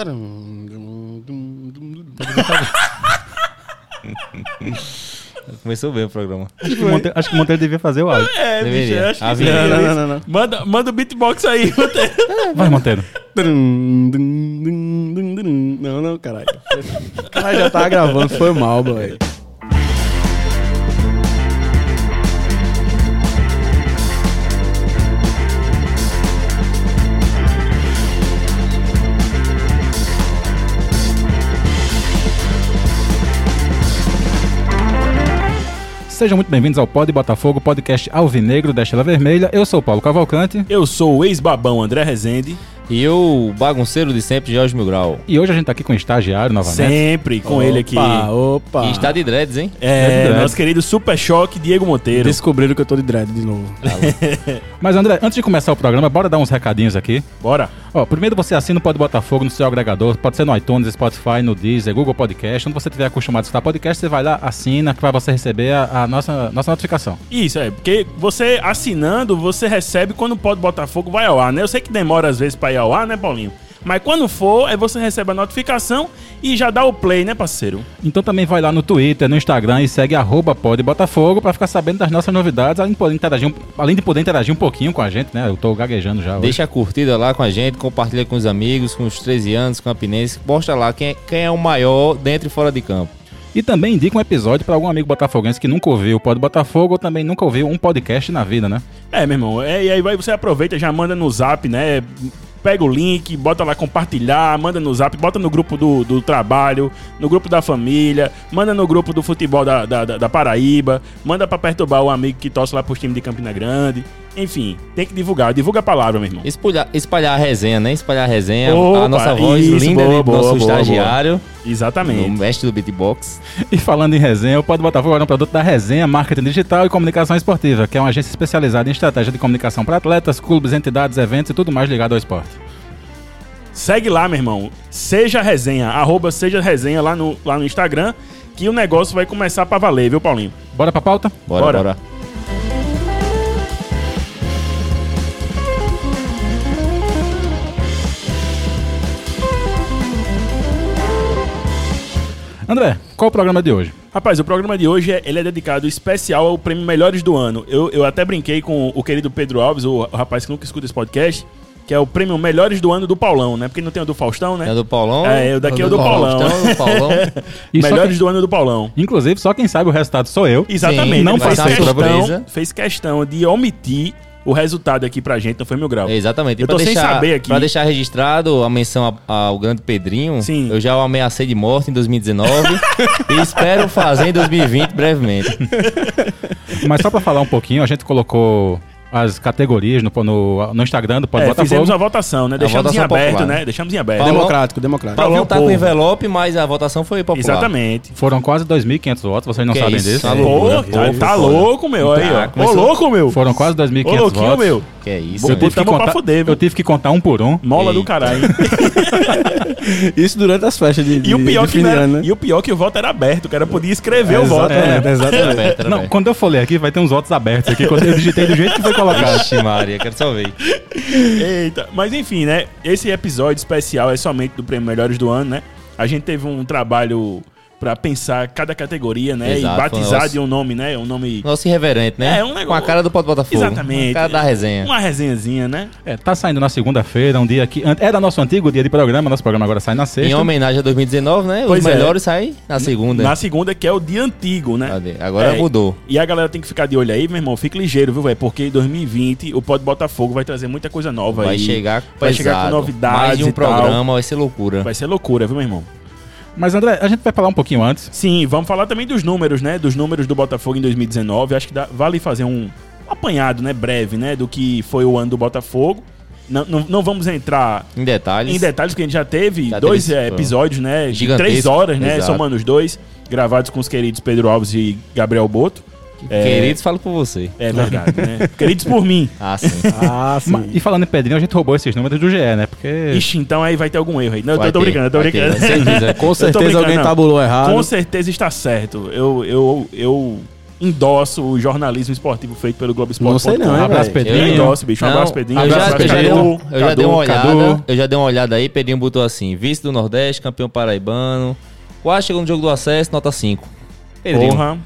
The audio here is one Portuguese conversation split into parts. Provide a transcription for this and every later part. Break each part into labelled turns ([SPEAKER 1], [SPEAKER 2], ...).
[SPEAKER 1] Tarum, dum, dum, dum, dum.
[SPEAKER 2] Começou bem o programa.
[SPEAKER 3] Acho que, o Monteiro, acho que o Monteiro devia fazer o áudio.
[SPEAKER 4] É, bicho,
[SPEAKER 2] Deveria.
[SPEAKER 4] eu acho que
[SPEAKER 2] Ah,
[SPEAKER 4] deveria
[SPEAKER 1] Não, não,
[SPEAKER 4] isso.
[SPEAKER 1] não, não.
[SPEAKER 4] Manda, manda o beatbox aí, Monteiro.
[SPEAKER 3] É, Vai, Monteiro.
[SPEAKER 1] Tarum, dum, dum, dum, dum. Não, não, caralho. Caralho, já tava gravando, foi mal, velho.
[SPEAKER 3] Sejam muito bem-vindos ao Pod Botafogo, podcast alvinegro da Estrela Vermelha. Eu sou o Paulo Cavalcante
[SPEAKER 4] Eu sou o ex-babão André Rezende.
[SPEAKER 2] E eu, bagunceiro de sempre, Jorge Milgrau.
[SPEAKER 3] e hoje a gente tá aqui com o estagiário novamente.
[SPEAKER 4] Sempre com ele aqui.
[SPEAKER 1] Opa,
[SPEAKER 4] Ah.
[SPEAKER 1] opa.
[SPEAKER 2] E está de dreads, hein?
[SPEAKER 4] É,
[SPEAKER 3] verdade.
[SPEAKER 4] nosso querido Super Choque Diego Monteiro.
[SPEAKER 1] Descobriram que eu tô de dread de novo.
[SPEAKER 3] Mas André, antes de começar o programa, bora dar uns recadinhos aqui.
[SPEAKER 4] Bora.
[SPEAKER 3] Ó, primeiro você assina o Pod Botafogo no seu agregador, pode ser no iTunes, Spotify, no Deezer, Google Podcast, onde você estiver acostumado a escutar podcast, você vai lá, assina, que vai você receber a, a nossa, nossa notificação.
[SPEAKER 4] Isso, é, porque você assinando, você recebe quando pode Botafogo vai ao ar, né? Eu sei que demora às vezes pra ir ao ar, né, Paulinho? Mas quando for, aí você recebe a notificação e já dá o play, né, parceiro?
[SPEAKER 3] Então também vai lá no Twitter, no Instagram e segue arroba podbotafogo pra ficar sabendo das nossas novidades, além de poder interagir, um- além de poder interagir um pouquinho com a gente, né? Eu tô gaguejando já hoje.
[SPEAKER 2] Deixa a curtida lá com a gente, compartilha com os amigos, com os 13 anos, com a Pinense. Mostra lá quem é, quem é o maior dentro e fora de campo.
[SPEAKER 3] E também indica um episódio pra algum amigo botafoguense que nunca ouviu o Pod Botafogo ou também nunca ouviu um podcast na vida, né?
[SPEAKER 4] É, meu irmão, é, e aí vai- você aproveita, já manda no zap, né? Pega o link, bota lá compartilhar, manda no zap, bota no grupo do, do trabalho, no grupo da família, manda no grupo do futebol da, da, da- da Paraíba, manda pra perturbar o amigo que torce lá pros times de Campina Grande. Enfim, tem que divulgar, divulga a palavra, meu irmão.
[SPEAKER 2] Espalhar, espalhar a resenha, né? Espalhar a resenha.
[SPEAKER 4] Opa,
[SPEAKER 2] a nossa voz
[SPEAKER 4] isso,
[SPEAKER 2] linda
[SPEAKER 4] boa,
[SPEAKER 2] de
[SPEAKER 4] boa,
[SPEAKER 2] nosso
[SPEAKER 4] boa,
[SPEAKER 2] estagiário, o
[SPEAKER 4] Exatamente.
[SPEAKER 2] mestre do beatbox.
[SPEAKER 3] E falando em resenha, o Pod Botafogo é um produto da Resenha, Marketing Digital e Comunicação Esportiva, que é uma agência especializada em estratégia de comunicação para atletas, clubes, entidades, eventos e tudo mais ligado ao esporte.
[SPEAKER 4] Segue lá, meu irmão. Seja resenha, arroba seja resenha lá no, lá no Instagram, que o negócio vai começar pra valer, viu, Paulinho?
[SPEAKER 3] Bora pra pauta?
[SPEAKER 2] Bora,
[SPEAKER 4] Bora.
[SPEAKER 2] bora.
[SPEAKER 3] André, qual o programa de hoje?
[SPEAKER 4] Rapaz, o programa de hoje é, ele é dedicado especial ao prêmio Melhores do Ano. Eu, eu até brinquei com o querido Pedro Alves, o, o rapaz que nunca escuta esse podcast, que é o prêmio Melhores do Ano do Paulão, né? Porque não tem o do Faustão, né?
[SPEAKER 2] É do Paulão.
[SPEAKER 4] É, o daqui é o do Paulão.
[SPEAKER 2] Então, o Paulão.
[SPEAKER 3] E só
[SPEAKER 4] Melhores
[SPEAKER 3] quem-
[SPEAKER 4] do Ano do Paulão.
[SPEAKER 3] Inclusive, só quem sabe o resultado sou eu.
[SPEAKER 4] Exatamente.
[SPEAKER 3] não
[SPEAKER 4] ele
[SPEAKER 3] vai
[SPEAKER 4] fez
[SPEAKER 3] ser
[SPEAKER 4] questão,
[SPEAKER 2] surpresa.
[SPEAKER 4] fez questão de omitir o resultado aqui pra gente, não foi meu grau.
[SPEAKER 2] É, Exatamente. E
[SPEAKER 4] Eu tô
[SPEAKER 2] pra
[SPEAKER 4] sem
[SPEAKER 2] deixar,
[SPEAKER 4] saber aqui.
[SPEAKER 2] Pra deixar registrado a menção a- ao grande Pedrinho,
[SPEAKER 4] Sim.
[SPEAKER 2] eu já o ameacei de morte em 2019 e espero fazer em 2020 brevemente.
[SPEAKER 3] Mas só pra falar um pouquinho, a gente colocou as categorias no, no- no Instagram do Pod
[SPEAKER 4] É,
[SPEAKER 3] Botafogo.
[SPEAKER 4] fizemos a votação, né? Deixamos em
[SPEAKER 2] votação
[SPEAKER 4] aberto,
[SPEAKER 2] popular.
[SPEAKER 4] né? Deixamos em aberto.
[SPEAKER 2] Paulão-
[SPEAKER 1] Democrático, democrático.
[SPEAKER 2] Paulinho tá com
[SPEAKER 4] povo.
[SPEAKER 2] envelope, mas a votação foi popular.
[SPEAKER 4] Exatamente.
[SPEAKER 3] Foram quase 2.500 votos, vocês não
[SPEAKER 2] Que
[SPEAKER 3] sabem
[SPEAKER 2] isso,
[SPEAKER 3] disso.
[SPEAKER 2] alô.
[SPEAKER 4] Pô,
[SPEAKER 2] loucura.
[SPEAKER 4] tá,
[SPEAKER 2] Povo,
[SPEAKER 4] tá
[SPEAKER 2] foda.
[SPEAKER 4] louco, meu. Aí,
[SPEAKER 2] Tá,
[SPEAKER 4] ó. Ô,
[SPEAKER 2] começou-
[SPEAKER 4] louco, meu.
[SPEAKER 3] Foram quase 2.500
[SPEAKER 4] Ô,
[SPEAKER 3] votos.
[SPEAKER 4] louquinho, meu.
[SPEAKER 2] Que é isso,
[SPEAKER 3] Eu
[SPEAKER 4] Botou
[SPEAKER 2] meu.
[SPEAKER 3] tive, que
[SPEAKER 4] tá bom pra
[SPEAKER 3] contar,
[SPEAKER 4] foder, viu?
[SPEAKER 3] eu tive que contar um por um.
[SPEAKER 4] Mola do
[SPEAKER 2] Eita.
[SPEAKER 4] caralho.
[SPEAKER 1] Isso durante as festas de, de,
[SPEAKER 4] E o pior
[SPEAKER 1] de fim
[SPEAKER 4] que
[SPEAKER 1] de
[SPEAKER 4] não era-
[SPEAKER 1] ano, né?
[SPEAKER 4] e o pior é que o voto era aberto, o cara podia escrever o voto. né?
[SPEAKER 1] Exatamente, É,
[SPEAKER 2] Era
[SPEAKER 1] exatamente.
[SPEAKER 2] aberto, era
[SPEAKER 3] Não,
[SPEAKER 2] aberto.
[SPEAKER 3] quando eu falei aqui, vai ter uns votos abertos aqui. Quando eu digitei do jeito que foi colocado.
[SPEAKER 2] Vixe Maria, quero só ver.
[SPEAKER 4] Eita, mas enfim, né? Esse episódio especial é somente do prêmio Melhores do Ano, né? A gente teve um trabalho pra pensar cada categoria, né?
[SPEAKER 2] Exato,
[SPEAKER 4] e batizar
[SPEAKER 2] nossa.
[SPEAKER 4] de um nome, né? Um nome
[SPEAKER 2] Nosso irreverente, né?
[SPEAKER 4] É, um negócio-
[SPEAKER 2] Com a cara do Pote Botafogo.
[SPEAKER 4] Exatamente.
[SPEAKER 2] Com a cara da resenha.
[SPEAKER 4] uma resenhanzinha, né?
[SPEAKER 3] É, tá saindo na segunda-feira, um dia que. an- Era nosso antigo dia de programa, nosso programa agora sai na
[SPEAKER 2] Em
[SPEAKER 3] sexta.
[SPEAKER 2] homenagem a 2019, né?
[SPEAKER 4] Pois
[SPEAKER 2] Os
[SPEAKER 4] é.
[SPEAKER 2] melhores saem na segunda.
[SPEAKER 4] Na segunda que é o dia antigo, né?
[SPEAKER 2] Cadê? Agora
[SPEAKER 4] É,
[SPEAKER 2] mudou.
[SPEAKER 4] E a galera tem que ficar de olho aí, meu irmão. Fique ligeiro, viu, velho? Porque em 2020 o Pode Botafogo vai trazer muita coisa nova
[SPEAKER 2] Vai
[SPEAKER 4] aí.
[SPEAKER 2] chegar
[SPEAKER 4] vai chegar com
[SPEAKER 2] pesado.
[SPEAKER 4] novidades
[SPEAKER 2] Mais de um
[SPEAKER 4] e tal.
[SPEAKER 2] programa, vai ser loucura.
[SPEAKER 4] Vai ser loucura, viu, meu irmão?
[SPEAKER 3] Mas, André, a gente vai falar um pouquinho antes.
[SPEAKER 4] Sim, vamos falar também dos números, né? Dos números do Botafogo em 2019. Acho que dá- vale fazer um apanhado, né? Breve, né? Do que foi o ano do Botafogo. Não, não, não vamos entrar
[SPEAKER 2] Em detalhes.
[SPEAKER 4] em detalhes, porque a gente já teve
[SPEAKER 2] Já
[SPEAKER 4] dois
[SPEAKER 2] teve
[SPEAKER 4] eh,
[SPEAKER 2] esse-
[SPEAKER 4] episódios, né? De
[SPEAKER 2] Gigantesco,
[SPEAKER 4] três horas, né?
[SPEAKER 2] exato.
[SPEAKER 4] Somando os dois, gravados com os queridos Pedro Alves e Gabriel Boto. É,
[SPEAKER 2] Queridos, falo por você.
[SPEAKER 4] É verdade, né? Queridos por mim.
[SPEAKER 2] Ah, sim.
[SPEAKER 1] Ah,
[SPEAKER 3] Ma- E falando em Pedrinho, a gente roubou esses números do GE, né? Porque.
[SPEAKER 4] Ixi, então aí vai ter algum erro aí. Não, eu tô,
[SPEAKER 2] É. Vai
[SPEAKER 4] tô
[SPEAKER 2] ter,
[SPEAKER 4] brincando, eu tô
[SPEAKER 2] vai ter,
[SPEAKER 4] brincando.
[SPEAKER 2] com certeza.
[SPEAKER 1] Com certeza
[SPEAKER 4] brincando,
[SPEAKER 1] alguém
[SPEAKER 4] não.
[SPEAKER 1] tabulou errado.
[SPEAKER 4] Com certeza está certo. Eu, eu, eu endosso o jornalismo esportivo feito pelo Globo Esporte.
[SPEAKER 1] Não sei não, hein,
[SPEAKER 3] Abraço,
[SPEAKER 1] velho.
[SPEAKER 3] Pedrinho.
[SPEAKER 4] Eu endosso, bicho. Um abraço, Pedrinho.
[SPEAKER 2] Eu
[SPEAKER 4] Um
[SPEAKER 2] já,
[SPEAKER 4] abraço,
[SPEAKER 2] eu já dei, um-
[SPEAKER 4] Pedrinho.
[SPEAKER 2] eu já dei uma olhada.
[SPEAKER 3] Cadu.
[SPEAKER 2] Eu já dei uma olhada aí, Pedrinho botou assim: vice do Nordeste, campeão paraibano. Quase chegou no jogo do acesso, nota 5. Pedrinho.
[SPEAKER 4] Porra.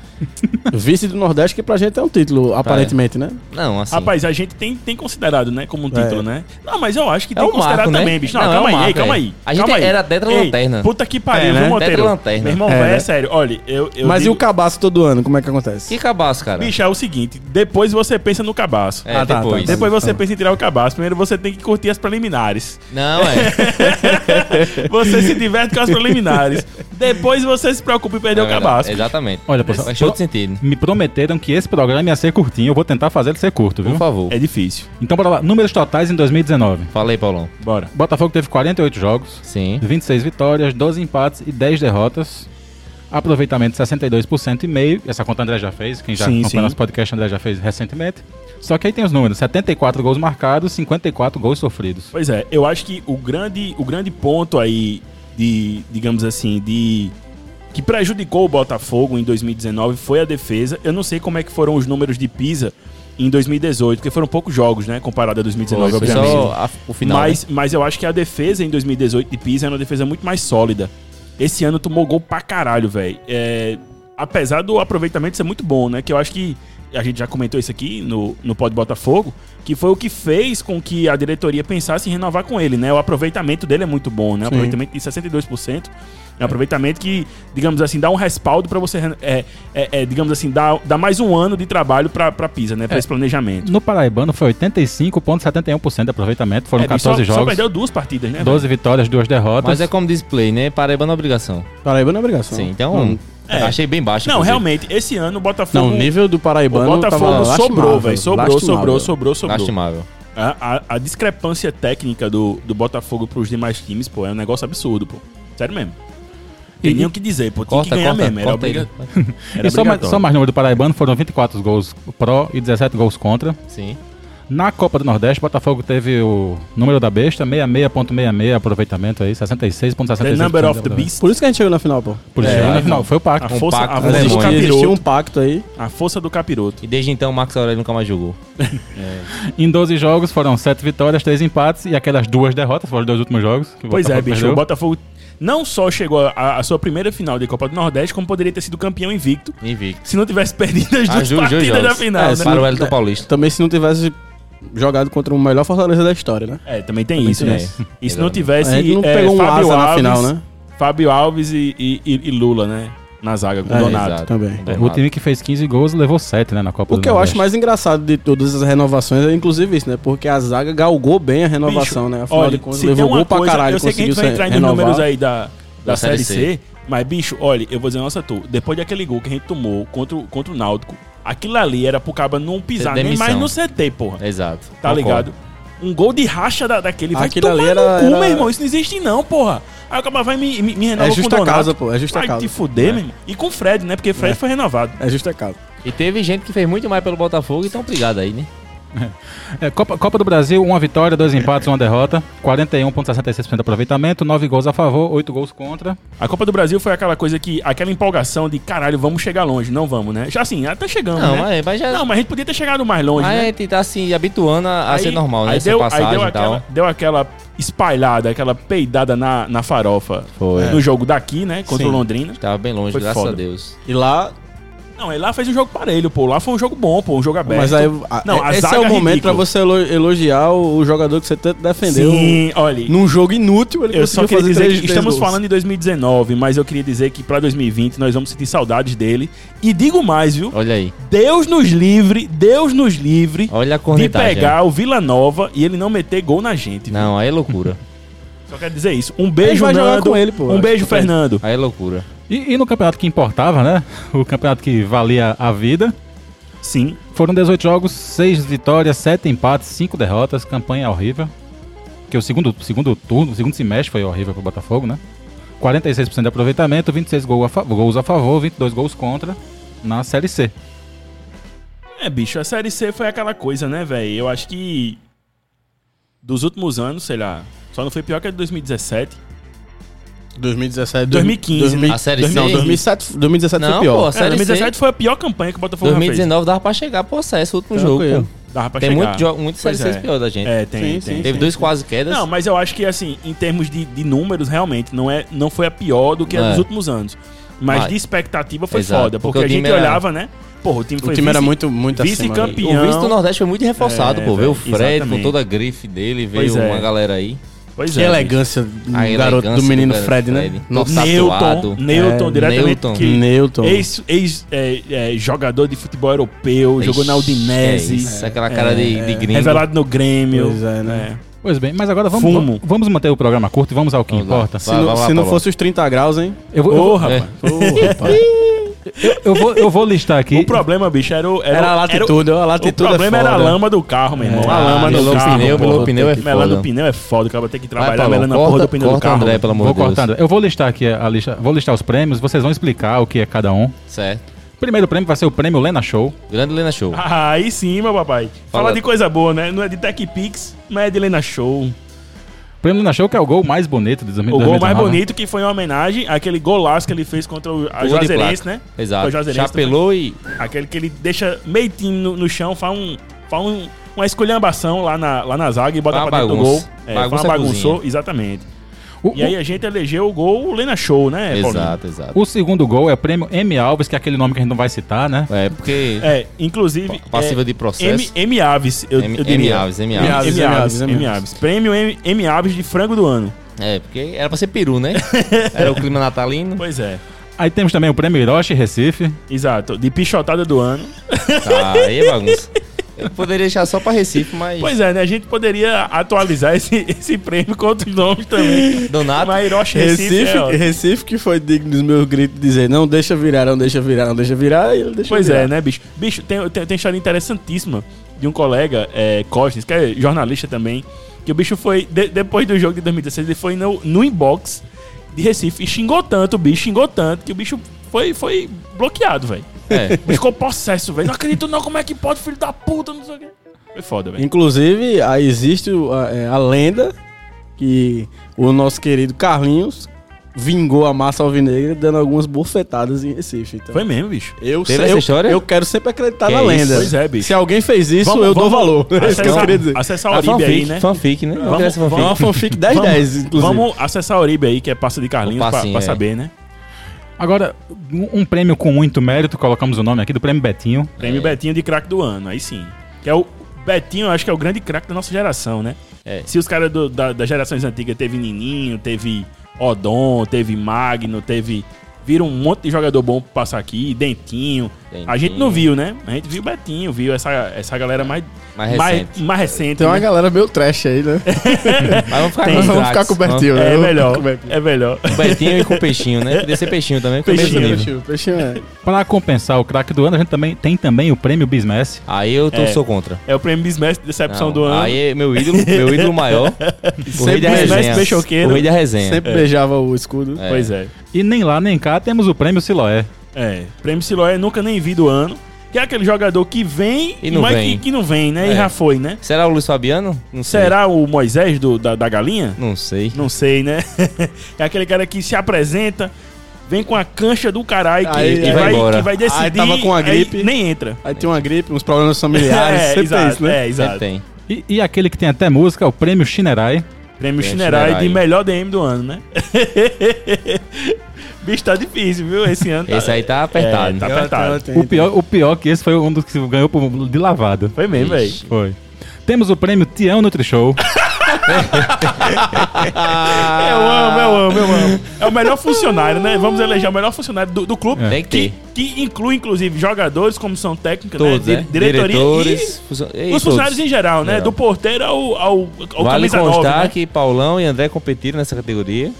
[SPEAKER 1] Vice do Nordeste, que pra gente é um título, aparentemente, né?
[SPEAKER 2] Não, assim.
[SPEAKER 4] Rapaz, a gente tem, tem considerado, né? Como um
[SPEAKER 1] É.
[SPEAKER 4] título, né? Não, mas eu acho que
[SPEAKER 2] É
[SPEAKER 4] tem
[SPEAKER 2] o
[SPEAKER 4] considerado
[SPEAKER 2] marco, né?
[SPEAKER 4] também, bicho. Não,
[SPEAKER 2] Não, é
[SPEAKER 4] calma
[SPEAKER 2] o
[SPEAKER 4] aí,
[SPEAKER 2] marco,
[SPEAKER 4] ei, calma
[SPEAKER 2] é.
[SPEAKER 4] aí.
[SPEAKER 2] A gente
[SPEAKER 4] calma aí.
[SPEAKER 2] era tetralonterna.
[SPEAKER 4] Ei, Puta que pariu,
[SPEAKER 3] É,
[SPEAKER 4] viu,
[SPEAKER 3] né?
[SPEAKER 4] Monteiro?
[SPEAKER 2] Tetralonterna.
[SPEAKER 4] Meu irmão,
[SPEAKER 1] É,
[SPEAKER 4] velho,
[SPEAKER 1] né?
[SPEAKER 4] é sério. Olha, eu. eu
[SPEAKER 1] Mas e
[SPEAKER 4] digo-
[SPEAKER 1] o cabaço todo ano, como é que acontece?
[SPEAKER 2] Que cabaço, cara.
[SPEAKER 4] Bicho, é o seguinte: depois você pensa no cabaço.
[SPEAKER 2] é,
[SPEAKER 1] Ah, tá,
[SPEAKER 2] depois.
[SPEAKER 1] tá, tá.
[SPEAKER 4] Depois você pensa em tirar o cabaço. Primeiro você tem que curtir as preliminares.
[SPEAKER 2] Não, é.
[SPEAKER 4] Você se diverte com as preliminares. Depois você se preocupa em perder
[SPEAKER 2] É
[SPEAKER 4] o
[SPEAKER 2] verdade,
[SPEAKER 4] cabaço.
[SPEAKER 2] Exatamente.
[SPEAKER 3] Olha,
[SPEAKER 2] Faz
[SPEAKER 3] pessoal,
[SPEAKER 2] todo sentido.
[SPEAKER 3] Me prometeram que esse programa ia ser curtinho. Eu vou tentar fazer ele ser curto, viu?
[SPEAKER 2] Por favor.
[SPEAKER 4] É difícil.
[SPEAKER 3] Então, bora lá. Números totais em 2019.
[SPEAKER 2] Fala aí, Paulão.
[SPEAKER 4] Bora.
[SPEAKER 3] Botafogo teve 48 jogos,
[SPEAKER 2] Sim.
[SPEAKER 3] 26 vitórias, 12 empates e 10 derrotas. Aproveitamento 62% e meio. Essa conta o André já fez, quem já
[SPEAKER 4] Sim,
[SPEAKER 3] acompanha
[SPEAKER 4] sim.
[SPEAKER 3] nosso podcast, o André já fez recentemente. Só que aí tem os números: 74 gols marcados, 54 gols sofridos.
[SPEAKER 4] Pois é, eu acho que o grande, o grande ponto aí de, digamos assim, de que prejudicou o Botafogo em 2019 foi a defesa. Eu não sei como é que foram os números de Pisa em 2018, porque foram poucos jogos, né, comparado a 2019,
[SPEAKER 2] Foi
[SPEAKER 4] obviamente.
[SPEAKER 2] só a- o final. né?
[SPEAKER 4] mas, mas eu acho que a defesa em 2018 de Pisa era uma defesa muito mais sólida. Esse ano tomou gol pra caralho, velho. É, apesar do aproveitamento ser muito bom, né? Que eu acho que a gente já comentou isso aqui no, no Pod Botafogo, que foi o que fez com que a diretoria pensasse em renovar com ele, né? O aproveitamento dele é muito bom, né? O
[SPEAKER 1] Sim.
[SPEAKER 4] aproveitamento de 62%. É um aproveitamento que, digamos assim, dá um respaldo pra você, é, é- é, digamos assim, dá, dá mais um ano de trabalho pra, pra Pisa, né? Pra
[SPEAKER 3] É.
[SPEAKER 4] esse planejamento.
[SPEAKER 3] No Paraibano foi 85,71% de aproveitamento. Foram
[SPEAKER 4] É, bicho,
[SPEAKER 3] 14
[SPEAKER 4] só, Só
[SPEAKER 3] jogos,
[SPEAKER 4] perdeu duas partidas, né?
[SPEAKER 3] 12 vitórias, 2 derrotas.
[SPEAKER 2] Mas é como display, né? Paraíba não é obrigação.
[SPEAKER 1] Paraíba não é obrigação.
[SPEAKER 2] Sim, então.
[SPEAKER 4] É.
[SPEAKER 2] Achei bem baixo.
[SPEAKER 4] Não,
[SPEAKER 2] inclusive.
[SPEAKER 4] realmente, esse ano o Botafogo.
[SPEAKER 1] Não, o nível do
[SPEAKER 4] o
[SPEAKER 1] Paraibano
[SPEAKER 4] Botafogo
[SPEAKER 1] tava
[SPEAKER 4] sobrou,
[SPEAKER 1] lastimável,
[SPEAKER 4] velho. Sobrou,
[SPEAKER 1] lastimável.
[SPEAKER 4] sobrou, sobrou, sobrou,
[SPEAKER 2] Lastimável.
[SPEAKER 4] A, a- a discrepância técnica do, do Botafogo pros demais times, pô, é um negócio absurdo, pô. Sério mesmo. Tem
[SPEAKER 3] E-
[SPEAKER 4] nem o que dizer, pô. Tinha
[SPEAKER 2] Corta,
[SPEAKER 4] que ganhar
[SPEAKER 2] corta,
[SPEAKER 4] mesmo. Era,
[SPEAKER 2] corta ele.
[SPEAKER 4] obriga... era
[SPEAKER 3] e só mais,
[SPEAKER 4] obrigatório.
[SPEAKER 3] só mais número do Paraibano foram 24 gols pró e 17 gols contra.
[SPEAKER 2] Sim.
[SPEAKER 3] Na Copa do Nordeste, Botafogo teve o número da besta, 66,66 aproveitamento aí, 66,66.
[SPEAKER 4] The number of the beast. Ah,
[SPEAKER 1] Por isso que a gente chegou na final, pô.
[SPEAKER 3] Por
[SPEAKER 2] É,
[SPEAKER 3] isso,
[SPEAKER 2] é,
[SPEAKER 3] no final, foi o
[SPEAKER 4] A
[SPEAKER 3] pacto.
[SPEAKER 2] Um
[SPEAKER 4] força,
[SPEAKER 2] pacto
[SPEAKER 4] a
[SPEAKER 2] com
[SPEAKER 4] força do
[SPEAKER 2] demônio.
[SPEAKER 1] Existiu um
[SPEAKER 4] capiroto.
[SPEAKER 1] pacto aí.
[SPEAKER 4] A força do capiroto.
[SPEAKER 2] E desde então o Max Aurélio nunca mais jogou.
[SPEAKER 3] Em 12 jogos foram 7 vitórias, 3 empates e aquelas duas derrotas, foram os dois últimos jogos. que o
[SPEAKER 4] Pois é,
[SPEAKER 3] Botafogo
[SPEAKER 4] bicho.
[SPEAKER 3] perdeu.
[SPEAKER 4] O Botafogo não só chegou à à sua primeira final de Copa do Nordeste, como poderia ter sido campeão invicto
[SPEAKER 2] Invicto.
[SPEAKER 4] se não tivesse perdido as
[SPEAKER 2] Ah,
[SPEAKER 4] duas
[SPEAKER 2] ju- ju-
[SPEAKER 4] partidas
[SPEAKER 2] jogos.
[SPEAKER 4] da final,
[SPEAKER 1] É,
[SPEAKER 4] né?
[SPEAKER 2] Para o Wellington Paulista.
[SPEAKER 1] Também se não tivesse jogado contra o melhor Fortaleza da história, né?
[SPEAKER 4] É, também tem
[SPEAKER 1] Também
[SPEAKER 4] isso,
[SPEAKER 1] tem
[SPEAKER 4] né?
[SPEAKER 1] isso.
[SPEAKER 4] E se não
[SPEAKER 2] Exatamente.
[SPEAKER 4] tivesse
[SPEAKER 1] a gente não
[SPEAKER 4] é,
[SPEAKER 1] pegou um
[SPEAKER 4] Fábio
[SPEAKER 1] asa na
[SPEAKER 4] Alves,
[SPEAKER 1] final, né?
[SPEAKER 4] Fábio Alves e, e- e- e Lula, né? Na zaga com o
[SPEAKER 1] É,
[SPEAKER 4] Donato.
[SPEAKER 2] Exato.
[SPEAKER 1] também.
[SPEAKER 2] Donato.
[SPEAKER 3] O time que fez 15 gols levou 7 né, na Copa
[SPEAKER 1] O
[SPEAKER 3] do
[SPEAKER 1] que eu acho
[SPEAKER 3] Nordeste.
[SPEAKER 1] mais engraçado de todas as renovações é inclusive isso, né? Porque a zaga galgou bem a renovação,
[SPEAKER 4] Bicho,
[SPEAKER 1] né? Afinal de contas, levou
[SPEAKER 4] tem uma
[SPEAKER 1] gol pra
[SPEAKER 4] coisa-
[SPEAKER 1] caralho,
[SPEAKER 4] Eu sei que a
[SPEAKER 1] conseguiu
[SPEAKER 4] gente vai
[SPEAKER 1] se
[SPEAKER 4] entrar em
[SPEAKER 1] renovar.
[SPEAKER 4] números aí da, da,
[SPEAKER 2] Da
[SPEAKER 4] Série
[SPEAKER 2] Série C.
[SPEAKER 4] C. Mas, bicho, olha, eu vou dizer nossa tu. Depois daquele gol que a gente tomou contra, o- contra o Náutico, aquilo ali era pro Caba não pisar nem
[SPEAKER 2] Demissão.
[SPEAKER 4] mais no CT, porra.
[SPEAKER 2] Exato.
[SPEAKER 4] Tá
[SPEAKER 2] Concordo.
[SPEAKER 4] ligado? Um gol de racha da, daquele. Vai
[SPEAKER 1] Aquilo
[SPEAKER 4] tomar
[SPEAKER 1] ali
[SPEAKER 4] no
[SPEAKER 1] era-
[SPEAKER 4] cu,
[SPEAKER 1] era-
[SPEAKER 4] meu irmão. Isso não existe não, porra. Aí o Caba vai me, me, me renovar
[SPEAKER 1] É
[SPEAKER 4] com o
[SPEAKER 1] justa
[SPEAKER 4] Donato.
[SPEAKER 1] causa, pô. É justa
[SPEAKER 4] Vai
[SPEAKER 1] causa.
[SPEAKER 4] te fuder, meu irmão. E com o Fred, né? Porque o Fred foi renovado.
[SPEAKER 1] É justa causa.
[SPEAKER 2] E teve gente que fez muito mais pelo Botafogo, então obrigado aí, né?
[SPEAKER 3] É, Copa, Copa do Brasil, uma vitória, dois empates, uma derrota, 41,66% de aproveitamento, 9 gols a favor, 8 gols contra.
[SPEAKER 4] A Copa do Brasil foi aquela coisa que, aquela empolgação de caralho, vamos chegar longe, não vamos, né? Já assim, até chegamos,
[SPEAKER 2] Não,
[SPEAKER 4] né?
[SPEAKER 2] mas, mas já.
[SPEAKER 4] Não, mas a gente podia ter chegado mais longe,
[SPEAKER 2] mas
[SPEAKER 4] né?
[SPEAKER 2] a gente tá se habituando a, a ser normal, né?
[SPEAKER 4] Aí
[SPEAKER 2] Essa
[SPEAKER 4] deu, aí
[SPEAKER 2] passagem
[SPEAKER 4] deu
[SPEAKER 2] e tal.
[SPEAKER 4] aquela, deu aquela espalhada, aquela peidada na, na farofa
[SPEAKER 2] Foi.
[SPEAKER 4] no jogo daqui, né? Contra
[SPEAKER 1] Sim.
[SPEAKER 4] o Londrina.
[SPEAKER 2] Tava bem longe,
[SPEAKER 4] Foi
[SPEAKER 2] graças
[SPEAKER 4] foda.
[SPEAKER 2] a Deus.
[SPEAKER 1] E lá,
[SPEAKER 4] Não, aí lá fez um jogo parelho, pô. Lá foi um jogo bom, pô. Um jogo aberto.
[SPEAKER 1] mas aí a-
[SPEAKER 4] Não, a
[SPEAKER 1] esse
[SPEAKER 4] zaga
[SPEAKER 1] é o
[SPEAKER 4] é
[SPEAKER 1] momento
[SPEAKER 4] ridícula.
[SPEAKER 1] pra você elo- elogiar o, o jogador que você tanto defendeu.
[SPEAKER 4] Sim, olha.
[SPEAKER 1] Num jogo inútil, ele
[SPEAKER 4] Eu só
[SPEAKER 1] conseguiu
[SPEAKER 4] queria
[SPEAKER 1] fazer
[SPEAKER 4] dizer
[SPEAKER 1] três,
[SPEAKER 4] que
[SPEAKER 1] três
[SPEAKER 4] estamos
[SPEAKER 1] gols.
[SPEAKER 4] falando de 2019, mas eu queria dizer que pra 2020 nós vamos sentir saudades dele. E digo mais, viu?
[SPEAKER 2] Olha aí.
[SPEAKER 4] Deus nos livre, Deus nos livre
[SPEAKER 2] Olha a
[SPEAKER 4] de
[SPEAKER 1] é.
[SPEAKER 2] cornetagem.
[SPEAKER 4] pegar o Vila Nova e ele não meter gol na gente. viu?
[SPEAKER 2] Não, aí é loucura.
[SPEAKER 4] Só quero dizer isso. Um beijo,
[SPEAKER 1] vai jogar
[SPEAKER 4] Nando.
[SPEAKER 1] com ele, pô.
[SPEAKER 4] um
[SPEAKER 1] Acho
[SPEAKER 4] beijo,
[SPEAKER 1] que tá
[SPEAKER 4] Fernando.
[SPEAKER 2] Aí é loucura.
[SPEAKER 3] E, e no campeonato que importava, né? O campeonato que valia a vida.
[SPEAKER 4] Sim.
[SPEAKER 3] Foram 18 jogos, 6 vitórias, 7 empates, 5 derrotas, campanha horrível. Porque o segundo, segundo turno, o segundo semestre foi horrível pro Botafogo, né? 46% de aproveitamento, 26 gols a, fa- gols a favor, 22 gols contra na Série C.
[SPEAKER 4] É, bicho, a Série C foi aquela coisa, né, velho? Eu acho que dos últimos anos, sei lá, só não foi pior que a de 2017.
[SPEAKER 1] 2017.
[SPEAKER 4] 2015,
[SPEAKER 2] A Série C?
[SPEAKER 1] Não, 2007, 2017
[SPEAKER 2] Não,
[SPEAKER 1] foi pior.
[SPEAKER 2] pô, a
[SPEAKER 4] É,
[SPEAKER 2] Série C.
[SPEAKER 4] 2017 foi a pior campanha que o Botafogo já fez.
[SPEAKER 2] 2019 dava pra chegar pro acesso, o último
[SPEAKER 1] Tranquilo.
[SPEAKER 2] jogo. pô.
[SPEAKER 4] Dava pra
[SPEAKER 2] Tem
[SPEAKER 4] chegar.
[SPEAKER 2] muito jogo, muitos Série
[SPEAKER 4] Pois
[SPEAKER 2] Cs
[SPEAKER 4] é.
[SPEAKER 2] pior né? da gente.
[SPEAKER 4] É, tem,
[SPEAKER 1] Sim,
[SPEAKER 4] tem.
[SPEAKER 1] sim,
[SPEAKER 4] tem.
[SPEAKER 2] Teve dois quase quedas.
[SPEAKER 4] Não, mas eu acho que, assim, em termos de, de números, realmente, não, é, não foi a pior do que a
[SPEAKER 2] É.
[SPEAKER 4] dos últimos anos. Mas
[SPEAKER 2] Mas-
[SPEAKER 4] de expectativa foi
[SPEAKER 2] Exato,
[SPEAKER 4] foda,
[SPEAKER 2] porque
[SPEAKER 4] porque,
[SPEAKER 2] o
[SPEAKER 4] a gente
[SPEAKER 2] time era-
[SPEAKER 4] olhava, né? Porra, o time
[SPEAKER 1] O
[SPEAKER 4] foi
[SPEAKER 1] time era
[SPEAKER 4] vice-
[SPEAKER 1] muito, muito acima.
[SPEAKER 4] vice-campeão.
[SPEAKER 1] velho.
[SPEAKER 2] o vice do Nordeste foi muito reforçado,
[SPEAKER 4] É,
[SPEAKER 2] pô. Veio o
[SPEAKER 4] velho,
[SPEAKER 2] Fred com
[SPEAKER 4] exatamente.
[SPEAKER 2] toda a grife dele, veio
[SPEAKER 4] Pois é.
[SPEAKER 2] uma galera aí.
[SPEAKER 4] Pois
[SPEAKER 1] Que
[SPEAKER 4] é,
[SPEAKER 1] elegância do
[SPEAKER 2] A
[SPEAKER 1] garoto,
[SPEAKER 2] elegância
[SPEAKER 1] do menino
[SPEAKER 2] do garoto
[SPEAKER 1] Fred,
[SPEAKER 2] Fred.
[SPEAKER 1] né? Nossa,
[SPEAKER 4] Newton,
[SPEAKER 2] tatuado.
[SPEAKER 4] Newton,
[SPEAKER 1] É,
[SPEAKER 4] diretamente.
[SPEAKER 2] Newton.
[SPEAKER 4] que-
[SPEAKER 1] Newton.
[SPEAKER 4] Ex, ex- é, é, jogador de futebol europeu, jogou na
[SPEAKER 2] Ixi,
[SPEAKER 4] Udinese. é,
[SPEAKER 2] é isso, aquela cara de, de gringo.
[SPEAKER 4] Revelado no Grêmio.
[SPEAKER 1] Pois é, né?
[SPEAKER 4] É.
[SPEAKER 3] Pois bem, mas agora vamos,
[SPEAKER 4] Fumo.
[SPEAKER 3] vamos- vamos manter o programa curto e vamos ao que
[SPEAKER 2] Vamos lá.
[SPEAKER 3] importa.
[SPEAKER 1] Se,
[SPEAKER 2] Vai,
[SPEAKER 1] não,
[SPEAKER 2] vai lá,
[SPEAKER 1] se não
[SPEAKER 2] Paulo.
[SPEAKER 1] fosse os 30 graus, hein?
[SPEAKER 3] Eu vou, eu vou-
[SPEAKER 4] Ô,
[SPEAKER 2] É.
[SPEAKER 4] rapaz.
[SPEAKER 3] eu, eu vou, eu vou listar aqui.
[SPEAKER 4] O problema, bicho, era, o- era,
[SPEAKER 1] Era a latitude, ó, a
[SPEAKER 4] era o- o
[SPEAKER 1] latitude
[SPEAKER 4] problema
[SPEAKER 1] é
[SPEAKER 4] era a
[SPEAKER 1] foda.
[SPEAKER 4] lama do carro, meu irmão.
[SPEAKER 2] É,
[SPEAKER 4] a lama do
[SPEAKER 2] melou o
[SPEAKER 4] carro.
[SPEAKER 2] pneu,
[SPEAKER 4] pô.
[SPEAKER 2] melou o pneu é
[SPEAKER 4] Melando
[SPEAKER 2] foda.
[SPEAKER 4] o pneu é foda, o cara vai ter que
[SPEAKER 2] Vai,
[SPEAKER 4] trabalhar
[SPEAKER 2] Paulão,
[SPEAKER 4] melando a porra
[SPEAKER 2] corta,
[SPEAKER 4] do pneu do
[SPEAKER 2] corta
[SPEAKER 4] carro.
[SPEAKER 2] André, pelo amor
[SPEAKER 3] Vou
[SPEAKER 2] de Deus.
[SPEAKER 3] cortando. Eu vou listar aqui a lista. Vou listar os prêmios, vocês vão explicar o que é cada um.
[SPEAKER 2] Certo.
[SPEAKER 3] Primeiro prêmio vai ser o prêmio Lena Show.
[SPEAKER 2] Grande Lena Show.
[SPEAKER 4] Ah, aí sim, meu papai. Fala
[SPEAKER 2] Fala.
[SPEAKER 4] de coisa boa, né? Não é de Tech Pix, mas é de Lena Show.
[SPEAKER 3] O prêmio Lena Show que é o gol mais bonito de 2019.
[SPEAKER 4] O gol mais bonito que foi em homenagem àquele golaço que ele fez contra o
[SPEAKER 2] Gol
[SPEAKER 4] a
[SPEAKER 2] né? de
[SPEAKER 4] Juazeirense,
[SPEAKER 2] placa.
[SPEAKER 4] né? Foi É,
[SPEAKER 2] Exato.
[SPEAKER 4] o Juazeirense
[SPEAKER 2] Chapelou e.
[SPEAKER 4] Aquele que ele deixa meio time no, no chão, faz, um, faz um, uma esculhambação lá na, lá na zaga e bota
[SPEAKER 2] Faz
[SPEAKER 4] pra
[SPEAKER 2] uma
[SPEAKER 4] dentro do gol.
[SPEAKER 2] bagunça.
[SPEAKER 4] É,
[SPEAKER 2] Bagunça
[SPEAKER 4] faz
[SPEAKER 2] a
[SPEAKER 4] uma
[SPEAKER 2] cozinha.
[SPEAKER 4] bagunçou, exatamente.
[SPEAKER 3] O,
[SPEAKER 4] E aí a gente elegeu o gol o Lena Show, né, Paulinho?
[SPEAKER 2] Exato, exato.
[SPEAKER 3] o, o segundo gol é o prêmio M. Alves, que é aquele nome que a gente não vai citar, né?
[SPEAKER 2] É, porque.
[SPEAKER 4] É, inclusive.
[SPEAKER 2] Passiva de
[SPEAKER 4] é, M,
[SPEAKER 2] processo.
[SPEAKER 4] M. Aves, eu,
[SPEAKER 2] M,
[SPEAKER 4] eu diria.
[SPEAKER 2] M Alves, M
[SPEAKER 4] M.
[SPEAKER 2] Alves.
[SPEAKER 1] Aves,
[SPEAKER 4] Aves, M. Aves,
[SPEAKER 1] M.
[SPEAKER 4] M. Aves. Prêmio M. M. Aves de frango do ano.
[SPEAKER 2] É, porque era pra ser peru, né? Era o clima natalino.
[SPEAKER 4] Pois é.
[SPEAKER 3] Aí temos também o prêmio Hiroshi Recife.
[SPEAKER 4] Exato, de pichotada do ano.
[SPEAKER 2] Tá, aí é bagunça. Eu poderia deixar só pra Recife, mas.
[SPEAKER 4] Pois é, né? A gente poderia atualizar esse, esse prêmio com outros nomes também.
[SPEAKER 2] Donato.
[SPEAKER 4] Mas Hiroshi Recife,
[SPEAKER 1] Recife,
[SPEAKER 4] é ótimo.
[SPEAKER 1] Recife que foi digno dos meus gritos dizer não deixa virar, não deixa virar, não deixa virar, e ele deixa
[SPEAKER 4] Pois
[SPEAKER 1] virar.
[SPEAKER 4] é, né, bicho? Bicho, tem, tem, tem história interessantíssima de um colega, é, Costes, que é jornalista também, que o bicho foi, de- depois do jogo de 2016, ele foi no, no inbox de Recife e xingou tanto o bicho, xingou tanto, que o bicho foi, foi bloqueado, velho.
[SPEAKER 2] É.
[SPEAKER 4] O bicho Ficou possesso, velho. Não acredito não, como é que pode, filho da puta, não sei o quê. Foi foda, velho.
[SPEAKER 1] Inclusive, aí existe o- a, é, a lenda que o nosso querido Carlinhos vingou a massa alvinegra dando algumas bofetadas em Recife. Então,
[SPEAKER 4] Foi mesmo, bicho.
[SPEAKER 1] eu,
[SPEAKER 2] Teve
[SPEAKER 1] sei-
[SPEAKER 2] essa
[SPEAKER 1] eu-
[SPEAKER 2] história?
[SPEAKER 1] Eu quero sempre acreditar
[SPEAKER 2] Que
[SPEAKER 1] na
[SPEAKER 2] é isso?
[SPEAKER 1] lenda.
[SPEAKER 4] Pois é, bicho.
[SPEAKER 1] Se alguém fez isso,
[SPEAKER 4] Vamos-
[SPEAKER 1] eu dou
[SPEAKER 4] vamos
[SPEAKER 1] valor. É isso que eu queria dizer.
[SPEAKER 4] Acessar, acessar a Oribe aí, né?
[SPEAKER 2] Ah, fanfic, né? Vamos,
[SPEAKER 4] Vamos-
[SPEAKER 1] É uma
[SPEAKER 2] fanfic.
[SPEAKER 1] fanfic 10
[SPEAKER 4] Vamos-
[SPEAKER 1] 10, inclusive.
[SPEAKER 4] Vamos acessar a Oribe aí, que é passa de Carlinhos,
[SPEAKER 2] O
[SPEAKER 4] pra,
[SPEAKER 2] passinho,
[SPEAKER 4] pra
[SPEAKER 2] é.
[SPEAKER 4] saber, né?
[SPEAKER 3] Agora, um um prêmio com muito mérito, colocamos o nome aqui do prêmio Betinho.
[SPEAKER 4] Prêmio
[SPEAKER 2] É.
[SPEAKER 4] Betinho de craque do ano, aí sim. Que é o Betinho, eu acho que é o grande craque da nossa geração, né?
[SPEAKER 2] É.
[SPEAKER 4] Se os caras do- da- das gerações antigas teve Nininho, teve Odon, teve Magno, teve. Viram um monte de jogador bom pra passar aqui, Dentinho. A
[SPEAKER 2] Dentinho.
[SPEAKER 4] gente não viu, né? A gente viu o Betinho, viu essa, essa galera mais,
[SPEAKER 2] Mais recente.
[SPEAKER 4] mais recente,
[SPEAKER 1] Tem uma
[SPEAKER 4] né?
[SPEAKER 1] galera meio trash aí, né?
[SPEAKER 2] Mas vamos ficar
[SPEAKER 4] Tem.
[SPEAKER 2] com os
[SPEAKER 1] Vamos
[SPEAKER 2] craques.
[SPEAKER 1] ficar com o Bertinho, né?
[SPEAKER 4] É
[SPEAKER 1] Vamos
[SPEAKER 4] melhor,
[SPEAKER 1] ficar com o Bertinho.
[SPEAKER 4] é melhor.
[SPEAKER 2] Com o Betinho e com o Peixinho, né? Podia ser Peixinho também. porque é o mesmo
[SPEAKER 4] Peixinho.
[SPEAKER 2] nível.
[SPEAKER 1] Peixinho, peixinho é.
[SPEAKER 3] Para compensar o craque do ano, a gente também tem também o prêmio Bismess.
[SPEAKER 2] Aí eu tô,
[SPEAKER 4] É.
[SPEAKER 2] sou contra.
[SPEAKER 4] É o prêmio Bismestre de Decepção
[SPEAKER 2] Não,
[SPEAKER 4] do ano.
[SPEAKER 2] Aí é meu ídolo, meu ídolo maior. o rei
[SPEAKER 1] Sempre-
[SPEAKER 2] da resenha.
[SPEAKER 4] Mestre Peixoqueiro.
[SPEAKER 2] O rei da resenha.
[SPEAKER 1] Sempre
[SPEAKER 4] É.
[SPEAKER 1] beijava o escudo.
[SPEAKER 2] É.
[SPEAKER 4] Pois é.
[SPEAKER 3] E nem lá nem cá temos o prêmio Siloé.
[SPEAKER 4] É, prêmio Siloé nunca nem vi do ano. Que é aquele jogador que vem,
[SPEAKER 2] E não
[SPEAKER 4] mas
[SPEAKER 2] vem.
[SPEAKER 4] Que, que não vem, né? E
[SPEAKER 2] É.
[SPEAKER 4] já foi, né?
[SPEAKER 2] Será o Luiz Fabiano? Não sei.
[SPEAKER 4] Será o Moisés do- da, da galinha?
[SPEAKER 2] Não sei.
[SPEAKER 4] Não sei, né? é aquele cara que se apresenta, vem com a cancha do caralho que,
[SPEAKER 1] Aí-
[SPEAKER 4] que
[SPEAKER 1] aí
[SPEAKER 4] vai,
[SPEAKER 2] vai embora.
[SPEAKER 4] que vai decidir.
[SPEAKER 1] Aí tava com a
[SPEAKER 4] aí
[SPEAKER 1] gripe.
[SPEAKER 4] nem entra.
[SPEAKER 1] Aí tem uma gripe, uns problemas familiares,
[SPEAKER 4] é,
[SPEAKER 1] sempre
[SPEAKER 4] exato,
[SPEAKER 1] é isso, né?
[SPEAKER 4] é,
[SPEAKER 2] Sempre
[SPEAKER 4] exato.
[SPEAKER 2] tem.
[SPEAKER 3] E, e aquele que tem até música, o prêmio Shinerai.
[SPEAKER 4] Prêmio
[SPEAKER 2] Tem,
[SPEAKER 4] Chinerai de
[SPEAKER 2] Shinerai.
[SPEAKER 4] melhor DM do ano, né? Bicho, tá difícil, viu? Esse ano tá...
[SPEAKER 2] Esse aí tá apertado.
[SPEAKER 4] É, tá
[SPEAKER 2] né?
[SPEAKER 4] apertado.
[SPEAKER 1] Tem-
[SPEAKER 3] O pior, o pior que esse foi um dos que ganhou por- de lavada.
[SPEAKER 4] Foi mesmo, velho.
[SPEAKER 2] Ixi.
[SPEAKER 3] Foi. Temos o prêmio Tião Nutri Show.
[SPEAKER 4] Eu
[SPEAKER 2] Ah.
[SPEAKER 4] amo, eu amo, eu amo. É o melhor funcionário, né? Vamos eleger o melhor funcionário do, do clube.
[SPEAKER 3] É.
[SPEAKER 2] Tem que ter.
[SPEAKER 4] Que inclui, inclusive, jogadores, comissão técnica,
[SPEAKER 2] Todos,
[SPEAKER 4] né?
[SPEAKER 2] né?
[SPEAKER 4] Di- Diretoria
[SPEAKER 2] Diretores. funcio-
[SPEAKER 4] e
[SPEAKER 2] Ei,
[SPEAKER 4] os funcionários
[SPEAKER 2] todos.
[SPEAKER 4] em geral, né?
[SPEAKER 2] Geral.
[SPEAKER 4] Do porteiro ao, ao, ao
[SPEAKER 2] Vale
[SPEAKER 4] camisa
[SPEAKER 2] constar
[SPEAKER 4] 9, né?
[SPEAKER 2] que Paulão e André competiram nessa categoria.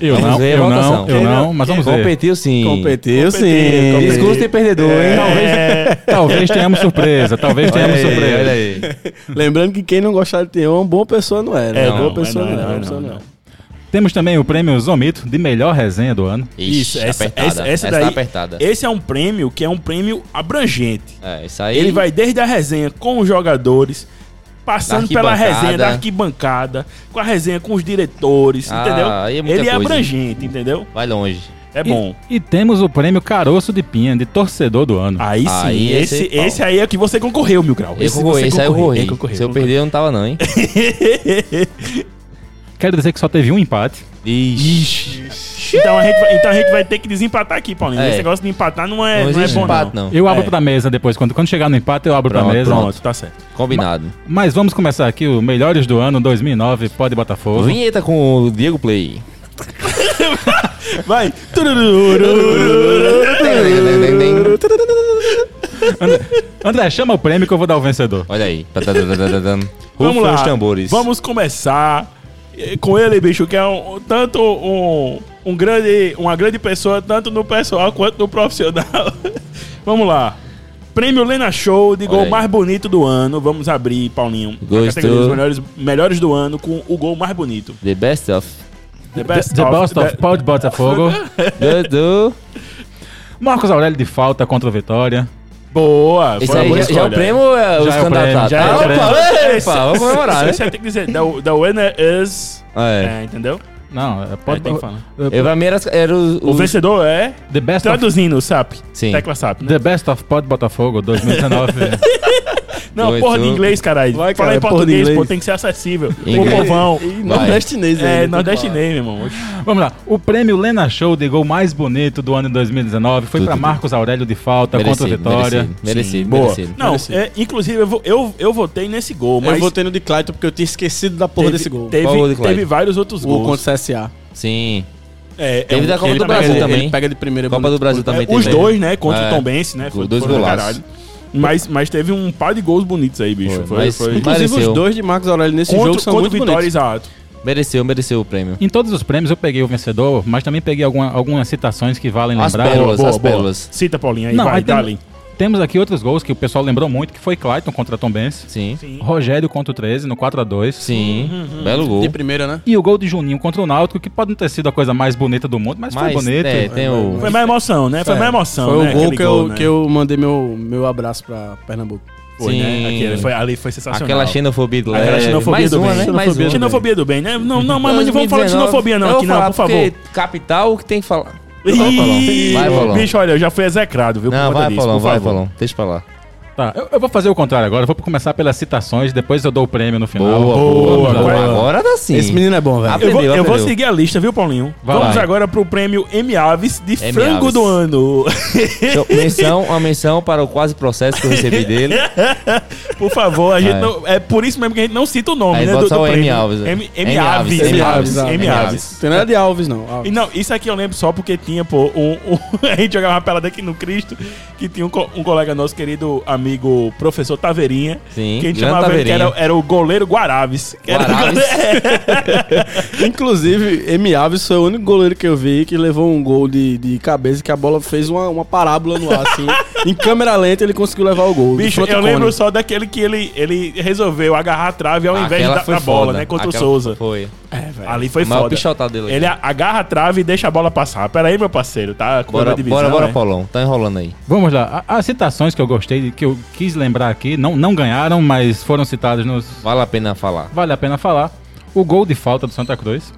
[SPEAKER 3] Eu
[SPEAKER 2] Vamos
[SPEAKER 3] não,
[SPEAKER 2] ver a
[SPEAKER 3] eu
[SPEAKER 2] votação.
[SPEAKER 3] não, eu não, mas vamos ver.
[SPEAKER 2] Competiu sim.
[SPEAKER 1] Competiu,
[SPEAKER 4] Competiu,
[SPEAKER 1] sim.
[SPEAKER 4] competiu.
[SPEAKER 2] Discurso de perdedor, hein? Talvez.
[SPEAKER 4] É,
[SPEAKER 3] Talvez tenhamos surpresa, talvez
[SPEAKER 2] Olha
[SPEAKER 3] tenhamos
[SPEAKER 2] aí,
[SPEAKER 3] surpresa.
[SPEAKER 2] olha aí.
[SPEAKER 1] Lembrando que quem não gostava de Teon, uma boa pessoa não era. né?
[SPEAKER 4] É,
[SPEAKER 1] Uma boa
[SPEAKER 4] não,
[SPEAKER 1] pessoa
[SPEAKER 4] é, não,
[SPEAKER 1] não,
[SPEAKER 4] é,
[SPEAKER 1] era.
[SPEAKER 4] não,
[SPEAKER 1] uma pessoa
[SPEAKER 4] não.
[SPEAKER 1] não.
[SPEAKER 3] Temos também o prêmio Zomito de melhor resenha do ano.
[SPEAKER 2] Ixi,
[SPEAKER 4] Isso, essa,
[SPEAKER 2] apertada.
[SPEAKER 4] essa, essa
[SPEAKER 2] tá
[SPEAKER 4] daí.
[SPEAKER 2] apertada.
[SPEAKER 4] Esse é um prêmio que é um prêmio abrangente.
[SPEAKER 2] É, isso aí.
[SPEAKER 4] Ele vai desde a resenha com os jogadores, passando
[SPEAKER 2] Da
[SPEAKER 4] pela
[SPEAKER 2] arquibancada.
[SPEAKER 4] resenha da arquibancada, com a resenha com os diretores,
[SPEAKER 2] Ah, aí é
[SPEAKER 4] entendeu?
[SPEAKER 2] muita
[SPEAKER 4] Ele é
[SPEAKER 2] coisa.
[SPEAKER 4] abrangente, entendeu?
[SPEAKER 2] Vai longe.
[SPEAKER 4] É bom.
[SPEAKER 3] E, e temos o prêmio Caroço de Pinha, de torcedor do ano.
[SPEAKER 4] Aí sim,
[SPEAKER 2] Aí esse
[SPEAKER 4] esse,
[SPEAKER 2] é pau.
[SPEAKER 4] esse aí é o que você concorreu, meu grau.
[SPEAKER 2] Eu concorri, esse aí eu corri. Se eu perder, eu não tava não, hein?
[SPEAKER 3] Quero dizer que só teve um empate.
[SPEAKER 2] Ixi.
[SPEAKER 4] Então a, gente vai, então a gente vai ter que desempatar aqui, Paulinho.
[SPEAKER 2] É.
[SPEAKER 4] Esse negócio de empatar não é,
[SPEAKER 2] Não
[SPEAKER 4] não é
[SPEAKER 2] existe
[SPEAKER 4] bom,
[SPEAKER 2] empate,
[SPEAKER 4] não.
[SPEAKER 2] não.
[SPEAKER 3] Eu abro
[SPEAKER 4] É.
[SPEAKER 3] pra mesa depois. Quando, quando chegar no empate, eu abro pra
[SPEAKER 2] Pronto,
[SPEAKER 3] mesa.
[SPEAKER 4] Pronto, tá certo.
[SPEAKER 2] Combinado.
[SPEAKER 3] Mas vamos começar aqui o Melhores do Ano 2009, Pode Botafogo.
[SPEAKER 2] Vinheta com o Diego Play.
[SPEAKER 4] Vai.
[SPEAKER 3] André, chama o prêmio que eu vou dar o vencedor.
[SPEAKER 2] Olha aí. Tá, Tatatatatatatam.
[SPEAKER 4] Vamos
[SPEAKER 2] Rufem
[SPEAKER 4] lá.
[SPEAKER 2] os tambores.
[SPEAKER 4] Vamos começar eh, com ele, bicho, que é um, tanto um, um grande, uma grande pessoa, tanto no pessoal quanto no profissional. Vamos lá. Prêmio Lena Show de
[SPEAKER 2] Olha
[SPEAKER 4] gol
[SPEAKER 2] aí.
[SPEAKER 4] mais bonito do ano. Vamos abrir, Paulinho. a
[SPEAKER 2] Gostou.
[SPEAKER 4] categoria dos melhores, melhores do ano com o gol mais bonito.
[SPEAKER 2] The best of.
[SPEAKER 4] The
[SPEAKER 3] The, the Best of
[SPEAKER 4] the-
[SPEAKER 3] Pode Botafogo.
[SPEAKER 2] Dudu.
[SPEAKER 3] Marcos Aurélio de falta contra o Vitória.
[SPEAKER 4] Boa.
[SPEAKER 2] Esse
[SPEAKER 4] foi uma
[SPEAKER 2] aí
[SPEAKER 4] boa
[SPEAKER 2] já, já é o
[SPEAKER 4] escolha.
[SPEAKER 2] prêmio ou é os
[SPEAKER 3] Já é o prêmio,
[SPEAKER 2] candidatos?
[SPEAKER 3] já é
[SPEAKER 2] Ah,
[SPEAKER 3] o
[SPEAKER 2] opa,
[SPEAKER 3] prêmio.
[SPEAKER 2] opa,
[SPEAKER 4] Esse- é
[SPEAKER 2] vamos comemorar, né?
[SPEAKER 4] Esse aí tem que dizer, the, the winner is...
[SPEAKER 2] É.
[SPEAKER 4] É, entendeu?
[SPEAKER 3] Não, é
[SPEAKER 4] Pode
[SPEAKER 3] Pode
[SPEAKER 4] tem que falar.
[SPEAKER 3] é,
[SPEAKER 2] Eu, pra mim era, era os,
[SPEAKER 4] O
[SPEAKER 2] os-
[SPEAKER 4] vencedor é...
[SPEAKER 3] The Best of
[SPEAKER 4] Traduzindo o SAP.
[SPEAKER 2] Sim.
[SPEAKER 4] Tecla SAP, né?
[SPEAKER 3] The Best of Pod Botafogo 2019.
[SPEAKER 4] Não,
[SPEAKER 2] Dois,
[SPEAKER 4] porra de
[SPEAKER 2] um.
[SPEAKER 4] inglês, caralho.
[SPEAKER 1] Vai,
[SPEAKER 4] Fala
[SPEAKER 1] cara,
[SPEAKER 4] em
[SPEAKER 1] porra de
[SPEAKER 4] português, pô,
[SPEAKER 1] inglês.
[SPEAKER 4] tem que ser acessível. O
[SPEAKER 2] Inglês.
[SPEAKER 4] povão.
[SPEAKER 1] E nordestinês né?
[SPEAKER 4] É,
[SPEAKER 1] ainda,
[SPEAKER 4] nordestinês, meu irmão.
[SPEAKER 3] Vamos lá. O prêmio Lena Show de gol mais bonito do ano de 2019 foi
[SPEAKER 2] Tudo
[SPEAKER 3] para
[SPEAKER 2] bem.
[SPEAKER 3] Marcos Aurélio de falta
[SPEAKER 2] merecido,
[SPEAKER 3] contra o Vitória.
[SPEAKER 2] Merecido, merecido.
[SPEAKER 4] Boa.
[SPEAKER 2] merecido.
[SPEAKER 4] Não,
[SPEAKER 1] Merecido.
[SPEAKER 4] é, inclusive, eu, vou- eu, eu votei nesse gol, mas...
[SPEAKER 1] Eu votei no de Clayton porque eu tinha esquecido da porra
[SPEAKER 4] teve,
[SPEAKER 1] desse gol.
[SPEAKER 4] Teve,
[SPEAKER 2] Qual gol de Clyde?
[SPEAKER 4] teve vários outros
[SPEAKER 1] o
[SPEAKER 4] gols.
[SPEAKER 1] contra o CSA.
[SPEAKER 2] Sim.
[SPEAKER 4] É, é
[SPEAKER 2] Teve da Copa
[SPEAKER 4] ele
[SPEAKER 2] do
[SPEAKER 4] pega-
[SPEAKER 2] Brasil
[SPEAKER 1] ele,
[SPEAKER 4] ele-
[SPEAKER 2] também.
[SPEAKER 1] Ele pega de primeira.
[SPEAKER 2] Copa
[SPEAKER 1] bonito.
[SPEAKER 2] do Brasil também
[SPEAKER 4] é,
[SPEAKER 2] tem.
[SPEAKER 4] os
[SPEAKER 2] né?
[SPEAKER 4] dois, né? Contra
[SPEAKER 2] É.
[SPEAKER 4] o Tom Bense, né?
[SPEAKER 2] Dois
[SPEAKER 4] do
[SPEAKER 2] golaços.
[SPEAKER 4] Mas, mas teve um par de gols bonitos aí, bicho.
[SPEAKER 2] Foi,
[SPEAKER 4] Foi,
[SPEAKER 2] mas-
[SPEAKER 4] foi.
[SPEAKER 2] mas-
[SPEAKER 1] Inclusive,
[SPEAKER 2] Mereceu.
[SPEAKER 1] os dois de Marcos Aurélio nesse
[SPEAKER 4] Contra,
[SPEAKER 1] jogo são
[SPEAKER 4] contra
[SPEAKER 1] muito
[SPEAKER 4] o Vitória,
[SPEAKER 1] bonitos.
[SPEAKER 4] exato.
[SPEAKER 2] Mereceu, mereceu o prêmio.
[SPEAKER 3] Em todos os prêmios eu peguei o vencedor, mas também peguei alguma- algumas citações que valem
[SPEAKER 2] As
[SPEAKER 3] lembrar.
[SPEAKER 2] pérolas. as pérolas.
[SPEAKER 4] Cita, Paulinho, aí
[SPEAKER 3] Não,
[SPEAKER 4] vai,
[SPEAKER 3] aí tem-
[SPEAKER 4] dá ali.
[SPEAKER 3] Temos aqui outros gols que o pessoal lembrou muito, que foi Clayton contra Tom Benz,
[SPEAKER 2] Sim.
[SPEAKER 4] Sim. Uhum,
[SPEAKER 3] Rogério contra o 13 no 4 a 2
[SPEAKER 2] Sim. Belo gol.
[SPEAKER 1] De primeira, né?
[SPEAKER 3] E o gol de Juninho contra o Náutico, que pode não ter sido a coisa mais bonita do mundo, mas, foi
[SPEAKER 2] Mas,
[SPEAKER 3] bonito.
[SPEAKER 2] é, tem
[SPEAKER 3] um
[SPEAKER 2] o...
[SPEAKER 4] Foi mais emoção, né?
[SPEAKER 2] É.
[SPEAKER 4] Foi mais emoção,
[SPEAKER 1] É. Foi
[SPEAKER 2] um
[SPEAKER 4] né?
[SPEAKER 1] o gol,
[SPEAKER 4] Aquele
[SPEAKER 1] que, eu,
[SPEAKER 4] né?
[SPEAKER 1] que eu mandei meu, meu abraço pra Pernambuco.
[SPEAKER 4] Foi, né?
[SPEAKER 2] Sim.
[SPEAKER 4] Aquele foi- ali foi sensacional.
[SPEAKER 2] Aquela xenofobia do
[SPEAKER 4] Aquela xenofobia
[SPEAKER 2] Mais
[SPEAKER 4] do
[SPEAKER 2] uma,
[SPEAKER 4] bem.
[SPEAKER 2] né? Mais uma.
[SPEAKER 4] Xenofobia do bem, né? Não, não, mas mas não vamos falar de xenofobia não
[SPEAKER 2] Eu vou
[SPEAKER 4] aqui não,
[SPEAKER 2] falar
[SPEAKER 4] por favor.
[SPEAKER 2] porque Capital, o que tem que falar?
[SPEAKER 4] Ih,
[SPEAKER 2] Vai, Paulão.
[SPEAKER 4] bicho, olha, eu já fui execrado, viu? por
[SPEAKER 2] Não,
[SPEAKER 4] conta
[SPEAKER 2] vai,
[SPEAKER 4] disso,
[SPEAKER 2] Paulão,
[SPEAKER 4] por
[SPEAKER 2] vai,
[SPEAKER 4] favor.
[SPEAKER 2] Paulão. Deixa pra lá.
[SPEAKER 3] Tá, eu, eu vou fazer o contrário agora, eu vou começar pelas citações, depois eu dou o prêmio no final.
[SPEAKER 4] Boa,
[SPEAKER 2] Vamos lá.
[SPEAKER 4] boa.
[SPEAKER 2] Agora dá sim.
[SPEAKER 1] Esse menino é bom, velho.
[SPEAKER 2] Aprendeu,
[SPEAKER 4] Eu vou, eu vou
[SPEAKER 2] aprendeu.
[SPEAKER 4] seguir a lista, viu, Paulinho?
[SPEAKER 3] Vai
[SPEAKER 4] Vamos
[SPEAKER 2] lá.
[SPEAKER 4] agora pro prêmio M. Aves de
[SPEAKER 2] M.
[SPEAKER 4] frango
[SPEAKER 2] Aves.
[SPEAKER 4] do ano.
[SPEAKER 2] Então, menção, uma menção para o quase processo que eu recebi dele.
[SPEAKER 4] por favor, a gente
[SPEAKER 2] É.
[SPEAKER 4] não, é por isso mesmo que a gente não cita o nome,
[SPEAKER 2] Aí
[SPEAKER 4] né?
[SPEAKER 2] bota
[SPEAKER 4] Do,
[SPEAKER 2] só
[SPEAKER 4] do
[SPEAKER 2] o M.
[SPEAKER 4] prêmio.
[SPEAKER 2] Aves.
[SPEAKER 4] M. M. Aves.
[SPEAKER 1] M.
[SPEAKER 4] M.
[SPEAKER 1] Aves,
[SPEAKER 4] Aves. M.
[SPEAKER 1] M.
[SPEAKER 4] Aves.
[SPEAKER 1] Tem nada de Alves, não.
[SPEAKER 4] E
[SPEAKER 1] Alves.
[SPEAKER 4] não, isso aqui eu lembro só porque tinha, pô, um, um- a gente jogava uma pelada aqui no Cristo, que tinha um, co- um colega nosso, querido amigo professor Taveirinha,
[SPEAKER 2] Sim,
[SPEAKER 4] que a
[SPEAKER 2] grande
[SPEAKER 4] gente chamava ele, que era,
[SPEAKER 2] Taveirinha.
[SPEAKER 4] era o goleiro Guaraves. Que era o
[SPEAKER 2] Guaraves?
[SPEAKER 4] goleiro-
[SPEAKER 1] Inclusive, M. Alves foi o único goleiro que eu vi que levou um gol de, de cabeça que a bola fez uma, uma parábola no ar, assim. em câmera lenta, ele conseguiu levar o gol. de
[SPEAKER 4] Bicho, eu
[SPEAKER 1] protocone.
[SPEAKER 4] lembro só daquele que ele, ele resolveu agarrar a trave ao invés
[SPEAKER 2] Aquela
[SPEAKER 4] da,
[SPEAKER 2] foi
[SPEAKER 4] da bola,
[SPEAKER 2] foda.
[SPEAKER 4] né? Contra
[SPEAKER 2] Aquela
[SPEAKER 4] o Souza.
[SPEAKER 2] Foi.
[SPEAKER 1] É, velho.
[SPEAKER 4] Ali foi
[SPEAKER 2] a maior
[SPEAKER 4] foda.
[SPEAKER 2] pichotada dele. aqui.
[SPEAKER 4] Ele a- agarra a trave e deixa a bola passar. Pera aí, meu parceiro, tá? Com
[SPEAKER 2] Bora,
[SPEAKER 4] problema de visão,
[SPEAKER 2] bora, bora,
[SPEAKER 4] né?
[SPEAKER 2] Paulão. Tá enrolando aí.
[SPEAKER 3] Vamos lá, a- as citações que eu gostei, que eu quis lembrar aqui, não, não ganharam, mas foram citadas nos.
[SPEAKER 2] Vale a pena falar.
[SPEAKER 3] Vale a pena falar. O gol de falta do Santa Cruz.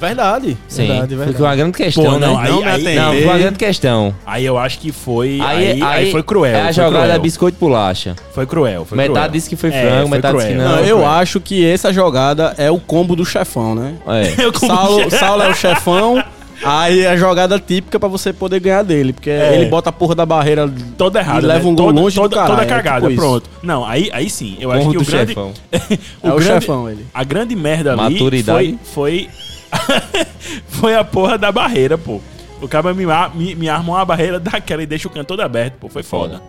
[SPEAKER 1] Verdade.
[SPEAKER 2] Sim.
[SPEAKER 1] Verdade,
[SPEAKER 2] Foi uma
[SPEAKER 1] verdade.
[SPEAKER 2] grande questão,
[SPEAKER 4] Pô, não,
[SPEAKER 2] né?
[SPEAKER 4] aí-
[SPEAKER 2] não, me
[SPEAKER 4] aí-
[SPEAKER 2] atendeu. Não, foi uma grande questão.
[SPEAKER 4] Aí eu acho que foi. Aí,
[SPEAKER 2] Aí,
[SPEAKER 4] aí, foi cruel.
[SPEAKER 2] É a
[SPEAKER 4] foi
[SPEAKER 2] jogada
[SPEAKER 4] cruel.
[SPEAKER 2] biscoito pulacha.
[SPEAKER 4] Foi cruel. Foi
[SPEAKER 2] metade
[SPEAKER 4] cruel.
[SPEAKER 2] disse que foi
[SPEAKER 4] É,
[SPEAKER 2] frango,
[SPEAKER 4] foi
[SPEAKER 2] metade disse que
[SPEAKER 4] cruel.
[SPEAKER 2] não.
[SPEAKER 1] Não, eu acho que essa jogada é o combo do chefão, né?
[SPEAKER 2] É.
[SPEAKER 4] Eu como
[SPEAKER 1] Saulo, Saulo é o chefão. Aí é a jogada típica pra você poder ganhar dele, porque
[SPEAKER 4] É.
[SPEAKER 1] ele bota a porra da barreira
[SPEAKER 4] Toda errada.
[SPEAKER 1] E leva
[SPEAKER 4] né?
[SPEAKER 1] um gol
[SPEAKER 4] toda,
[SPEAKER 1] longe do
[SPEAKER 4] toda,
[SPEAKER 1] caralho,
[SPEAKER 4] toda
[SPEAKER 1] é
[SPEAKER 4] cagada,
[SPEAKER 1] tipo isso.
[SPEAKER 4] pronto. Não, aí, aí sim. Eu acho
[SPEAKER 2] Honra
[SPEAKER 4] que o
[SPEAKER 2] do
[SPEAKER 4] grande.
[SPEAKER 2] chefão.
[SPEAKER 1] É o
[SPEAKER 4] grande-
[SPEAKER 1] chefão, ele.
[SPEAKER 4] A grande merda ali
[SPEAKER 2] Maturidade.
[SPEAKER 4] foi. Foi, foi a porra da barreira, pô. O cara me, ar- me, me armou uma barreira daquela e deixa o canto todo aberto, pô. Foi foda.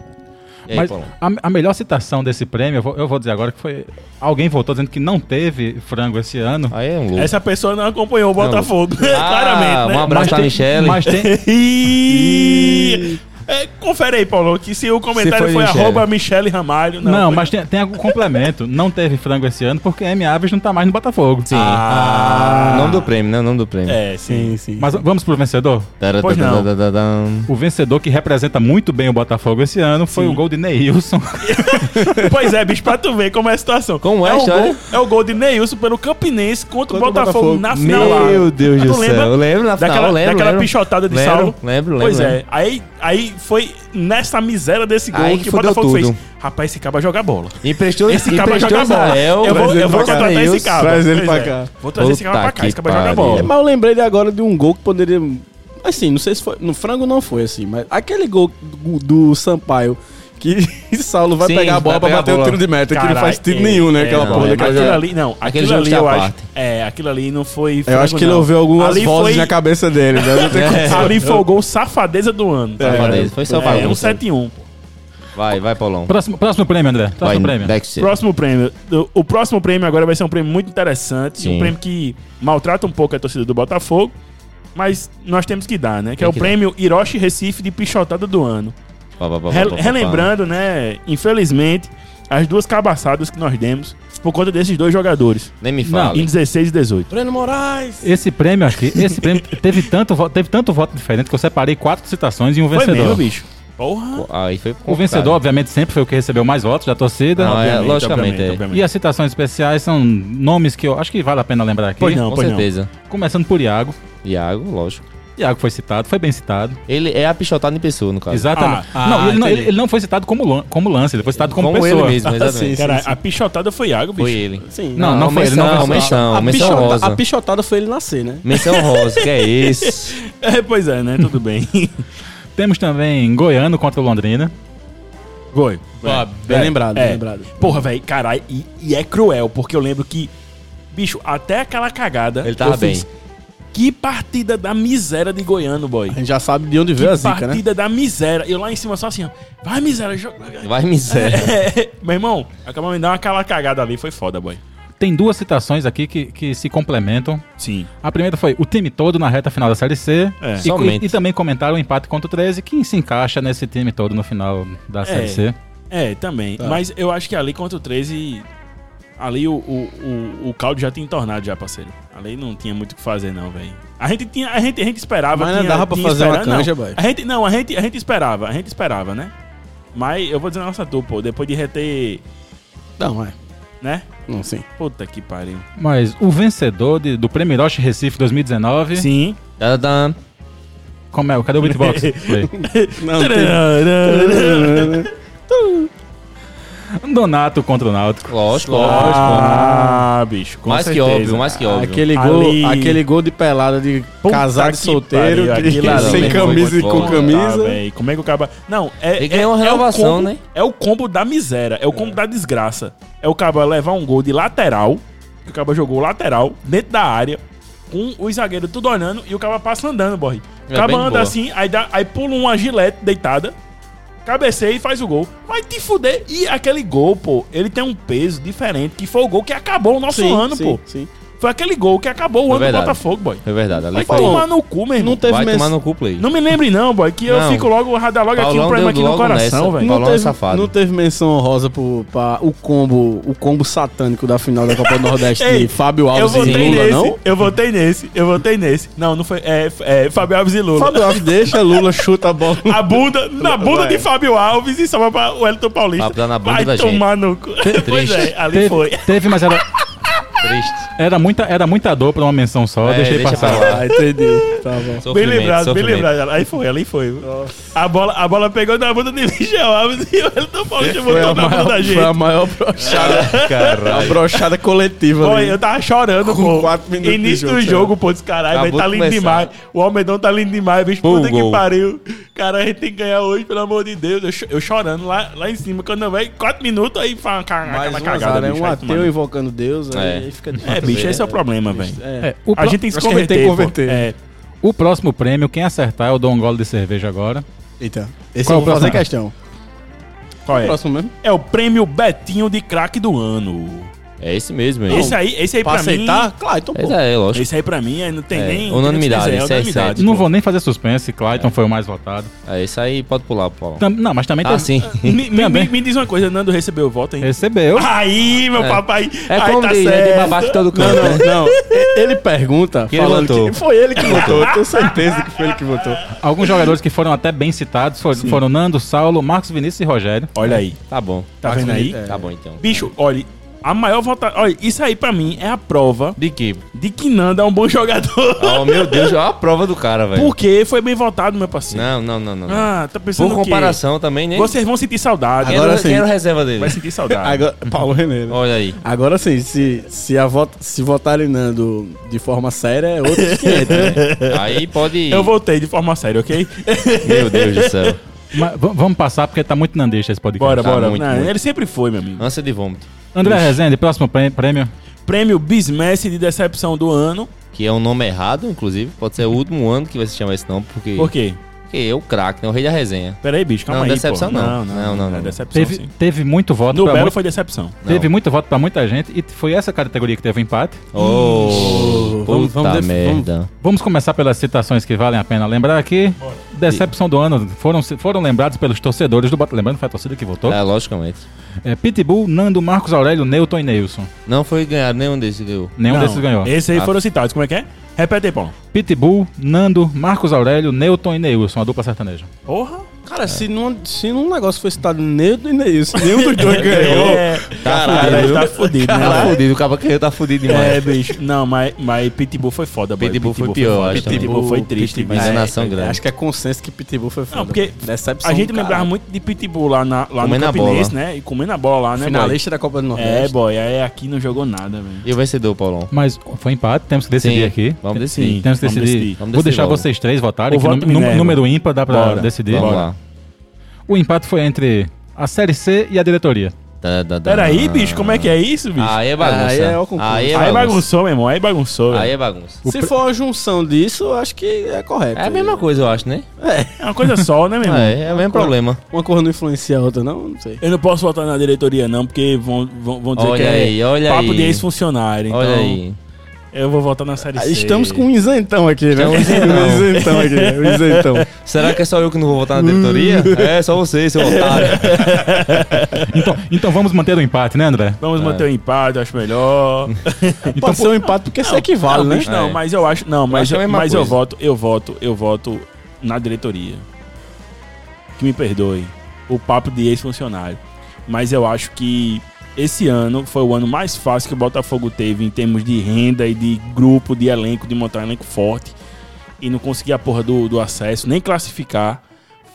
[SPEAKER 2] E aí,
[SPEAKER 3] mas
[SPEAKER 2] Paulão?
[SPEAKER 3] a, a melhor citação desse prêmio, eu vou, eu vou dizer agora que foi. Alguém voltou dizendo que não teve frango esse ano.
[SPEAKER 2] Aí é um louco.
[SPEAKER 4] Essa pessoa não acompanhou o Botafogo.
[SPEAKER 2] Ah,
[SPEAKER 4] Claramente, né?
[SPEAKER 2] um abraço pra
[SPEAKER 3] tem-
[SPEAKER 2] Michele.
[SPEAKER 3] Mas tem,
[SPEAKER 4] Ih, É, confere aí, Paulo, que se o comentário
[SPEAKER 1] Se
[SPEAKER 4] foi
[SPEAKER 1] foi Michele.
[SPEAKER 4] arroba Michele Ramalho.
[SPEAKER 3] Não,
[SPEAKER 4] foi-
[SPEAKER 3] mas tem, tem algum complemento. Não teve frango esse ano porque M. Aves não tá mais no Botafogo. Ah,
[SPEAKER 2] Sim. O nome do prêmio, né? O nome do prêmio.
[SPEAKER 4] Ah, É, sim.
[SPEAKER 1] Sim, sim.
[SPEAKER 3] Mas vamos pro vencedor?
[SPEAKER 2] Tará,
[SPEAKER 4] Pois
[SPEAKER 2] tá, tá,
[SPEAKER 4] não.
[SPEAKER 2] tá, tá, tá.
[SPEAKER 3] O vencedor que representa muito bem o Botafogo esse ano foi
[SPEAKER 4] Sim.
[SPEAKER 3] o gol de Neilson.
[SPEAKER 4] Pois é, bicho, pra tu ver como é a situação.
[SPEAKER 2] Como é a
[SPEAKER 4] o
[SPEAKER 2] história?
[SPEAKER 4] gol, é o gol de Neilson pelo Campinense contra, o
[SPEAKER 1] Contra o
[SPEAKER 4] Botafogo,
[SPEAKER 1] Botafogo.
[SPEAKER 4] na final lá.
[SPEAKER 2] Meu Deus
[SPEAKER 4] Mas
[SPEAKER 2] do
[SPEAKER 4] tu lembra
[SPEAKER 2] céu. Eu lembro na final,
[SPEAKER 4] Daquela,
[SPEAKER 2] lembro,
[SPEAKER 4] daquela
[SPEAKER 2] lembro.
[SPEAKER 4] pichotada de
[SPEAKER 2] Lembro,
[SPEAKER 4] Saulo.
[SPEAKER 2] lembro, lembro,
[SPEAKER 4] Pois
[SPEAKER 2] lembro.
[SPEAKER 4] é. Aí, aí foi nessa miséria desse gol
[SPEAKER 2] Aí
[SPEAKER 4] que o
[SPEAKER 2] fudeu
[SPEAKER 4] Botafogo
[SPEAKER 2] tudo.
[SPEAKER 4] fez. Rapaz, esse cara vai jogar bola.
[SPEAKER 2] Emprestou
[SPEAKER 4] Esse cara vai
[SPEAKER 2] emprestou
[SPEAKER 4] jogar bola.
[SPEAKER 2] Israel,
[SPEAKER 4] Eu vou,
[SPEAKER 2] Brasil
[SPEAKER 4] eu vou
[SPEAKER 2] pra
[SPEAKER 4] contratar
[SPEAKER 2] Neilson.
[SPEAKER 4] esse cara.
[SPEAKER 1] Traz ele
[SPEAKER 4] Pois
[SPEAKER 1] pra
[SPEAKER 4] é.
[SPEAKER 1] cá.
[SPEAKER 4] Vou trazer esse cara
[SPEAKER 2] Puta
[SPEAKER 4] pra cá.
[SPEAKER 2] que
[SPEAKER 4] Esse cara vai jogar
[SPEAKER 2] pariu.
[SPEAKER 1] É,
[SPEAKER 4] bola.
[SPEAKER 1] mas eu lembrei de agora de um gol que poderia. Assim, não sei se foi. No frango não foi, assim, mas aquele gol do, do Sampaio. Que Saulo vai
[SPEAKER 2] Sim,
[SPEAKER 1] pegar a bola
[SPEAKER 2] vai
[SPEAKER 1] pra
[SPEAKER 2] pegar a
[SPEAKER 1] bater o
[SPEAKER 2] bola.
[SPEAKER 1] tiro de meta, que não
[SPEAKER 4] Caralho,
[SPEAKER 1] faz tiro
[SPEAKER 4] é,
[SPEAKER 1] nenhum, né?
[SPEAKER 4] é,
[SPEAKER 1] aquela
[SPEAKER 4] não,
[SPEAKER 1] porra
[SPEAKER 2] é,
[SPEAKER 1] daquela
[SPEAKER 4] Aquilo
[SPEAKER 1] jogada.
[SPEAKER 4] ali, não. Aquilo
[SPEAKER 2] jogo
[SPEAKER 4] ali
[SPEAKER 2] está
[SPEAKER 4] eu
[SPEAKER 2] à
[SPEAKER 4] acho.
[SPEAKER 2] parte.
[SPEAKER 4] É, aquilo ali não foi.
[SPEAKER 1] Eu acho
[SPEAKER 4] frango,
[SPEAKER 1] que ele
[SPEAKER 4] não.
[SPEAKER 1] ouviu algumas
[SPEAKER 4] Ali
[SPEAKER 1] vozes
[SPEAKER 4] foi- É.
[SPEAKER 1] na cabeça dele, né? Não tem como-
[SPEAKER 4] Ali foi o gol safadeza do ano.
[SPEAKER 2] Safadeza, foi safadeza.
[SPEAKER 4] É, um 7-1.
[SPEAKER 2] Vai, vai, Paulão.
[SPEAKER 3] Próximo, próximo prêmio, André.
[SPEAKER 2] Vai,
[SPEAKER 3] Próximo prêmio.
[SPEAKER 2] Dexter.
[SPEAKER 4] Próximo prêmio. O- O próximo prêmio agora vai ser um prêmio muito interessante.
[SPEAKER 2] Sim.
[SPEAKER 4] Um prêmio que maltrata um pouco a torcida do Botafogo. Mas nós temos que dar, né? Que
[SPEAKER 2] Tem
[SPEAKER 4] é o
[SPEAKER 2] que
[SPEAKER 4] prêmio Hiroshi Recife de Pichotada do Ano.
[SPEAKER 2] Pá, pá, pá, pá,
[SPEAKER 4] Re-
[SPEAKER 2] pá, pá.
[SPEAKER 4] relembrando, né? Infelizmente, as duas cabaçadas que nós demos por conta desses dois jogadores.
[SPEAKER 2] Nem me
[SPEAKER 4] Em
[SPEAKER 2] fale.
[SPEAKER 4] 16 e 18.
[SPEAKER 1] Breno Moraes!
[SPEAKER 3] Esse prêmio aqui, esse prêmio teve tanto, vo- teve tanto voto diferente que eu separei quatro citações e um
[SPEAKER 4] Foi mesmo,
[SPEAKER 3] vencedor.
[SPEAKER 4] bicho. Porra.
[SPEAKER 2] Aí foi
[SPEAKER 3] o vencedor, obviamente, sempre foi o que recebeu mais votos da torcida.
[SPEAKER 2] Não, é,
[SPEAKER 4] Obviamente,
[SPEAKER 2] logicamente,
[SPEAKER 4] obviamente,
[SPEAKER 2] é.
[SPEAKER 4] obviamente.
[SPEAKER 3] E as citações especiais são nomes que eu acho que vale a pena lembrar aqui.
[SPEAKER 4] Pois não,
[SPEAKER 2] Com
[SPEAKER 4] pois não.
[SPEAKER 2] certeza.
[SPEAKER 3] Começando por Iago.
[SPEAKER 2] Iago, lógico.
[SPEAKER 3] Iago foi citado, foi bem citado.
[SPEAKER 2] Ele é apichotado em pessoa, no caso.
[SPEAKER 3] Exatamente.
[SPEAKER 4] Ah,
[SPEAKER 3] não,
[SPEAKER 4] ah,
[SPEAKER 3] ele, não
[SPEAKER 4] entendi.
[SPEAKER 3] ele- ele não foi citado como, lan- como lance, ele foi citado como, pessoa.
[SPEAKER 2] ele
[SPEAKER 4] Ah,
[SPEAKER 2] mesmo, exatamente.
[SPEAKER 1] Assim,
[SPEAKER 4] Cara,
[SPEAKER 1] sim, sim.
[SPEAKER 4] a pichotada foi Iago, bicho.
[SPEAKER 2] Foi ele.
[SPEAKER 1] Sim,
[SPEAKER 3] Não, não, foi ele, não
[SPEAKER 2] menção,
[SPEAKER 3] foi
[SPEAKER 2] menção,
[SPEAKER 4] então,
[SPEAKER 1] a,
[SPEAKER 4] é
[SPEAKER 2] menção
[SPEAKER 1] pichota-
[SPEAKER 2] rosa.
[SPEAKER 1] a pichotada foi ele nascer, né?
[SPEAKER 2] Menção rosa, que é isso?
[SPEAKER 4] É, pois é, né? Tudo bem.
[SPEAKER 3] Temos também Goiano contra o Londrina.
[SPEAKER 4] Goi.
[SPEAKER 1] Ó, bem lembrado, bem lembrado.
[SPEAKER 4] É. Porra, velho, caralho, e, e é cruel, porque eu lembro que, bicho, até aquela cagada.
[SPEAKER 2] Ele tava
[SPEAKER 4] eu fiz,
[SPEAKER 2] bem.
[SPEAKER 4] Que partida da miséria de Goiano, boy.
[SPEAKER 1] A gente já sabe de onde veio a
[SPEAKER 4] Que
[SPEAKER 1] zica, né?
[SPEAKER 4] partida da miséria. Eu lá em cima só assim, ó. Vai, miséria, joga.
[SPEAKER 2] Vai miséria.
[SPEAKER 4] Meu irmão, acabou de me dar uma aquela cagada ali, foi foda, boy.
[SPEAKER 3] Tem duas citações aqui que, que se complementam.
[SPEAKER 4] Sim.
[SPEAKER 3] A primeira foi o time todo na reta final da Série C.
[SPEAKER 4] É.
[SPEAKER 3] E,
[SPEAKER 2] Somente.
[SPEAKER 3] e- e também comentaram o empate contra o 13, que se encaixa nesse time todo no final da Série C.
[SPEAKER 4] É, também.
[SPEAKER 1] Tá.
[SPEAKER 4] Mas eu acho que ali contra o 13. Ali o, o, o, o caldo já tinha entornado, já, parceiro. Ali não tinha muito o que fazer, não, velho. A gente tinha. A gente, a gente esperava.
[SPEAKER 1] Mas não
[SPEAKER 4] tinha,
[SPEAKER 1] dava pra
[SPEAKER 4] tinha
[SPEAKER 1] fazer uma
[SPEAKER 4] esperança, não.
[SPEAKER 1] canja, boy.
[SPEAKER 4] A gente, não, a gente, a gente esperava, a gente esperava, né? Mas eu vou dizer, nossa, tu, pô, depois de reter.
[SPEAKER 1] Não, é.
[SPEAKER 4] né?
[SPEAKER 1] Não, sim.
[SPEAKER 4] Puta que pariu.
[SPEAKER 3] Mas o vencedor de- do Prêmio Hiroshi Recife 2019.
[SPEAKER 4] Sim.
[SPEAKER 2] Tá, tá, tá.
[SPEAKER 3] Como é? Cadê o beatbox? Play.
[SPEAKER 1] Não,
[SPEAKER 3] Donato contra o Náutico.
[SPEAKER 2] Lógico, lógico.
[SPEAKER 4] ah, bicho. Com
[SPEAKER 2] mais
[SPEAKER 4] certeza.
[SPEAKER 2] que óbvio, mais que óbvio.
[SPEAKER 1] né? Aquele gol,
[SPEAKER 4] Ali-
[SPEAKER 1] aquele gol de pelada de
[SPEAKER 4] Puta
[SPEAKER 1] casado e
[SPEAKER 4] que
[SPEAKER 1] solteiro,
[SPEAKER 4] pariu,
[SPEAKER 1] que-
[SPEAKER 4] aquilo ali
[SPEAKER 1] sem
[SPEAKER 2] foi
[SPEAKER 1] camisa e
[SPEAKER 2] muito
[SPEAKER 1] com
[SPEAKER 2] bom.
[SPEAKER 4] Ah,
[SPEAKER 1] camisa.
[SPEAKER 4] véi, como é que o cara. Não, é.
[SPEAKER 2] Tem que
[SPEAKER 4] é,
[SPEAKER 2] ganhar uma
[SPEAKER 4] é o
[SPEAKER 2] renovação,
[SPEAKER 4] combo-
[SPEAKER 2] né?
[SPEAKER 4] É o combo da miséria, é o combo da desgraça. É o cara levar um gol de lateral, que o cara jogou lateral, dentro da área, com o zagueiro tudo olhando e o cara passa andando, borre. O
[SPEAKER 2] É
[SPEAKER 4] cara
[SPEAKER 2] bem
[SPEAKER 4] anda
[SPEAKER 2] boa.
[SPEAKER 4] assim, aí, dá, aí pula uma gilete deitada, cabeceia e faz o gol. Vai te fuder. E aquele gol, pô, ele tem um peso diferente, que foi o gol que acabou o nosso
[SPEAKER 1] Sim,
[SPEAKER 4] ano,
[SPEAKER 1] sim,
[SPEAKER 4] pô.
[SPEAKER 1] sim.
[SPEAKER 4] Foi aquele gol que acabou o ano
[SPEAKER 2] verdade.
[SPEAKER 4] do Botafogo, boy.
[SPEAKER 2] É verdade. Ali
[SPEAKER 4] Vai
[SPEAKER 2] foi.
[SPEAKER 4] tomar no cu, meu irmão.
[SPEAKER 1] Não teve
[SPEAKER 2] Vai
[SPEAKER 1] men-
[SPEAKER 2] tomar no cu, play.
[SPEAKER 4] Não me lembre não, boy, que eu
[SPEAKER 2] Não.
[SPEAKER 4] fico logo, radar logo aqui um
[SPEAKER 2] Paulão
[SPEAKER 4] problema
[SPEAKER 2] deu
[SPEAKER 4] aqui no
[SPEAKER 2] logo
[SPEAKER 4] coração,
[SPEAKER 2] nessa.
[SPEAKER 4] velho.
[SPEAKER 1] Não
[SPEAKER 2] Paulão é
[SPEAKER 1] teve,
[SPEAKER 2] safado.
[SPEAKER 1] não teve menção honrosa pro, pra o combo, o combo satânico da final da Copa do Nordeste
[SPEAKER 4] Ei,
[SPEAKER 1] de Fábio
[SPEAKER 4] Eu
[SPEAKER 1] Alves e
[SPEAKER 4] votei
[SPEAKER 1] Lula,
[SPEAKER 4] nesse,
[SPEAKER 1] não?
[SPEAKER 4] eu votei nesse, eu votei nesse. Não, não foi, é, é Fábio Alves e Lula.
[SPEAKER 1] Fábio Alves deixa, Lula chuta a bola.
[SPEAKER 4] A bunda, na bunda de Fábio Alves e sobra pra Wellington Paulista.
[SPEAKER 2] Pra dar tá na bunda
[SPEAKER 4] Vai
[SPEAKER 2] da gente.
[SPEAKER 4] tomar no cu. pois
[SPEAKER 2] Triste.
[SPEAKER 4] é, ali
[SPEAKER 3] Teve,
[SPEAKER 4] foi.
[SPEAKER 3] teve, mas era,
[SPEAKER 2] Triste.
[SPEAKER 3] era, muita, era muita dor pra uma menção só.
[SPEAKER 2] É,
[SPEAKER 3] deixei
[SPEAKER 2] deixa
[SPEAKER 3] passar.
[SPEAKER 2] pra lá.
[SPEAKER 1] Ah, entendi. Tá bom.
[SPEAKER 4] Bem
[SPEAKER 2] Sofrimento,
[SPEAKER 4] lembrado, bem
[SPEAKER 2] sofrimento.
[SPEAKER 4] lembrado. Ali foi, ali foi. A bola, a bola pegou na bunda de Michel Alves e o Wellington Paulista
[SPEAKER 1] Foi
[SPEAKER 4] botou
[SPEAKER 1] a,
[SPEAKER 4] na bunda
[SPEAKER 1] maior,
[SPEAKER 4] da
[SPEAKER 1] foi É a
[SPEAKER 4] gente.
[SPEAKER 1] maior brochada. a brochada coletiva
[SPEAKER 4] Boy,
[SPEAKER 1] ali.
[SPEAKER 4] eu tava chorando,
[SPEAKER 1] Com
[SPEAKER 4] pô.
[SPEAKER 1] quatro minutos de
[SPEAKER 4] Início
[SPEAKER 1] jogo,
[SPEAKER 4] do jogo, pô, desse caralho,
[SPEAKER 2] Acabou
[SPEAKER 4] velho, tá
[SPEAKER 2] de
[SPEAKER 4] lindo
[SPEAKER 2] começar.
[SPEAKER 4] demais. O Almedão tá lindo demais, bicho.
[SPEAKER 2] Bom
[SPEAKER 4] Puta que
[SPEAKER 2] gol.
[SPEAKER 4] pariu. Cara, a gente tem que ganhar hoje, pelo amor de Deus. Eu, cho- eu chorando lá, lá em cima, quando eu veio, quatro minutos, aí fala cara,
[SPEAKER 1] Mais
[SPEAKER 4] aquela
[SPEAKER 1] um
[SPEAKER 4] cagada,
[SPEAKER 1] azar, né?
[SPEAKER 4] bicho,
[SPEAKER 1] Um
[SPEAKER 4] vai tomar
[SPEAKER 1] ateu
[SPEAKER 4] no-
[SPEAKER 1] invocando Deus,
[SPEAKER 2] É.
[SPEAKER 1] aí, aí fica difícil.
[SPEAKER 4] É, bicho, esse é o problema, velho.
[SPEAKER 1] É.
[SPEAKER 3] É, o,
[SPEAKER 4] A
[SPEAKER 3] pró-
[SPEAKER 4] gente tem que se
[SPEAKER 1] acho que a gente tem
[SPEAKER 4] converter,
[SPEAKER 1] que
[SPEAKER 4] pô.
[SPEAKER 1] converter.
[SPEAKER 4] É,
[SPEAKER 3] o próximo prêmio, quem acertar, eu dou um gole de cerveja agora.
[SPEAKER 1] Eita. Esse
[SPEAKER 3] Qual
[SPEAKER 1] eu
[SPEAKER 3] o
[SPEAKER 1] vou fazer
[SPEAKER 3] próximo?
[SPEAKER 1] questão.
[SPEAKER 4] qual é?
[SPEAKER 1] Próximo mesmo?
[SPEAKER 4] É o prêmio Betinho de craque do ano.
[SPEAKER 2] É esse mesmo, aí.
[SPEAKER 4] Esse aí, esse aí
[SPEAKER 1] Pra
[SPEAKER 4] pra
[SPEAKER 1] aceitar? Claro, então
[SPEAKER 2] Mas
[SPEAKER 1] pô.
[SPEAKER 2] é,
[SPEAKER 4] mim.
[SPEAKER 2] lógico.
[SPEAKER 4] Esse aí pra mim é, não tem
[SPEAKER 2] É,
[SPEAKER 4] nem.
[SPEAKER 2] unanimidade,
[SPEAKER 4] é
[SPEAKER 2] esse é certo.
[SPEAKER 3] Não
[SPEAKER 4] pô.
[SPEAKER 3] vou nem fazer suspense, Clayton foi o mais votado.
[SPEAKER 2] É, esse aí pode pular, Paulo.
[SPEAKER 4] Então,
[SPEAKER 3] Tam- não, mas também
[SPEAKER 2] Ah,
[SPEAKER 3] teve-
[SPEAKER 2] sim.
[SPEAKER 4] Me, me-
[SPEAKER 3] Também.
[SPEAKER 4] me- me diz uma coisa, Nando recebeu o voto, hein?
[SPEAKER 3] Recebeu.
[SPEAKER 4] Aí, meu
[SPEAKER 2] É.
[SPEAKER 4] papai.
[SPEAKER 2] É
[SPEAKER 4] aí
[SPEAKER 2] como
[SPEAKER 4] tá
[SPEAKER 2] diz, né?
[SPEAKER 4] certo.
[SPEAKER 2] Tem babaca em todo
[SPEAKER 1] Não,
[SPEAKER 2] canto, né?
[SPEAKER 1] não, não. E- Ele pergunta,
[SPEAKER 2] Que ele
[SPEAKER 1] falando
[SPEAKER 2] votou.
[SPEAKER 1] que foi ele que votou. Eu tenho certeza que foi ele que votou.
[SPEAKER 3] Alguns jogadores que foram até bem citados foram, foram Nando, Saulo, Marcos Vinícius e Rogério.
[SPEAKER 4] Olha aí.
[SPEAKER 2] Tá bom.
[SPEAKER 4] Tá vendo aí?
[SPEAKER 1] É.
[SPEAKER 2] Tá bom, então.
[SPEAKER 4] Bicho, olha, a maior vota. Olha, isso aí pra mim é a prova
[SPEAKER 2] De que?
[SPEAKER 4] de que Nando é um bom jogador.
[SPEAKER 2] Oh, meu Deus, olha a prova do cara, velho.
[SPEAKER 4] Porque foi bem votado, meu parceiro.
[SPEAKER 2] Não, não, não, não. não.
[SPEAKER 4] Ah, tá pensando
[SPEAKER 2] Por
[SPEAKER 4] o quê?
[SPEAKER 2] comparação também, né?
[SPEAKER 4] Vocês vão sentir saudade.
[SPEAKER 2] Quem era-
[SPEAKER 1] Agora sim.
[SPEAKER 2] quem era o reserva dele?
[SPEAKER 4] Vai sentir saudade.
[SPEAKER 1] Agora, Paulo René, né?
[SPEAKER 2] Olha aí.
[SPEAKER 1] Agora sim, se, se, a vota, se votarem Nando de forma séria, é outro 500, né?
[SPEAKER 2] Aí pode ir.
[SPEAKER 4] Eu voltei de forma séria, ok?
[SPEAKER 2] Meu Deus do céu.
[SPEAKER 3] Mas v- vamos passar porque tá muito nandista esse podcast.
[SPEAKER 4] bora,
[SPEAKER 2] Tá
[SPEAKER 4] bora.
[SPEAKER 2] muito,
[SPEAKER 4] Não,
[SPEAKER 2] muito.
[SPEAKER 4] Ele sempre foi, meu amigo.
[SPEAKER 2] Ânsia de vômito.
[SPEAKER 3] André Rezende, próximo prê- prêmio.
[SPEAKER 4] Prêmio Bismesse de decepção do ano.
[SPEAKER 2] Que é um nome errado, inclusive. Pode ser o último ano que vai se chamar esse nome, porque.
[SPEAKER 4] Por quê?
[SPEAKER 2] Porque é o craque, né? O rei da resenha.
[SPEAKER 4] Peraí, bicho, calma
[SPEAKER 2] Não,
[SPEAKER 4] aí.
[SPEAKER 2] decepção
[SPEAKER 4] pô.
[SPEAKER 2] não. Não, não,
[SPEAKER 4] É
[SPEAKER 2] não.
[SPEAKER 4] decepção,
[SPEAKER 3] Teve,
[SPEAKER 4] sim.
[SPEAKER 3] teve muito voto
[SPEAKER 4] No
[SPEAKER 3] pra
[SPEAKER 4] Belo
[SPEAKER 3] muito,
[SPEAKER 4] foi decepção.
[SPEAKER 2] Não.
[SPEAKER 3] Teve muito voto pra muita gente e foi essa categoria que teve o empate.
[SPEAKER 2] Oh,
[SPEAKER 1] Vamos-
[SPEAKER 2] puta
[SPEAKER 1] vamos def-
[SPEAKER 2] merda.
[SPEAKER 3] Vamos começar pelas citações que valem a pena lembrar aqui. Decepção do ano. Foram, foram lembrados pelos torcedores do Botafogo. Lembrando que foi a torcida que votou.
[SPEAKER 2] É, logicamente.
[SPEAKER 3] É, Pitbull, Nando, Marcos Aurélio, Newton e Neilson.
[SPEAKER 2] Não foi ganhar nenhum desses, ganhou.
[SPEAKER 3] Nenhum
[SPEAKER 4] Não,
[SPEAKER 3] desses ganhou.
[SPEAKER 4] Esse aí
[SPEAKER 2] Ah.
[SPEAKER 4] foram citados. Como é que é? Repete aí, Paulo.
[SPEAKER 3] Pitbull, Nando, Marcos Aurélio, Newton e Neilson, a dupla sertaneja.
[SPEAKER 4] Porra.
[SPEAKER 1] Cara, se, num, se num negócio foi citado Nando e Neilson, nenhum dos dois ganhou.
[SPEAKER 4] É,
[SPEAKER 2] Tá
[SPEAKER 4] cara,
[SPEAKER 2] fudido,
[SPEAKER 4] tá
[SPEAKER 2] viu?
[SPEAKER 4] fudido,
[SPEAKER 2] Tá
[SPEAKER 4] né?
[SPEAKER 2] fudido, o cabo que tá fudido demais.
[SPEAKER 4] É, bicho. Não, mas, mas Pitbull foi foda, boy.
[SPEAKER 2] Pitbull foi pior,
[SPEAKER 4] foda.
[SPEAKER 2] acho também.
[SPEAKER 4] Pitbull foi triste,
[SPEAKER 2] Pitbull,
[SPEAKER 4] bicho.
[SPEAKER 2] enganação grande.
[SPEAKER 1] Acho que é consenso que Pitbull foi foda.
[SPEAKER 4] Não, porque
[SPEAKER 1] Decepção
[SPEAKER 4] A gente
[SPEAKER 1] do
[SPEAKER 4] lembrava
[SPEAKER 1] caralho.
[SPEAKER 4] muito de Pitbull lá, na, lá no
[SPEAKER 2] Comendo a
[SPEAKER 4] Campinense,
[SPEAKER 2] bola.
[SPEAKER 4] né? E comendo a bola lá, né, boy?
[SPEAKER 1] Finalista da Copa do
[SPEAKER 4] É,
[SPEAKER 1] Nordeste.
[SPEAKER 4] boy. Aí aqui não jogou nada, velho.
[SPEAKER 2] E o vencedor, Paulão?
[SPEAKER 3] Mas foi empate, temos que decidir
[SPEAKER 2] Sim,
[SPEAKER 3] aqui.
[SPEAKER 2] Vamos decidir.
[SPEAKER 4] Sim.
[SPEAKER 3] Temos que
[SPEAKER 4] Vamos
[SPEAKER 3] decidir.
[SPEAKER 4] decidir.
[SPEAKER 2] Vamos
[SPEAKER 3] Vou
[SPEAKER 2] decidir
[SPEAKER 3] deixar
[SPEAKER 2] logo.
[SPEAKER 3] vocês três votarem,
[SPEAKER 4] O
[SPEAKER 3] que
[SPEAKER 4] voto
[SPEAKER 3] num-
[SPEAKER 4] Minerva.
[SPEAKER 3] número ímpar dá pra
[SPEAKER 4] Bora.
[SPEAKER 3] decidir.
[SPEAKER 2] Vamos
[SPEAKER 4] Bora.
[SPEAKER 2] lá.
[SPEAKER 3] O empate foi entre a Série C e a diretoria.
[SPEAKER 2] Tá, tá, tá.
[SPEAKER 4] Peraí, bicho, como é que é isso, bicho?
[SPEAKER 2] Aí é bagunça.
[SPEAKER 1] Aí é o concurso.
[SPEAKER 2] Aí é
[SPEAKER 4] Aí
[SPEAKER 2] bagunça.
[SPEAKER 4] bagunçou, meu irmão. Aí bagunçou.
[SPEAKER 2] Aí
[SPEAKER 4] velho.
[SPEAKER 2] é bagunça.
[SPEAKER 1] Se for a junção disso, eu acho que é correto.
[SPEAKER 2] É a mesma coisa, eu acho, né?
[SPEAKER 4] É uma coisa só, né, meu irmão?
[SPEAKER 2] É, é o mesmo problema.
[SPEAKER 1] Uma cor não influencia a outra, não? Não sei.
[SPEAKER 4] Eu não posso votar na diretoria, não, porque vão, vão, vão dizer
[SPEAKER 2] Olha
[SPEAKER 4] que
[SPEAKER 2] aí,
[SPEAKER 4] é
[SPEAKER 2] olha
[SPEAKER 4] papo
[SPEAKER 2] aí.
[SPEAKER 4] de ex-funcionário. Então,
[SPEAKER 2] Olha aí.
[SPEAKER 4] eu vou votar na série C.
[SPEAKER 1] Estamos com um isentão aqui,
[SPEAKER 4] É
[SPEAKER 1] né?
[SPEAKER 2] Estamos com
[SPEAKER 1] Um isentão aqui, um isentão.
[SPEAKER 2] Será que é só eu que não vou votar na diretoria?
[SPEAKER 4] Hum.
[SPEAKER 2] é, só você, seu otário.
[SPEAKER 3] Então, então vamos manter o empate, né, André?
[SPEAKER 2] É.
[SPEAKER 4] Vamos manter o empate, eu acho melhor.
[SPEAKER 3] Então,
[SPEAKER 1] Pode ser um empate porque isso equivale,
[SPEAKER 4] não,
[SPEAKER 1] né?
[SPEAKER 4] bicho, não,
[SPEAKER 2] É.
[SPEAKER 4] mas eu acho. Não, mas,
[SPEAKER 2] acho a
[SPEAKER 4] eu,
[SPEAKER 2] mesma
[SPEAKER 4] mas eu
[SPEAKER 2] coisa.
[SPEAKER 4] voto, eu voto, eu voto na diretoria. Que me perdoe. O papo de ex-funcionário. Mas eu acho que esse ano foi o ano mais fácil que o Botafogo teve em termos de renda e de grupo, de elenco, de montar um elenco forte. E não conseguir a porra do, do acesso, nem classificar.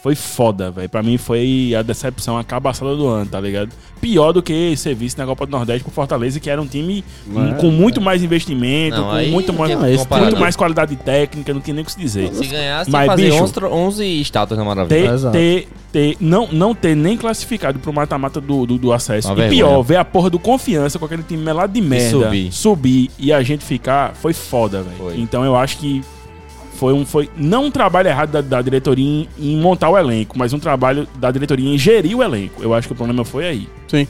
[SPEAKER 4] Foi foda, velho. Pra mim foi a decepção, a cabaçada do ano, tá ligado? Pior do que serviço na Copa do Nordeste pro Fortaleza, que era um time
[SPEAKER 1] Mas-
[SPEAKER 4] com muito mais investimento,
[SPEAKER 2] Não,
[SPEAKER 4] com
[SPEAKER 2] aí
[SPEAKER 4] muito
[SPEAKER 2] não
[SPEAKER 4] mais,
[SPEAKER 2] tem
[SPEAKER 1] mais
[SPEAKER 4] muito
[SPEAKER 2] comparado.
[SPEAKER 4] mais qualidade técnica, não tem nem o que se dizer.
[SPEAKER 2] Se ganhasse,
[SPEAKER 4] Mas,
[SPEAKER 2] fazer
[SPEAKER 4] bicho,
[SPEAKER 2] 11, tro- 11 estátuas na maravilha.
[SPEAKER 4] Ter,
[SPEAKER 1] É, Exato.
[SPEAKER 4] ter, ter, não, não ter nem classificado pro mata-mata do, do, do acesso.
[SPEAKER 2] Uma
[SPEAKER 4] e
[SPEAKER 2] vergonha.
[SPEAKER 4] pior, ver a porra do confiança com aquele time melado de merda.
[SPEAKER 2] subir.
[SPEAKER 4] subir e a gente ficar foi foda,
[SPEAKER 2] Foi.
[SPEAKER 4] velho. Então eu acho que foi um. Foi, não um trabalho errado da, da diretoria em, em montar o elenco, mas um trabalho da diretoria em gerir o elenco. Eu acho que o problema foi aí.
[SPEAKER 1] Sim.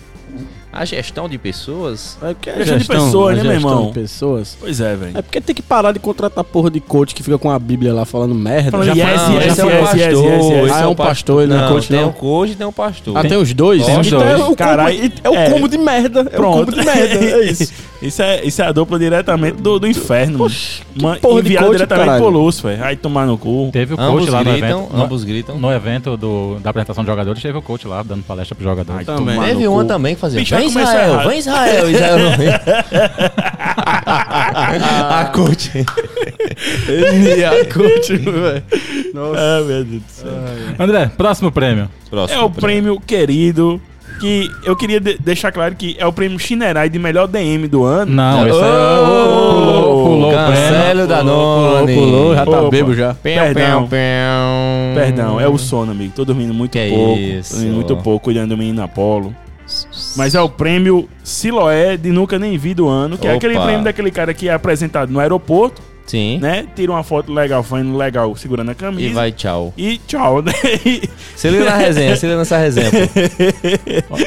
[SPEAKER 2] A gestão de pessoas.
[SPEAKER 1] É porque
[SPEAKER 4] Gestão de pessoas, né, meu
[SPEAKER 1] gestão
[SPEAKER 4] irmão?
[SPEAKER 1] de pessoas.
[SPEAKER 4] Pois é, velho.
[SPEAKER 1] É porque tem que parar de contratar porra de coach que fica com a Bíblia lá falando merda.
[SPEAKER 4] Falando
[SPEAKER 1] Já
[SPEAKER 4] yes,
[SPEAKER 1] falaram,
[SPEAKER 2] Não,
[SPEAKER 4] yes,
[SPEAKER 1] já
[SPEAKER 2] esse é
[SPEAKER 1] falaram.
[SPEAKER 2] um
[SPEAKER 4] yes, yes,
[SPEAKER 2] pastor.
[SPEAKER 4] yes, yes.
[SPEAKER 2] esse
[SPEAKER 1] Ah, é um pastor, ele não é coach,
[SPEAKER 2] Tem
[SPEAKER 1] não?
[SPEAKER 2] um coach e tem um pastor.
[SPEAKER 1] Ah, tem os dois?
[SPEAKER 2] Tem os
[SPEAKER 1] Então
[SPEAKER 2] dois.
[SPEAKER 1] É o combo,
[SPEAKER 4] Caralho.
[SPEAKER 1] é o combo de merda. É o combo de merda. É isso.
[SPEAKER 4] isso, é, isso é a dupla diretamente do, do inferno. mano. Man,
[SPEAKER 1] porra de
[SPEAKER 4] enviado
[SPEAKER 1] coach,
[SPEAKER 4] diretamente
[SPEAKER 1] caralho.
[SPEAKER 4] pro Lúcio, velho. Aí tomar no cu.
[SPEAKER 3] Teve o
[SPEAKER 2] Ambos
[SPEAKER 3] coach lá no
[SPEAKER 2] gritam,
[SPEAKER 3] evento.
[SPEAKER 2] ambos gritam.
[SPEAKER 3] No, no evento do- da apresentação de jogadores, teve o coach lá dando palestra pros jogadores.
[SPEAKER 1] Ai, Também.
[SPEAKER 2] Teve
[SPEAKER 4] no
[SPEAKER 2] uma
[SPEAKER 4] cu.
[SPEAKER 2] também que fazia.
[SPEAKER 4] Bicho,
[SPEAKER 2] vem
[SPEAKER 4] vai começar
[SPEAKER 2] Israel,
[SPEAKER 4] errado."
[SPEAKER 2] vem Israel, Israel não vem. a coach.
[SPEAKER 1] Ele é coach, velho. Nossa.
[SPEAKER 4] Ah, meu Deus do céu.
[SPEAKER 3] André, próximo prêmio.
[SPEAKER 2] Próximo,
[SPEAKER 4] É o prêmio querido. Que eu queria de- deixar claro que é o prêmio Shinerai de melhor DM do ano.
[SPEAKER 3] Não, esse é. Pulou, pulou o prêmio.
[SPEAKER 2] Cancelo Danone.
[SPEAKER 1] Pulou, pulou, já tá
[SPEAKER 4] Opa.
[SPEAKER 1] bebo já.
[SPEAKER 2] Pão,
[SPEAKER 4] Perdão.
[SPEAKER 2] pão, pão.
[SPEAKER 4] Perdão, é o sono, amigo. Tô dormindo muito
[SPEAKER 2] Que
[SPEAKER 4] pouco.
[SPEAKER 2] isso.
[SPEAKER 4] Dormindo muito pouco, olhando o menino Apolo.
[SPEAKER 2] Hum.
[SPEAKER 4] Mas é o prêmio Siloé de Nunca Nem Vi do ano, que é
[SPEAKER 2] Opa.
[SPEAKER 4] aquele prêmio daquele cara que é apresentado no aeroporto,
[SPEAKER 2] Sim.
[SPEAKER 4] né? Tira uma foto legal, foi indo legal segurando a
[SPEAKER 2] E
[SPEAKER 4] camisa.
[SPEAKER 2] vai, tchau.
[SPEAKER 4] E tchau, né?
[SPEAKER 2] Se liga na resenha, se liga nessa resenha. pô.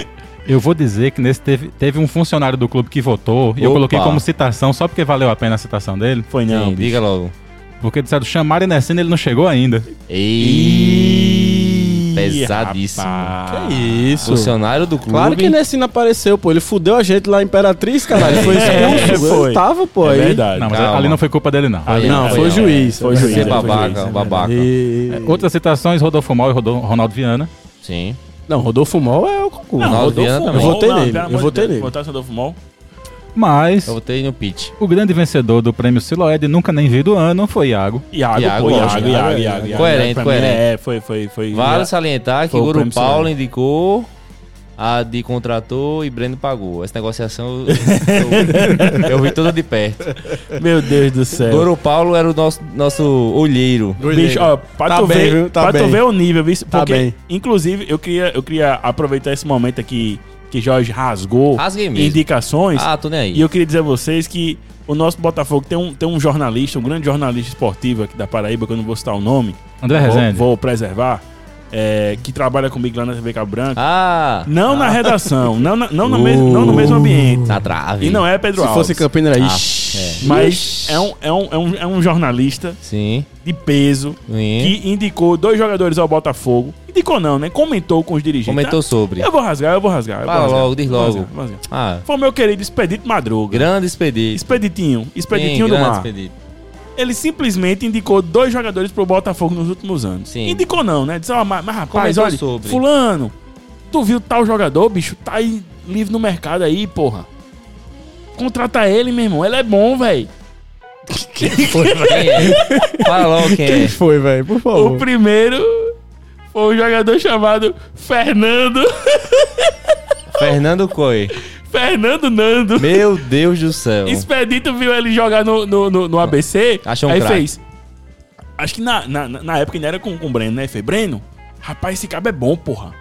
[SPEAKER 3] Eu vou dizer que nesse teve, teve um funcionário do clube que votou e eu
[SPEAKER 2] Opa.
[SPEAKER 3] coloquei como citação só porque valeu a pena a citação dele.
[SPEAKER 4] Foi
[SPEAKER 2] Sim,
[SPEAKER 4] não. bicho.
[SPEAKER 2] diga logo.
[SPEAKER 3] Porque disseram chamar Enesino ele não chegou ainda.
[SPEAKER 2] Ei,
[SPEAKER 4] Ih,
[SPEAKER 2] pesadíssimo.
[SPEAKER 4] rapaz.
[SPEAKER 1] Que isso?
[SPEAKER 2] Funcionário do clube.
[SPEAKER 1] Claro é um que Nessina apareceu, pô. Ele fudeu a gente lá em Imperatriz, caralho. Ele Foi
[SPEAKER 4] É,
[SPEAKER 1] expulso.
[SPEAKER 4] foi.
[SPEAKER 1] Ele tava, pô.
[SPEAKER 4] É
[SPEAKER 1] aí.
[SPEAKER 4] verdade.
[SPEAKER 3] Não, mas
[SPEAKER 2] Calma.
[SPEAKER 3] ali não foi culpa dele, é não.
[SPEAKER 2] Ali
[SPEAKER 1] Não,
[SPEAKER 2] não,
[SPEAKER 1] foi,
[SPEAKER 2] não.
[SPEAKER 1] o juiz. um
[SPEAKER 4] Foi o juiz,
[SPEAKER 2] Você é
[SPEAKER 4] foi juiz,
[SPEAKER 2] babaca,
[SPEAKER 4] é
[SPEAKER 2] babaca.
[SPEAKER 1] E-
[SPEAKER 3] Outras citações, Rodolfo Mal e Rodo- Ronaldo Viana.
[SPEAKER 2] Sim.
[SPEAKER 1] Não, Rodolfo Mol é o concurso.
[SPEAKER 2] Não, Ronaldo Viana
[SPEAKER 1] também. Eu votei nele, eu votei nele.
[SPEAKER 4] Votar Rodolfo Mol?
[SPEAKER 3] Mas
[SPEAKER 2] Eu botei no pitch.
[SPEAKER 3] o grande vencedor do prêmio Siloed nunca nem vi do ano foi Iago.
[SPEAKER 4] Iago,
[SPEAKER 2] Iago,
[SPEAKER 4] pô,
[SPEAKER 2] lógico,
[SPEAKER 1] Iago,
[SPEAKER 4] Iago, Iago, Iago, Iago.
[SPEAKER 2] Coerente,
[SPEAKER 4] Pra mim,
[SPEAKER 2] coerente.
[SPEAKER 4] É, foi, foi, foi.
[SPEAKER 2] Vale salientar que
[SPEAKER 4] Foi o
[SPEAKER 2] o Guru
[SPEAKER 4] prêmio
[SPEAKER 2] Paulo
[SPEAKER 4] Senado.
[SPEAKER 2] indicou, a de contratou e Breno pagou. Essa negociação eu, eu- eu vi toda de perto.
[SPEAKER 4] Meu Deus do céu.
[SPEAKER 2] Guru Paulo era o nosso, nosso olheiro.
[SPEAKER 4] Bicho, ó, pra,
[SPEAKER 1] Tá
[SPEAKER 4] tu,
[SPEAKER 1] bem,
[SPEAKER 4] ver,
[SPEAKER 1] viu? Tá
[SPEAKER 4] pra tu
[SPEAKER 1] bem.
[SPEAKER 4] ver o nível, bicho,
[SPEAKER 1] Tá
[SPEAKER 4] porque,
[SPEAKER 1] bem.
[SPEAKER 4] inclusive, eu queria, eu queria aproveitar esse momento aqui que Jorge rasgou
[SPEAKER 2] Rasguei mesmo.
[SPEAKER 4] indicações.
[SPEAKER 2] Ah, tô nem aí.
[SPEAKER 4] E eu queria dizer a vocês que o nosso Botafogo tem um, tem um jornalista, um grande jornalista esportivo aqui da Paraíba, que eu não vou citar o nome,
[SPEAKER 3] André
[SPEAKER 4] vou,
[SPEAKER 3] É, Rezende.
[SPEAKER 4] vou preservar, é, que trabalha comigo lá na TV Cabo Branco.
[SPEAKER 2] Ah, Uh.
[SPEAKER 4] Não na redação, não, na- não, no mesmo, não no mesmo ambiente.
[SPEAKER 2] na Tá trave.
[SPEAKER 4] E não é Pedro
[SPEAKER 1] Se
[SPEAKER 4] Alves.
[SPEAKER 1] fosse Campina, era
[SPEAKER 2] Ah,
[SPEAKER 1] ixi.
[SPEAKER 2] é.
[SPEAKER 4] Mas é um, é, um, é, um, é um jornalista
[SPEAKER 2] Sim.
[SPEAKER 4] de peso
[SPEAKER 2] Sim.
[SPEAKER 4] que indicou dois jogadores ao Botafogo. Indicou não, né? Comentou com os dirigentes.
[SPEAKER 2] Comentou sobre.
[SPEAKER 4] Ah, Eu vou rasgar, eu vou rasgar. eu vou
[SPEAKER 2] Fala
[SPEAKER 4] rasgar,
[SPEAKER 2] logo, diz
[SPEAKER 4] vou
[SPEAKER 2] logo.
[SPEAKER 4] rasgar, vou rasgar.
[SPEAKER 2] Ah,
[SPEAKER 4] Foi o meu querido Expedito Madruga.
[SPEAKER 2] grande expedito.
[SPEAKER 4] Expeditinho, Expeditinho
[SPEAKER 2] Sim,
[SPEAKER 4] do
[SPEAKER 2] grande
[SPEAKER 4] Mar.
[SPEAKER 2] expedito.
[SPEAKER 4] Ele simplesmente indicou dois jogadores pro Botafogo nos últimos anos.
[SPEAKER 2] Sim.
[SPEAKER 4] Indicou não, né? Diz, ó, mas, mas rapaz,
[SPEAKER 2] Comentou
[SPEAKER 4] olha,
[SPEAKER 2] sobre.
[SPEAKER 4] fulano, tu viu tal jogador, bicho? Tá aí livre no mercado aí, porra. Contrata ele, meu irmão. Ele é bom, velho.
[SPEAKER 2] Quem é? Fala logo quem é.
[SPEAKER 1] Quem foi, velho? Por
[SPEAKER 4] O
[SPEAKER 2] Oh.
[SPEAKER 1] favor.
[SPEAKER 4] primeiro foi um jogador chamado Fernando.
[SPEAKER 2] Fernando Coi.
[SPEAKER 4] Fernando Nando.
[SPEAKER 2] Meu Deus do céu.
[SPEAKER 4] Expedito viu ele jogar no, no, no, no ABC.
[SPEAKER 2] Achou um
[SPEAKER 4] aí
[SPEAKER 2] craque.
[SPEAKER 4] fez. Acho que na, na, na época ainda era com, com o Breno, né? Fez, Breno, rapaz, esse cabo é bom, porra.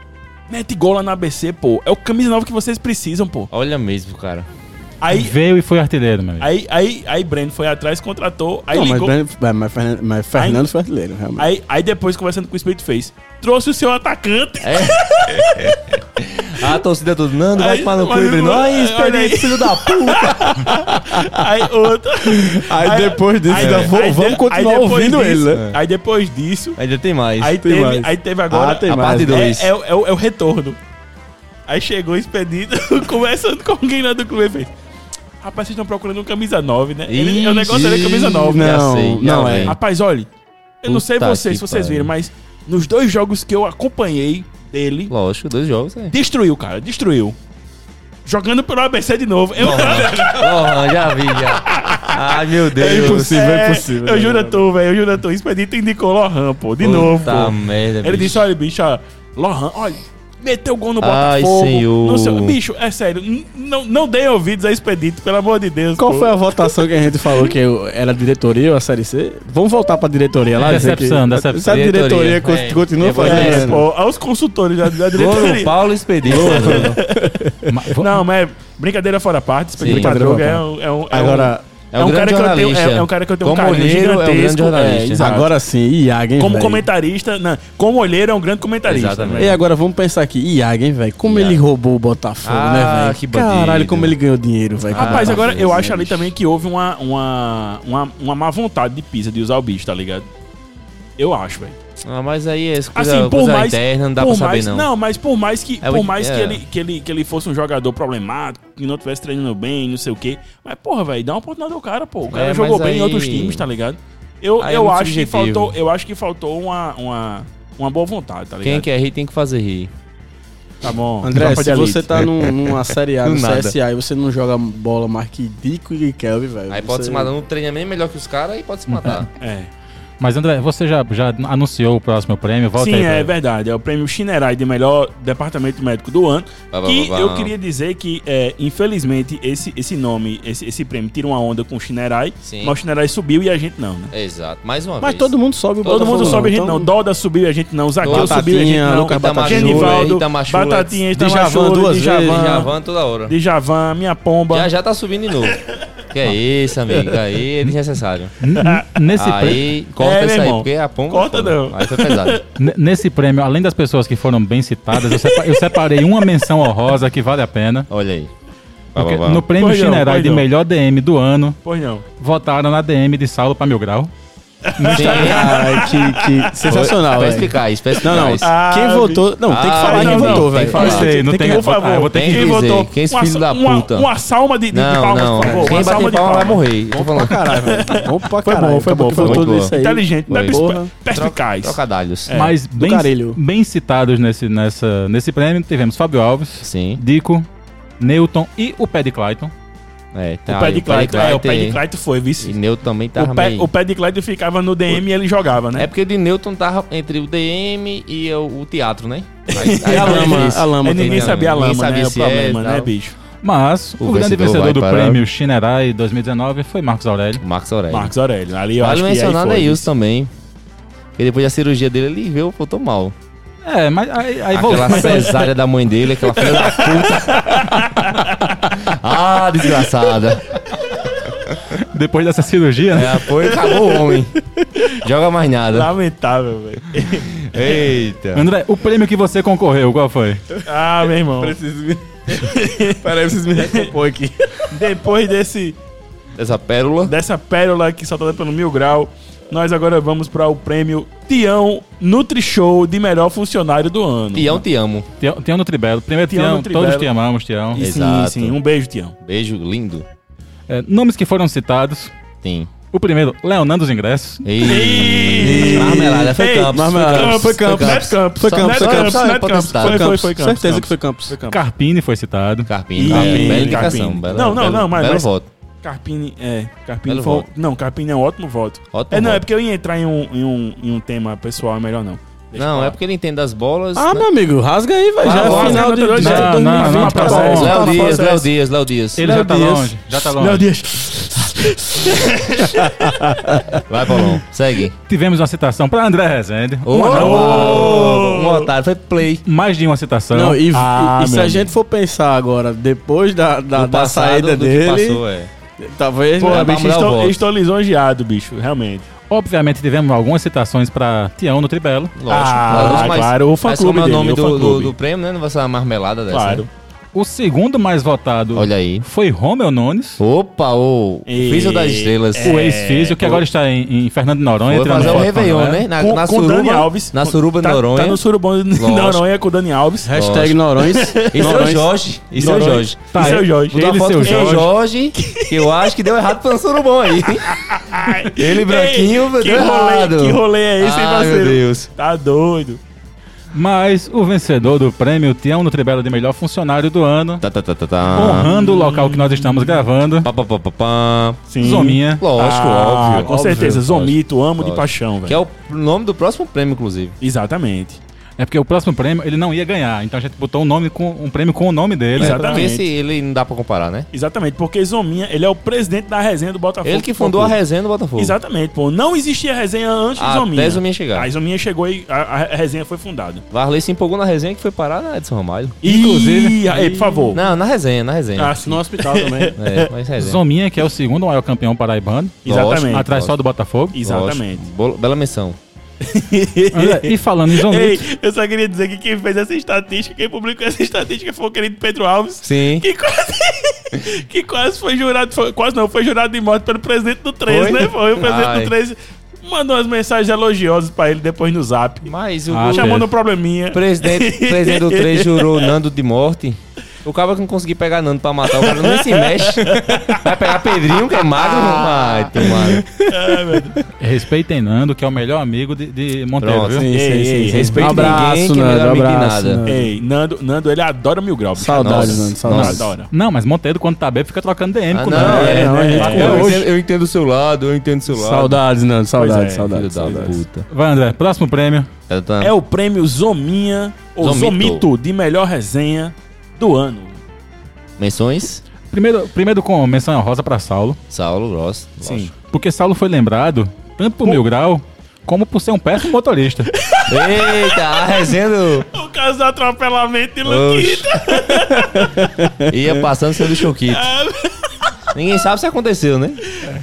[SPEAKER 4] Mete gol lá na ABC, pô. É o camisa nova que vocês precisam, pô.
[SPEAKER 2] Olha mesmo, cara.
[SPEAKER 4] Aí,
[SPEAKER 3] Veio e foi artilheiro, meu amigo.
[SPEAKER 4] aí, aí, aí Breno foi atrás, contratou, aí
[SPEAKER 1] Não, mas,
[SPEAKER 4] ligou.
[SPEAKER 1] Breno- mas, Fernan- mas Fernando foi artilheiro, realmente.
[SPEAKER 4] Aí, aí depois, conversando com o Espírito, fez. Trouxe o seu atacante.
[SPEAKER 2] É. A torcida toda, Nando,
[SPEAKER 4] Aí,
[SPEAKER 2] vai tomar no cu,
[SPEAKER 4] olha,
[SPEAKER 2] Breno. Olha isso,
[SPEAKER 4] olha aí.
[SPEAKER 2] Pedrito, filho da puta.
[SPEAKER 4] Aí outro.
[SPEAKER 1] Aí depois disso, ainda vou- vamos
[SPEAKER 4] de-
[SPEAKER 1] continuar
[SPEAKER 4] depois
[SPEAKER 1] ouvindo
[SPEAKER 4] disso-
[SPEAKER 1] ele, né?
[SPEAKER 4] Aí depois disso,
[SPEAKER 2] Ainda tem mais.
[SPEAKER 4] aí,
[SPEAKER 1] tem
[SPEAKER 4] teve,
[SPEAKER 1] mais.
[SPEAKER 4] aí teve agora
[SPEAKER 1] Ah, tem
[SPEAKER 2] a
[SPEAKER 1] mais,
[SPEAKER 2] parte
[SPEAKER 1] né?
[SPEAKER 2] dois.
[SPEAKER 4] É, é o- é o- é o retorno. Aí chegou o expedito, conversando com alguém lá do clube e fez. Rapaz, vocês estão procurando um camisa 9, né? Ele, o negócio era camisa 9.
[SPEAKER 1] Não,
[SPEAKER 2] Já sei, já
[SPEAKER 1] não é.
[SPEAKER 2] vem.
[SPEAKER 4] Rapaz, olha, eu não sei
[SPEAKER 2] Puta
[SPEAKER 4] vocês, se
[SPEAKER 2] que
[SPEAKER 4] vocês
[SPEAKER 2] pariu.
[SPEAKER 4] viram, mas nos dois jogos que eu acompanhei dele,
[SPEAKER 2] Lógico, dois jogos, é.
[SPEAKER 4] destruiu, cara, destruiu. Jogando pelo ABC de novo. Eu,
[SPEAKER 2] Lohan, já vi, já. Ai, meu Deus.
[SPEAKER 1] É impossível, é impossível.
[SPEAKER 4] eu juro a tu, velho, eu juro a tu. O expedito indicou Lohan, pô, de novo.
[SPEAKER 2] Puta
[SPEAKER 4] pô.
[SPEAKER 2] merda,
[SPEAKER 4] Ele disse, olha, bicho, ó, Lohan, olha, meteu gol no
[SPEAKER 2] Ai,
[SPEAKER 4] Botafogo.
[SPEAKER 2] senhor.
[SPEAKER 4] Não sei- bicho, é sério, n- não, não dei ouvidos a Expedito, pelo amor de Deus.
[SPEAKER 1] Qual
[SPEAKER 4] pô.
[SPEAKER 1] foi a votação que a gente falou que eu- era diretoria ou a Série C? Vamos voltar pra diretoria lá? dizer que-
[SPEAKER 3] Decepção, decepção.
[SPEAKER 1] Se a diretoria,
[SPEAKER 2] Diretoria,
[SPEAKER 1] co-
[SPEAKER 2] é.
[SPEAKER 1] continua
[SPEAKER 2] Eu vou
[SPEAKER 1] fazendo...
[SPEAKER 2] dizer,
[SPEAKER 4] É,
[SPEAKER 1] isso,
[SPEAKER 4] pô, aos consultores da,
[SPEAKER 2] Goro
[SPEAKER 4] da diretoria.
[SPEAKER 2] Paulo Expedito. É
[SPEAKER 3] Ma- vo-
[SPEAKER 4] Não, mas é brincadeira fora a parte, Expedito
[SPEAKER 2] Sim.
[SPEAKER 4] Madruga é
[SPEAKER 1] Brincadeira
[SPEAKER 4] um... É um é um-
[SPEAKER 1] Agora,
[SPEAKER 4] é um cara que eu tenho- é- é um cara que eu tenho um
[SPEAKER 2] Como
[SPEAKER 4] carinho
[SPEAKER 2] olheiro, é um grande
[SPEAKER 4] gigantesco,
[SPEAKER 2] jornalista.
[SPEAKER 4] é, exato.
[SPEAKER 1] agora sim, Iago, hein,
[SPEAKER 4] como
[SPEAKER 1] velho?
[SPEAKER 4] comentarista, não, como olheiro é um grande comentarista.
[SPEAKER 2] Exatamente.
[SPEAKER 1] E agora vamos pensar aqui, Iago, hein, velho? Como ele
[SPEAKER 2] Iago.
[SPEAKER 1] roubou o Botafogo,
[SPEAKER 2] Ah,
[SPEAKER 1] né, velho?
[SPEAKER 2] que bandido.
[SPEAKER 1] Caralho, como ele ganhou dinheiro, velho.
[SPEAKER 4] Ah,
[SPEAKER 1] Ah,
[SPEAKER 4] Rapaz,
[SPEAKER 2] tá
[SPEAKER 1] Cara,
[SPEAKER 4] agora
[SPEAKER 1] velho.
[SPEAKER 4] eu acho ali também que houve uma, uma, uma, uma má vontade de Pisa de usar o bicho, tá ligado? Eu acho, velho.
[SPEAKER 2] Ah, mas aí é coisa,
[SPEAKER 4] Assim, por
[SPEAKER 2] coisa
[SPEAKER 4] mais.
[SPEAKER 2] interna, não dá
[SPEAKER 4] por
[SPEAKER 2] pra saber,
[SPEAKER 4] mais-
[SPEAKER 2] não.
[SPEAKER 4] mas por mais que,
[SPEAKER 2] É o
[SPEAKER 4] por
[SPEAKER 2] que-
[SPEAKER 4] mais que,
[SPEAKER 2] é.
[SPEAKER 4] ele, que, ele, que ele fosse um jogador problemático, que não estivesse treinando bem, não sei o quê. Mas, porra, velho, dá uma oportunidade ao cara, pô. O cara
[SPEAKER 2] É,
[SPEAKER 4] jogou
[SPEAKER 2] mas
[SPEAKER 4] bem em
[SPEAKER 2] aí-
[SPEAKER 4] outros times, tá ligado? Eu,
[SPEAKER 2] aí é
[SPEAKER 4] eu,
[SPEAKER 2] muito
[SPEAKER 4] acho, que
[SPEAKER 2] subjetivo.
[SPEAKER 4] faltou, eu acho que faltou uma, uma, uma boa vontade, tá
[SPEAKER 2] Quem
[SPEAKER 4] ligado?
[SPEAKER 2] quer rir tem que é? fazer rir.
[SPEAKER 4] Tá bom.
[SPEAKER 1] André,
[SPEAKER 4] Tropa de
[SPEAKER 1] se
[SPEAKER 4] elite.
[SPEAKER 1] você tá num- numa Série A,
[SPEAKER 2] Do
[SPEAKER 1] no
[SPEAKER 2] nada.
[SPEAKER 1] CSA, e você não joga bola mais que Dico e Kelvin, velho.
[SPEAKER 2] Aí pode um.
[SPEAKER 1] você-
[SPEAKER 2] se matar. Não treina nem melhor que os caras e pode se matar.
[SPEAKER 4] É.
[SPEAKER 3] Mas André, você já, já anunciou o próximo prêmio? Volta
[SPEAKER 4] Sim,
[SPEAKER 3] aí. pra-
[SPEAKER 4] é verdade. É o prêmio Shinerai de melhor departamento médico do ano.
[SPEAKER 2] Bah, bah,
[SPEAKER 4] que
[SPEAKER 2] bah, bah.
[SPEAKER 4] eu queria dizer que, é, infelizmente, esse, esse nome, esse, esse prêmio tira uma onda com o Shinerai.
[SPEAKER 2] Sim.
[SPEAKER 4] Mas o Shinerai subiu e a gente não, né?
[SPEAKER 2] É, Exato. Mais uma
[SPEAKER 1] Mas
[SPEAKER 2] vez.
[SPEAKER 1] todo mundo sobe o
[SPEAKER 4] Todo mundo
[SPEAKER 1] Botafogo,
[SPEAKER 4] sobe a gente
[SPEAKER 1] então-
[SPEAKER 4] não. Doda subiu e a gente não. Zaqueu
[SPEAKER 2] Batatinha,
[SPEAKER 4] subiu e a gente não.
[SPEAKER 1] Lucas
[SPEAKER 2] Batatinha,
[SPEAKER 4] Genivaldo,
[SPEAKER 2] Itamachula,
[SPEAKER 4] Batatinha,
[SPEAKER 1] Djavan
[SPEAKER 4] Itamachula,
[SPEAKER 2] né?
[SPEAKER 1] duas
[SPEAKER 4] Djavan,
[SPEAKER 1] vezes,
[SPEAKER 2] Javan toda hora.
[SPEAKER 4] Djavan, Minha Pomba.
[SPEAKER 2] Já já tá subindo de novo. Que é isso, amigo? Aí é desnecessário.
[SPEAKER 3] N- n- Nesse, prêmio,
[SPEAKER 2] Aí corta
[SPEAKER 4] É,
[SPEAKER 2] isso
[SPEAKER 4] meu
[SPEAKER 2] aí,
[SPEAKER 4] irmão.
[SPEAKER 2] porque a pomba.
[SPEAKER 4] Corta
[SPEAKER 2] foda.
[SPEAKER 4] não.
[SPEAKER 2] Aí foi pesado.
[SPEAKER 3] n- nesse prêmio, além das pessoas que foram bem citadas, eu, sepa- eu separei uma menção honrosa que vale a pena.
[SPEAKER 2] Olha aí. Vá,
[SPEAKER 3] Porque
[SPEAKER 2] vá, vá.
[SPEAKER 3] no prêmio
[SPEAKER 4] Pois não,
[SPEAKER 3] Chinerai
[SPEAKER 4] pois
[SPEAKER 3] de
[SPEAKER 4] não.
[SPEAKER 3] melhor DM do ano,
[SPEAKER 4] Pois não.
[SPEAKER 3] votaram na DM de Saulo pra Mil Grau.
[SPEAKER 2] Sim.
[SPEAKER 1] Ai, que,
[SPEAKER 4] é
[SPEAKER 1] que sensacional,
[SPEAKER 2] Pra
[SPEAKER 1] velho.
[SPEAKER 2] explicar, isso, pra explicar
[SPEAKER 1] Não, não.
[SPEAKER 2] isso.
[SPEAKER 4] Tá Ah,
[SPEAKER 1] quem
[SPEAKER 4] bicho.
[SPEAKER 1] votou. Não, tem que
[SPEAKER 2] Ah,
[SPEAKER 1] falar
[SPEAKER 4] não,
[SPEAKER 1] quem
[SPEAKER 4] não,
[SPEAKER 1] votou,
[SPEAKER 4] tem
[SPEAKER 1] velho.
[SPEAKER 2] que falar.
[SPEAKER 1] Tem que-
[SPEAKER 3] não
[SPEAKER 1] tem que-
[SPEAKER 3] que-
[SPEAKER 4] Por favor.
[SPEAKER 3] ah, eu vou ter
[SPEAKER 2] que dizer, que é esse filho
[SPEAKER 4] sa-
[SPEAKER 2] da
[SPEAKER 4] uma-
[SPEAKER 2] puta.
[SPEAKER 4] Uma, salma de, de de
[SPEAKER 2] Não,
[SPEAKER 4] palmas,
[SPEAKER 2] não.
[SPEAKER 4] por favor.
[SPEAKER 2] Quem
[SPEAKER 4] uma
[SPEAKER 2] bater
[SPEAKER 4] salma de
[SPEAKER 2] palma é vai
[SPEAKER 4] palmas.
[SPEAKER 2] morrer. Tô falando.
[SPEAKER 1] Caralho, velho. Vamos pra
[SPEAKER 4] Foi
[SPEAKER 1] caralho.
[SPEAKER 4] bom, foi
[SPEAKER 1] Acabou
[SPEAKER 4] bom,
[SPEAKER 1] que
[SPEAKER 4] foi
[SPEAKER 1] votou
[SPEAKER 2] bom.
[SPEAKER 1] nisso aí.
[SPEAKER 4] Inteligente, né?
[SPEAKER 2] Foi.
[SPEAKER 4] Perspi-
[SPEAKER 1] Porra.
[SPEAKER 4] perspicaz.
[SPEAKER 2] Trocadalhos.
[SPEAKER 4] É,
[SPEAKER 3] Mas bem,
[SPEAKER 1] carelho.
[SPEAKER 3] bem citados nesse, nessa, nesse prêmio, tivemos Fábio Alves,
[SPEAKER 2] Sim.
[SPEAKER 3] Dico, Newton e o Pé de Clayton.
[SPEAKER 2] É,
[SPEAKER 4] O
[SPEAKER 2] tá
[SPEAKER 4] pé
[SPEAKER 2] aí,
[SPEAKER 4] de Clyde, é, o pé de
[SPEAKER 2] e-
[SPEAKER 4] Clyde foi,
[SPEAKER 2] E
[SPEAKER 4] vice.
[SPEAKER 2] Newton também tava
[SPEAKER 4] O pé,
[SPEAKER 2] meio...
[SPEAKER 4] o pé de Clyde ficava no DM e ele jogava,
[SPEAKER 2] É
[SPEAKER 4] né?
[SPEAKER 2] porque o de Newton tava entre o DM e o, o teatro, né? Aí,
[SPEAKER 1] E a lama, a lama
[SPEAKER 4] Mas
[SPEAKER 1] também.
[SPEAKER 4] É, ninguém
[SPEAKER 2] né?
[SPEAKER 4] sabia a
[SPEAKER 2] Ninguém
[SPEAKER 4] lama,
[SPEAKER 2] sabia
[SPEAKER 4] né? O
[SPEAKER 2] se é,
[SPEAKER 4] problema, né,
[SPEAKER 2] tal.
[SPEAKER 4] bicho?
[SPEAKER 3] Mas o,
[SPEAKER 2] O
[SPEAKER 3] grande
[SPEAKER 2] vencedor
[SPEAKER 3] vencedor
[SPEAKER 2] vai
[SPEAKER 3] do
[SPEAKER 2] parar.
[SPEAKER 3] prêmio Shinerai 2019 foi Marcos Aurélio.
[SPEAKER 2] O Marcos Aurélio.
[SPEAKER 4] Marcos Aurélio. Ali eu
[SPEAKER 2] vale
[SPEAKER 4] acho que aí
[SPEAKER 2] mencionar
[SPEAKER 4] foi.
[SPEAKER 2] Neilson também. Porque depois da cirurgia dele, ele veio, voltou mal.
[SPEAKER 3] É, mas aí, aí voltou.
[SPEAKER 2] Aquela cesárea da mãe dele, aquela filha da puta. ah, desgraçada.
[SPEAKER 3] Depois dessa cirurgia, né?
[SPEAKER 2] É, foi, acabou o homem. Joga mais nada.
[SPEAKER 4] Lamentável, velho.
[SPEAKER 2] Eita.
[SPEAKER 3] André, o prêmio que você concorreu, qual foi?
[SPEAKER 4] Ah, meu irmão.
[SPEAKER 1] Preciso me. Peraí, preciso me recompor aqui.
[SPEAKER 4] Depois desse,
[SPEAKER 2] Essa pérola.
[SPEAKER 4] dessa pérola que soltada pelo Mil Grau, nós agora vamos para o prêmio Tião Nutri Show de melhor funcionário do ano.
[SPEAKER 2] Tião, te amo.
[SPEAKER 3] Tião Tião no Tribelo. Primeiro,
[SPEAKER 4] Tião
[SPEAKER 3] Tião,
[SPEAKER 4] no Tribelo.
[SPEAKER 3] todos te amamos, Tião.
[SPEAKER 4] E sim,
[SPEAKER 2] Exato.
[SPEAKER 4] sim. Um beijo, Tião.
[SPEAKER 2] Beijo lindo.
[SPEAKER 3] É, nomes que foram citados.
[SPEAKER 2] Tem.
[SPEAKER 3] O primeiro, Leonardo dos Ingressos.
[SPEAKER 2] Ei. Marmelada, foi
[SPEAKER 4] Ei,
[SPEAKER 2] Campos.
[SPEAKER 1] marmelada.
[SPEAKER 2] Foi
[SPEAKER 1] Foi Campos.
[SPEAKER 4] Neto Campos.
[SPEAKER 1] Foi Campos,
[SPEAKER 4] Neto
[SPEAKER 1] foi Campos.
[SPEAKER 2] Foi
[SPEAKER 4] Neto
[SPEAKER 2] Campos.
[SPEAKER 4] Campos. Foi, foi, foi Campos.
[SPEAKER 1] Certeza que
[SPEAKER 4] Campos.
[SPEAKER 1] foi Campos.
[SPEAKER 4] Campos.
[SPEAKER 3] Carpini foi citado.
[SPEAKER 2] Carpini.
[SPEAKER 4] Ih,
[SPEAKER 2] Carpini. Bela
[SPEAKER 4] Carpini.
[SPEAKER 2] indicação. Bela,
[SPEAKER 4] Não, não,
[SPEAKER 2] belo-
[SPEAKER 4] não, mas-
[SPEAKER 2] Belo
[SPEAKER 4] mas-
[SPEAKER 2] voto.
[SPEAKER 4] Carpini, é. Carpini
[SPEAKER 2] Belo
[SPEAKER 4] foi.
[SPEAKER 2] voto.
[SPEAKER 4] Não, Carpini é um ótimo voto.
[SPEAKER 2] Ótimo
[SPEAKER 4] É, não, é
[SPEAKER 2] voto.
[SPEAKER 4] porque eu ia entrar em um, em um, em um tema pessoal, é melhor não. Deixa
[SPEAKER 2] Não,
[SPEAKER 4] pra lá.
[SPEAKER 2] é porque ele entende as bolas. né?
[SPEAKER 1] Ah, meu amigo, rasga aí, velho.
[SPEAKER 2] Ah,
[SPEAKER 1] Já é
[SPEAKER 2] rasga,
[SPEAKER 1] final de
[SPEAKER 4] não,
[SPEAKER 1] de
[SPEAKER 3] não, não,
[SPEAKER 1] 2020 pra
[SPEAKER 4] não,
[SPEAKER 1] lá.
[SPEAKER 4] não,
[SPEAKER 2] Léo
[SPEAKER 4] tá
[SPEAKER 2] Dias,
[SPEAKER 4] fora
[SPEAKER 2] Léo
[SPEAKER 4] dessa.
[SPEAKER 2] Dias, Léo Dias.
[SPEAKER 3] Ele já tá
[SPEAKER 1] Dias.
[SPEAKER 3] longe, já tá
[SPEAKER 4] Léo
[SPEAKER 3] longe.
[SPEAKER 4] Dias.
[SPEAKER 2] Vai, Paulão. Segue.
[SPEAKER 3] Tivemos uma citação para André Rezende.
[SPEAKER 2] Opa! Um otário, foi play.
[SPEAKER 3] Mais de uma citação.
[SPEAKER 1] Não, e,
[SPEAKER 4] Ah,
[SPEAKER 1] e- e se
[SPEAKER 4] meu
[SPEAKER 1] a gente for pensar agora, depois da, da,
[SPEAKER 2] Do
[SPEAKER 1] da
[SPEAKER 2] passado,
[SPEAKER 1] saída
[SPEAKER 2] Tá, do que
[SPEAKER 1] dele,
[SPEAKER 2] passou, é.
[SPEAKER 1] talvez.
[SPEAKER 4] Pô,
[SPEAKER 1] né?
[SPEAKER 2] Vai
[SPEAKER 4] bicho,
[SPEAKER 2] mudar o
[SPEAKER 4] estou,
[SPEAKER 2] voto.
[SPEAKER 4] estou lisonjeado, bicho, realmente.
[SPEAKER 3] Obviamente tivemos algumas citações para Tião no Tribelo.
[SPEAKER 2] Lógico. tá,
[SPEAKER 4] Ah, claro, o fã-clube
[SPEAKER 2] mas como é o
[SPEAKER 4] dele,
[SPEAKER 2] nome
[SPEAKER 4] o
[SPEAKER 2] do, do,
[SPEAKER 4] fã-clube.
[SPEAKER 2] do prêmio, né? Não vai ser uma marmelada dessa.
[SPEAKER 4] Claro.
[SPEAKER 2] né?
[SPEAKER 3] O segundo mais votado
[SPEAKER 2] Olha aí.
[SPEAKER 3] foi Romeu Nunes,
[SPEAKER 2] Opa, o
[SPEAKER 4] E-
[SPEAKER 2] Físio das Estrelas.
[SPEAKER 4] é.
[SPEAKER 3] o ex-físio, que
[SPEAKER 2] o-
[SPEAKER 3] agora está em, em Fernando de Noronha.
[SPEAKER 2] Foi
[SPEAKER 3] tirando
[SPEAKER 2] É, fazer o
[SPEAKER 3] foto com a
[SPEAKER 2] Réveillon,
[SPEAKER 3] galera.
[SPEAKER 2] né? Na,
[SPEAKER 4] com,
[SPEAKER 2] na
[SPEAKER 4] com
[SPEAKER 2] suruba,
[SPEAKER 4] Dani Alves.
[SPEAKER 2] Na
[SPEAKER 4] Com-
[SPEAKER 2] suruba de
[SPEAKER 4] tá,
[SPEAKER 2] Noronha.
[SPEAKER 4] Tá no surubão de
[SPEAKER 2] Lógico.
[SPEAKER 4] Noronha com Dani Alves.
[SPEAKER 1] Hashtag Norões.
[SPEAKER 2] E seu Jorge. E seu
[SPEAKER 4] Noronha.
[SPEAKER 2] Jorge.
[SPEAKER 3] Tá,
[SPEAKER 4] E seu Jorge?
[SPEAKER 3] Ele
[SPEAKER 2] Ele
[SPEAKER 3] e
[SPEAKER 2] foto
[SPEAKER 3] seu
[SPEAKER 2] com seu
[SPEAKER 3] Jorge.
[SPEAKER 2] Jorge, que eu acho que deu errado pelo surubão aí. Ele branquinho,
[SPEAKER 4] Ei, que
[SPEAKER 2] deu
[SPEAKER 4] rolê,
[SPEAKER 2] errado.
[SPEAKER 4] que rolê é esse, hein,
[SPEAKER 2] Ai, meu
[SPEAKER 4] parceiro?
[SPEAKER 2] Deus.
[SPEAKER 4] Tá doido.
[SPEAKER 3] Mas o vencedor do prêmio Tião no Tribelo de melhor funcionário do ano,
[SPEAKER 2] Tá, tá, tá, tá, tá.
[SPEAKER 3] honrando o local que nós estamos gravando,
[SPEAKER 2] Pá, pá, pá, pá, pá.
[SPEAKER 4] Sim.
[SPEAKER 3] Zominha.
[SPEAKER 2] Lógico,
[SPEAKER 4] Ah,
[SPEAKER 2] óbvio.
[SPEAKER 4] Com
[SPEAKER 2] óbvio,
[SPEAKER 4] certeza,
[SPEAKER 2] lógico.
[SPEAKER 4] Zomito, amo de
[SPEAKER 2] Lógico.
[SPEAKER 4] paixão,
[SPEAKER 2] Que
[SPEAKER 4] velho.
[SPEAKER 2] é o nome do próximo prêmio, inclusive.
[SPEAKER 4] Exatamente.
[SPEAKER 3] É porque o próximo prêmio ele não ia ganhar, então a gente botou um, nome com, um prêmio com o nome dele.
[SPEAKER 4] Exato.
[SPEAKER 2] Porque
[SPEAKER 4] Exatamente.
[SPEAKER 2] esse ele não dá pra comparar, né?
[SPEAKER 4] Exatamente, porque Zominha, ele é o presidente da resenha do Botafogo.
[SPEAKER 2] Ele que fundou a
[SPEAKER 4] Futebol Clube.
[SPEAKER 2] resenha do Botafogo.
[SPEAKER 4] Exatamente, pô. Não existia resenha antes de
[SPEAKER 2] Até
[SPEAKER 4] Zominha.
[SPEAKER 2] Zominha chegar.
[SPEAKER 4] Aí Zominha chegou e a, a resenha foi fundada.
[SPEAKER 2] Varley se empolgou na resenha que foi parar na Edson Ramalho.
[SPEAKER 4] Inclusive. Ei, por favor.
[SPEAKER 2] Não, na resenha, na resenha.
[SPEAKER 4] Ah, sim.
[SPEAKER 1] No hospital também.
[SPEAKER 2] É, mas resenha.
[SPEAKER 3] Zominha, que é o segundo maior campeão paraibano,
[SPEAKER 4] Exatamente.
[SPEAKER 2] Lógico.
[SPEAKER 3] atrás só do Botafogo.
[SPEAKER 4] Exatamente.
[SPEAKER 2] Lógico. Bolo- Bela menção.
[SPEAKER 3] André, e falando em
[SPEAKER 4] Ei,
[SPEAKER 3] Zomito,
[SPEAKER 4] eu só queria dizer que quem fez essa estatística, quem publicou essa estatística foi o querido Pedro Alves,
[SPEAKER 2] Sim.
[SPEAKER 4] que quase, que quase foi jurado, foi- quase não, foi jurado de morte pelo presidente do 13,
[SPEAKER 2] Foi?
[SPEAKER 4] né? Foi o presidente
[SPEAKER 2] Ai.
[SPEAKER 4] do 13. Mandou umas mensagens elogiosas pra ele depois no zap.
[SPEAKER 2] Mas o
[SPEAKER 3] Ah,
[SPEAKER 2] o-
[SPEAKER 4] chamando um probleminha.
[SPEAKER 2] presidente, presidente do 3 jurou Nando de morte. O cara que não conseguiu pegar Nando pra matar, o cara nem se mexe. Vai pegar Pedrinho, que é magro. Ai, tomara.
[SPEAKER 4] É,
[SPEAKER 3] respeitem Nando, que é o melhor amigo de, de Monteiro,
[SPEAKER 2] Pronto.
[SPEAKER 3] viu?
[SPEAKER 1] Sim,
[SPEAKER 4] Ei,
[SPEAKER 1] sim,
[SPEAKER 4] ei,
[SPEAKER 1] sim. Um sim.
[SPEAKER 2] respeita ninguém, que é melhor amigo que nada.
[SPEAKER 1] Nando.
[SPEAKER 4] Ei, Nando, Nando, ele adora mil graus. bicho.
[SPEAKER 1] Saudades,
[SPEAKER 2] Nossa,
[SPEAKER 1] Nando. Saudades.
[SPEAKER 2] nossa.
[SPEAKER 4] Adora.
[SPEAKER 3] Não, mas Monteiro, quando tá bem, fica trocando DM
[SPEAKER 2] Ah,
[SPEAKER 3] com o
[SPEAKER 2] não,
[SPEAKER 3] Nando.
[SPEAKER 2] é,
[SPEAKER 1] não,
[SPEAKER 2] não,
[SPEAKER 1] a gente
[SPEAKER 2] é.
[SPEAKER 1] conversa.
[SPEAKER 2] Eu, entendo, eu entendo o seu lado, eu entendo o seu lado.
[SPEAKER 1] Saudades, Nando. Saudades,
[SPEAKER 4] é,
[SPEAKER 2] Filho
[SPEAKER 1] saudades.
[SPEAKER 2] da
[SPEAKER 1] saudades.
[SPEAKER 2] puta.
[SPEAKER 3] Vai, André, próximo prêmio.
[SPEAKER 2] Tá, tá.
[SPEAKER 4] É o prêmio Zominha, ou
[SPEAKER 2] Zomito.
[SPEAKER 4] Zomito. de melhor resenha do ano.
[SPEAKER 2] Menções?
[SPEAKER 3] Primeiro, primeiro com menção rosa pra Saulo,
[SPEAKER 2] Saulo Gross.
[SPEAKER 4] Sim.
[SPEAKER 3] porque Saulo foi lembrado, tanto por Mil Grau, como por ser um péssimo motorista.
[SPEAKER 2] Eita, a resenha do...
[SPEAKER 4] O caso do atropelamento de Luquinha.
[SPEAKER 2] Oxe. Ia passando sendo choquito. Ninguém sabe se aconteceu, né?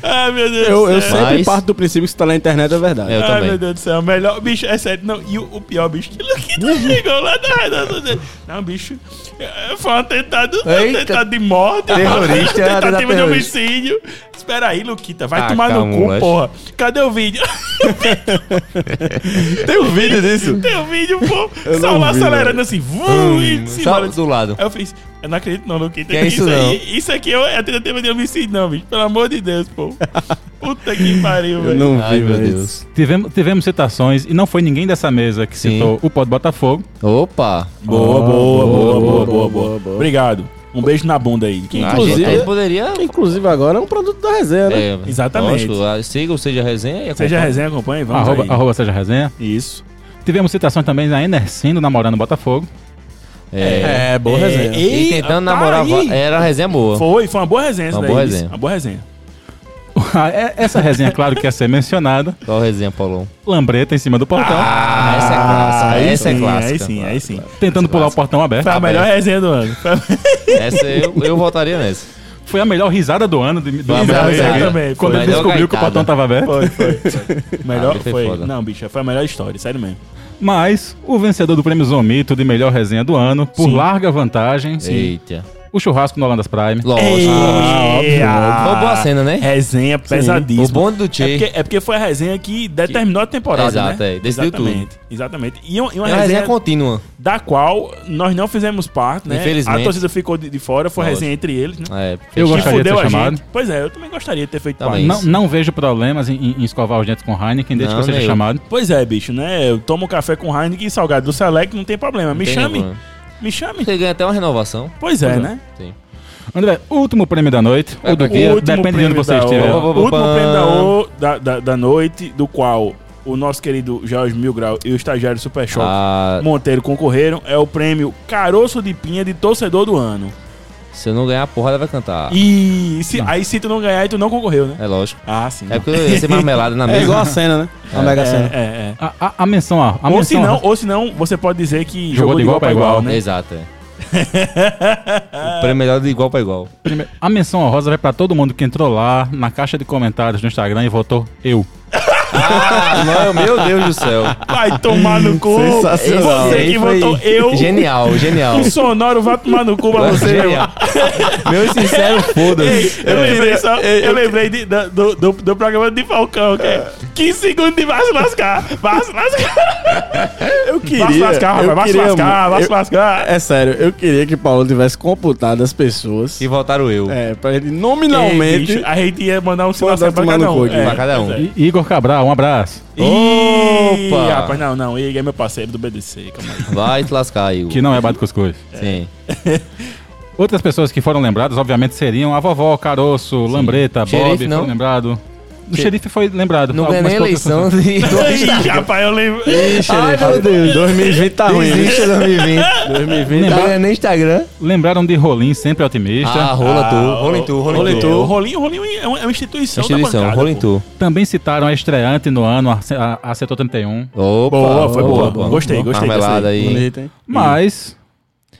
[SPEAKER 4] Ai, meu Deus
[SPEAKER 1] Eu, eu
[SPEAKER 4] do céu.
[SPEAKER 1] sempre
[SPEAKER 2] Mas-
[SPEAKER 1] parto do princípio que se tá na internet é verdade.
[SPEAKER 2] Eu
[SPEAKER 4] Ai,
[SPEAKER 2] também.
[SPEAKER 4] meu Deus do céu. Melhor, bicho, é sério. Não, e o, o pior, bicho, que Luquita chegou lá na redonda dele. Não, bicho, é, foi um atentado, um
[SPEAKER 2] Eita.
[SPEAKER 4] atentado de morte.
[SPEAKER 2] Terrorista, atentado
[SPEAKER 4] tentativa de
[SPEAKER 2] terrorista.
[SPEAKER 4] homicídio. Espera aí, Luquita, vai
[SPEAKER 2] Ah,
[SPEAKER 4] tomar
[SPEAKER 2] calma,
[SPEAKER 4] no cu,
[SPEAKER 2] moleque.
[SPEAKER 4] porra. Cadê o vídeo?
[SPEAKER 1] Tem um vídeo disso?
[SPEAKER 4] Tem o vídeo, pô.
[SPEAKER 1] Eu
[SPEAKER 4] Só
[SPEAKER 1] não
[SPEAKER 4] lá
[SPEAKER 1] vi,
[SPEAKER 4] acelerando assim. Vum, e se
[SPEAKER 2] Hum, Só
[SPEAKER 4] embora.
[SPEAKER 2] do lado.
[SPEAKER 4] Aí eu fiz, eu não acredito não, Luquita.
[SPEAKER 2] Que é isso
[SPEAKER 4] aí, isso aqui é é tentativa de homicídio, não, bicho. Pelo amor de Deus, pô. Puta que pariu,
[SPEAKER 1] Eu
[SPEAKER 4] velho.
[SPEAKER 1] não vi,
[SPEAKER 2] Ai, meu
[SPEAKER 1] velho.
[SPEAKER 2] Deus.
[SPEAKER 3] Tivemos, tivemos citações, e não foi ninguém dessa mesa que
[SPEAKER 2] Sim.
[SPEAKER 3] citou o pó do Botafogo.
[SPEAKER 2] Opa!
[SPEAKER 4] Ah, Boa, boa, boa, boa, boa,
[SPEAKER 1] boa,
[SPEAKER 4] boa,
[SPEAKER 1] boa.
[SPEAKER 4] Obrigado. Um beijo na bunda aí. Quem
[SPEAKER 2] A
[SPEAKER 1] Inclusive-
[SPEAKER 2] gente aí poderia.
[SPEAKER 1] Inclusive agora é um produto da resenha, né?
[SPEAKER 2] É,
[SPEAKER 4] Exatamente.
[SPEAKER 2] lógico, ah, siga ou seja a resenha e
[SPEAKER 4] Seja
[SPEAKER 2] acompanhe.
[SPEAKER 4] resenha, acompanhe, vamos
[SPEAKER 3] Arroba,
[SPEAKER 4] aí.
[SPEAKER 3] arroba seja resenha.
[SPEAKER 4] Isso.
[SPEAKER 3] Tivemos citações também na Enercindo namorando o Botafogo.
[SPEAKER 2] É.
[SPEAKER 1] boa
[SPEAKER 4] É,
[SPEAKER 1] resenha.
[SPEAKER 2] E
[SPEAKER 4] ei,
[SPEAKER 2] tentando
[SPEAKER 4] tá
[SPEAKER 2] namorar.
[SPEAKER 4] aí.
[SPEAKER 2] va- Era uma resenha boa.
[SPEAKER 4] Foi, foi uma boa resenha
[SPEAKER 2] Uma
[SPEAKER 4] essa
[SPEAKER 2] boa
[SPEAKER 4] daí, isso.
[SPEAKER 2] resenha.
[SPEAKER 4] Uma boa resenha.
[SPEAKER 3] É- Essa resenha, claro, que ia ser mencionada.
[SPEAKER 2] Qual resenha, Paulão?
[SPEAKER 3] Lambreta em cima do portão,
[SPEAKER 2] Ah, essa é clássica.
[SPEAKER 4] aí
[SPEAKER 2] essa é
[SPEAKER 4] sim,
[SPEAKER 2] clássica. Tá
[SPEAKER 4] Aí sim, aí sim.
[SPEAKER 3] tentando pular o portão
[SPEAKER 4] Foi
[SPEAKER 3] aberto.
[SPEAKER 4] a melhor resenha do ano. Foi a
[SPEAKER 2] Essa eu, eu voltaria nessa.
[SPEAKER 3] Foi a melhor risada do ano de, do
[SPEAKER 2] Foi a melhor
[SPEAKER 3] América
[SPEAKER 2] risada.
[SPEAKER 3] Mineiro.
[SPEAKER 4] também,
[SPEAKER 3] Quando
[SPEAKER 2] foi a
[SPEAKER 3] ele
[SPEAKER 2] melhor
[SPEAKER 3] descobriu que o
[SPEAKER 2] gaitada.
[SPEAKER 3] portão
[SPEAKER 4] tá
[SPEAKER 3] estava aberto.
[SPEAKER 4] Foi, foi. Melhor
[SPEAKER 2] Ah, foi
[SPEAKER 4] foi.
[SPEAKER 2] foda.
[SPEAKER 4] Não, bicho, foi a melhor história, sério mesmo.
[SPEAKER 3] Mas o vencedor do prêmio Zomito de melhor resenha do ano, por
[SPEAKER 4] Sim.
[SPEAKER 3] larga vantagem,
[SPEAKER 4] assim.
[SPEAKER 2] Eita.
[SPEAKER 3] o churrasco no Holandas Prime.
[SPEAKER 2] Lógico.
[SPEAKER 4] Ei, ah,
[SPEAKER 2] Uma boa cena, né?
[SPEAKER 4] Resenha pesadíssima.
[SPEAKER 2] O bonde do
[SPEAKER 4] É
[SPEAKER 2] Che.
[SPEAKER 4] porque, é porque foi a resenha que determinou a temporada,
[SPEAKER 2] Exato,
[SPEAKER 4] né?
[SPEAKER 2] é, decidiu tudo.
[SPEAKER 4] Exatamente, Exatamente. E uma, e
[SPEAKER 2] É uma
[SPEAKER 4] uma resenha
[SPEAKER 2] resenha contínua.
[SPEAKER 4] da qual nós não fizemos parte, né?
[SPEAKER 2] Infelizmente.
[SPEAKER 4] A torcida ficou de, de fora, foi
[SPEAKER 2] Lógico.
[SPEAKER 4] resenha entre eles, né?
[SPEAKER 2] É,
[SPEAKER 3] Eu
[SPEAKER 4] Que
[SPEAKER 2] fechado.
[SPEAKER 3] gostaria de ser chamado.
[SPEAKER 4] gente. Pois é, eu também gostaria de ter feito
[SPEAKER 2] Também.
[SPEAKER 4] parte.
[SPEAKER 2] Isso.
[SPEAKER 3] Não, não vejo problemas em, em- em escovar os dentes com Heineken desde
[SPEAKER 2] Não,
[SPEAKER 3] que eu seja
[SPEAKER 2] nem eu.
[SPEAKER 3] chamado.
[SPEAKER 4] Pois é, bicho, né? Eu tomo café com Heineken e salgado do Select, não tem problema. Me
[SPEAKER 2] Não tem
[SPEAKER 4] chame.
[SPEAKER 2] problema.
[SPEAKER 4] Me chame.
[SPEAKER 2] Você ganha até uma renovação.
[SPEAKER 4] Pois é, né?
[SPEAKER 2] Sim.
[SPEAKER 3] André, último prêmio da noite.
[SPEAKER 2] Vai
[SPEAKER 3] ou do
[SPEAKER 2] pra
[SPEAKER 3] dia,
[SPEAKER 4] último
[SPEAKER 3] depende de onde
[SPEAKER 4] prêmio
[SPEAKER 3] você
[SPEAKER 4] da
[SPEAKER 3] estiver.
[SPEAKER 4] O
[SPEAKER 2] Opa,
[SPEAKER 4] último
[SPEAKER 2] opa.
[SPEAKER 4] prêmio da, o, da, da, da noite, do qual o nosso querido Jorge Milgrau e o estagiário Super Shock
[SPEAKER 2] Ah,
[SPEAKER 4] Monteiro concorreram, é o prêmio Caroço de Pinha de Torcedor do Ano.
[SPEAKER 2] se eu não ganhar a porrada, vai cantar.
[SPEAKER 4] E se, aí se tu não ganhar, tu não concorreu, né?
[SPEAKER 2] Ah. É lógico.
[SPEAKER 4] Ah, sim.
[SPEAKER 2] É porque eu ia ser marmelada na
[SPEAKER 1] É
[SPEAKER 2] mesa.
[SPEAKER 1] igual a cena, né? A mega cena.
[SPEAKER 4] é, é.
[SPEAKER 3] A, a- a menção, a, a
[SPEAKER 4] ou, se
[SPEAKER 3] menção
[SPEAKER 4] não, ou se não, você pode dizer que jogou, de igual pra igual, né?
[SPEAKER 2] Exato, é. o prêmio é melhor de igual pra igual.
[SPEAKER 3] Primeiro, a menção honrosa vai pra todo mundo que entrou lá na caixa de comentários no Instagram e votou eu.
[SPEAKER 2] Ah, não, meu Deus do céu.
[SPEAKER 4] Vai tomar no cu.
[SPEAKER 2] Sensacional.
[SPEAKER 4] Você
[SPEAKER 2] Aí
[SPEAKER 4] que
[SPEAKER 2] foi
[SPEAKER 4] votou eu.
[SPEAKER 2] Genial, genial.
[SPEAKER 4] O sonoro vai tomar no cu pra você.
[SPEAKER 2] Genial. Meu sincero,
[SPEAKER 4] Ei,
[SPEAKER 2] foda-se.
[SPEAKER 4] eu lembrei só, eu lembrei de- da- do, do, do programa de Falcão, que é 15 segundos de vai se lascar, vai se lascar.
[SPEAKER 1] Eu queria.
[SPEAKER 4] Vai se lascar,
[SPEAKER 1] eu
[SPEAKER 4] rapaz, vai se
[SPEAKER 1] queria
[SPEAKER 4] lascar,
[SPEAKER 1] mu-
[SPEAKER 4] vai se
[SPEAKER 1] eu-
[SPEAKER 4] lascar.
[SPEAKER 1] É sério, eu queria que Paulo tivesse computado as pessoas.
[SPEAKER 2] E votaram eu.
[SPEAKER 1] É, pra ele
[SPEAKER 4] Ei,
[SPEAKER 1] nominalmente.
[SPEAKER 4] bicho, a gente ia mandar um sinal pra
[SPEAKER 1] tomar no
[SPEAKER 4] cada um.
[SPEAKER 1] cu aqui.
[SPEAKER 2] Pra cada um.
[SPEAKER 4] pois
[SPEAKER 3] E- Igor Cabral, um abraço.
[SPEAKER 4] Ih,
[SPEAKER 2] Opa!
[SPEAKER 4] rapaz, não, não, ele é meu parceiro do BDC, calma aí.
[SPEAKER 2] Vai te lascar, Igor.
[SPEAKER 3] Que não é Bate Cuscuz.
[SPEAKER 2] Sim.
[SPEAKER 3] Outras pessoas que foram lembradas, obviamente, seriam a vovó, Caroço, Lambreta,
[SPEAKER 2] Xerife,
[SPEAKER 3] Bob,
[SPEAKER 2] não?
[SPEAKER 3] foi lembrado. O
[SPEAKER 2] Xe-
[SPEAKER 3] xerife foi lembrado.
[SPEAKER 2] Não ganha
[SPEAKER 3] Algumas
[SPEAKER 2] nem
[SPEAKER 3] poucas
[SPEAKER 2] eleição né,
[SPEAKER 3] pessoas.
[SPEAKER 2] de...
[SPEAKER 4] Ih, rapaz, eu lembro.
[SPEAKER 2] Ai, meu Deus.
[SPEAKER 1] 2020 tá ruim. né?
[SPEAKER 2] Desiste 2020.
[SPEAKER 1] 2020
[SPEAKER 2] Não
[SPEAKER 3] Lembra-
[SPEAKER 2] ganha nem Instagram.
[SPEAKER 3] Lembraram de Rolim, sempre otimista.
[SPEAKER 2] Ah, rola tu. Rola em tu, rola em tu.
[SPEAKER 4] O Rolinho, Rolinho é uma é uma instituição, da
[SPEAKER 2] Instituição,
[SPEAKER 4] bancada,
[SPEAKER 2] rola em
[SPEAKER 4] pô.
[SPEAKER 2] tu.
[SPEAKER 3] Também citaram a estreante no ano, a, a, a Setor 31.
[SPEAKER 2] Opa,
[SPEAKER 4] Boa, foi boa. Gostei, gostei dessa
[SPEAKER 2] Marmelada aí.
[SPEAKER 1] bonito, hein?
[SPEAKER 3] Mas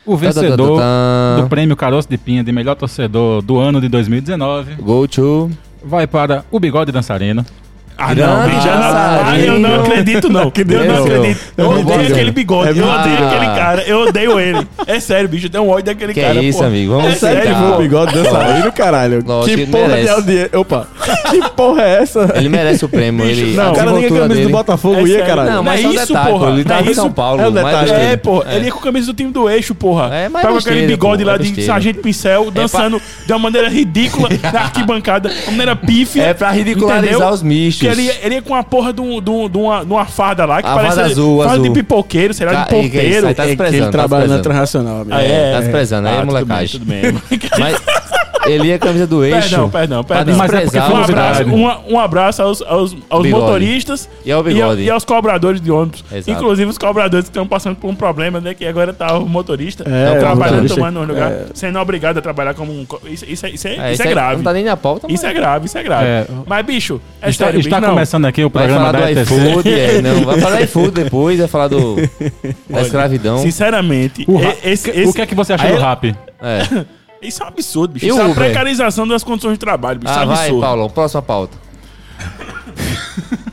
[SPEAKER 3] o
[SPEAKER 2] Tá,
[SPEAKER 3] vencedor
[SPEAKER 2] Tadadadadã.
[SPEAKER 3] do prêmio Caroço de Pinha de melhor torcedor do ano de 2019
[SPEAKER 2] Go to.
[SPEAKER 3] vai para o Bigode Dançarino.
[SPEAKER 4] Ah, não,
[SPEAKER 2] Grande
[SPEAKER 4] bicho, eu não, ah, eu não
[SPEAKER 2] dançarino.
[SPEAKER 4] acredito, não. eu não
[SPEAKER 2] Deus.
[SPEAKER 4] acredito. Eu
[SPEAKER 2] É
[SPEAKER 4] odeio
[SPEAKER 2] mentira.
[SPEAKER 4] aquele bigode, eu
[SPEAKER 2] mentira.
[SPEAKER 4] odeio
[SPEAKER 2] Ah.
[SPEAKER 4] aquele cara, eu odeio ele. É sério, bicho, eu tenho um ódio daquele
[SPEAKER 2] Que
[SPEAKER 4] cara.
[SPEAKER 2] é isso,
[SPEAKER 4] pô.
[SPEAKER 2] amigo? Vamos
[SPEAKER 4] É sério,
[SPEAKER 2] sentar.
[SPEAKER 1] Pô, bigode dançarino, caralho.
[SPEAKER 2] Lógico,
[SPEAKER 1] que
[SPEAKER 2] ele
[SPEAKER 1] porra de
[SPEAKER 2] merece.
[SPEAKER 1] audiência. Opa, que porra é essa?
[SPEAKER 2] Ele merece o prêmio.
[SPEAKER 4] Bicho,
[SPEAKER 2] ele,
[SPEAKER 4] não,
[SPEAKER 2] a
[SPEAKER 1] o cara nem com a
[SPEAKER 2] desenvoltura
[SPEAKER 1] camisa do
[SPEAKER 2] dele.
[SPEAKER 1] Botafogo
[SPEAKER 4] É
[SPEAKER 1] ia,
[SPEAKER 4] sério,
[SPEAKER 1] caralho.
[SPEAKER 2] Não, mas
[SPEAKER 4] Não é
[SPEAKER 2] é um
[SPEAKER 4] isso,
[SPEAKER 2] detalhe,
[SPEAKER 4] porra.
[SPEAKER 2] pô. Ele
[SPEAKER 4] Não é
[SPEAKER 2] tava em
[SPEAKER 4] isso.
[SPEAKER 2] São Paulo.
[SPEAKER 1] É um
[SPEAKER 2] mais
[SPEAKER 1] detalhe.
[SPEAKER 2] besteira.
[SPEAKER 4] É, pô, ele ia com a camisa do time do eixo, porra.
[SPEAKER 2] É, mas
[SPEAKER 4] Tava com
[SPEAKER 2] besteira,
[SPEAKER 4] aquele bigode
[SPEAKER 2] pô,
[SPEAKER 4] lá
[SPEAKER 2] é
[SPEAKER 4] de
[SPEAKER 2] besteira.
[SPEAKER 4] sargento pincel, dançando de uma maneira ridícula na arquibancada, de uma maneira pífia.
[SPEAKER 2] É pra ridicularizar
[SPEAKER 4] entendeu?
[SPEAKER 2] os mistos.
[SPEAKER 4] Que ele, é- ia- ele ia com a porra de, um, de, um- de uma, de uma farda lá, que
[SPEAKER 2] A
[SPEAKER 4] parece
[SPEAKER 2] farda azul,
[SPEAKER 4] farda de
[SPEAKER 2] azul.
[SPEAKER 4] pipoqueiro, sei lá,
[SPEAKER 2] Ca-
[SPEAKER 4] de
[SPEAKER 2] e que é isso,
[SPEAKER 4] porteiro.
[SPEAKER 2] aí tá
[SPEAKER 1] É que
[SPEAKER 2] desprezando,
[SPEAKER 1] ele
[SPEAKER 2] tá
[SPEAKER 1] trabalha na
[SPEAKER 2] desprezando.
[SPEAKER 1] transnacional, amigo.
[SPEAKER 4] Ah, é,
[SPEAKER 2] Tá se prezando, aí é
[SPEAKER 4] tudo bem,
[SPEAKER 2] molecagem.
[SPEAKER 4] Tudo bem.
[SPEAKER 2] Mas ele ia com a camisa do eixo.
[SPEAKER 4] Perdão, perdão, perdão.
[SPEAKER 2] Pra
[SPEAKER 3] Mas é porque
[SPEAKER 2] desprezar
[SPEAKER 3] foi
[SPEAKER 2] os
[SPEAKER 4] Um
[SPEAKER 3] novidade.
[SPEAKER 4] abraço,
[SPEAKER 2] caras.
[SPEAKER 4] uma- um abraço aos, aos, aos
[SPEAKER 2] Bigode.
[SPEAKER 4] motoristas
[SPEAKER 2] E ao bigode.
[SPEAKER 4] e, aos cobradores de ônibus.
[SPEAKER 2] Exato.
[SPEAKER 4] Inclusive os cobradores que estão passando por um problema, né? Que agora tá o motorista
[SPEAKER 1] É,
[SPEAKER 4] tá trabalhando,
[SPEAKER 1] motorista.
[SPEAKER 4] tomando um lugar,
[SPEAKER 1] É.
[SPEAKER 4] sendo obrigado a trabalhar como um. co- Isso, isso é, isso é- isso é
[SPEAKER 2] aí
[SPEAKER 4] grave.
[SPEAKER 2] Não tá nem na pauta, mas
[SPEAKER 4] Isso é grave, isso é grave.
[SPEAKER 3] É.
[SPEAKER 4] Mas, bicho, é
[SPEAKER 3] Está,
[SPEAKER 4] sério, bicho,
[SPEAKER 3] está
[SPEAKER 4] não.
[SPEAKER 3] começando aqui o
[SPEAKER 2] Vai
[SPEAKER 3] programa
[SPEAKER 2] falar
[SPEAKER 3] da
[SPEAKER 2] do
[SPEAKER 3] ETC.
[SPEAKER 2] iFood, é, não. Vai falar do iFood depois, vai falar do, da escravidão.
[SPEAKER 4] Sinceramente,
[SPEAKER 3] O, ra-
[SPEAKER 4] e- esse,
[SPEAKER 3] o é
[SPEAKER 4] esse-
[SPEAKER 3] que é que você achou
[SPEAKER 4] aí-
[SPEAKER 3] do rap?
[SPEAKER 2] É.
[SPEAKER 4] Isso é um absurdo, bicho.
[SPEAKER 2] E o
[SPEAKER 4] Isso é a
[SPEAKER 2] Uber?
[SPEAKER 4] precarização das condições de trabalho, bicho.
[SPEAKER 2] Ah,
[SPEAKER 4] Isso é
[SPEAKER 2] vai,
[SPEAKER 4] absurdo.
[SPEAKER 2] Paulão, próxima pauta.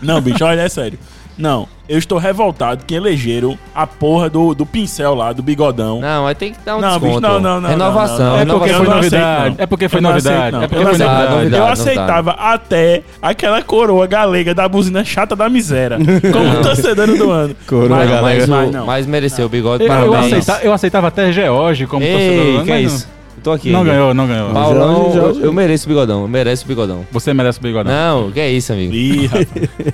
[SPEAKER 4] Não, bicho, olha, é sério. Não, eu estou revoltado que elegeram a porra do, do pincel lá, do bigodão.
[SPEAKER 2] Não, mas tem que dar um
[SPEAKER 4] Não, bicho,
[SPEAKER 2] desconto.
[SPEAKER 4] não, não, não,
[SPEAKER 2] Renovação.
[SPEAKER 4] não, não.
[SPEAKER 3] É
[SPEAKER 4] não,
[SPEAKER 3] porque
[SPEAKER 4] eu
[SPEAKER 3] foi
[SPEAKER 4] não aceito,
[SPEAKER 3] novidade.
[SPEAKER 4] não.
[SPEAKER 3] É porque foi
[SPEAKER 4] Eu não aceito,
[SPEAKER 3] novidade.
[SPEAKER 4] não.
[SPEAKER 3] É porque
[SPEAKER 4] Eu não
[SPEAKER 3] foi
[SPEAKER 4] aceito,
[SPEAKER 2] não.
[SPEAKER 3] novidade.
[SPEAKER 2] Novidade.
[SPEAKER 4] eu
[SPEAKER 2] não
[SPEAKER 4] aceitava até aquela coroa galega da buzina chata da miséria. Como torcedor do ano.
[SPEAKER 1] Coroa
[SPEAKER 4] mas,
[SPEAKER 2] Não, mas,
[SPEAKER 4] Mas,
[SPEAKER 2] o-
[SPEAKER 4] mas não.
[SPEAKER 2] mas mereceu o bigode.
[SPEAKER 3] Eu, eu,
[SPEAKER 2] parabéns.
[SPEAKER 3] aceita, eu aceitava até George como
[SPEAKER 2] Ei,
[SPEAKER 3] torcedor,
[SPEAKER 2] que é
[SPEAKER 3] mas
[SPEAKER 2] isso? Eu tô aqui.
[SPEAKER 3] Não, não
[SPEAKER 2] ainda.
[SPEAKER 3] ganhou, não ganhou.
[SPEAKER 2] Paulão,
[SPEAKER 1] Jorge, Jorge.
[SPEAKER 2] eu, eu mereço o bigodão. Eu mereço o bigodão.
[SPEAKER 3] Você merece o bigodão.
[SPEAKER 2] Não, que é isso, amigo.
[SPEAKER 4] Ih, rapaz.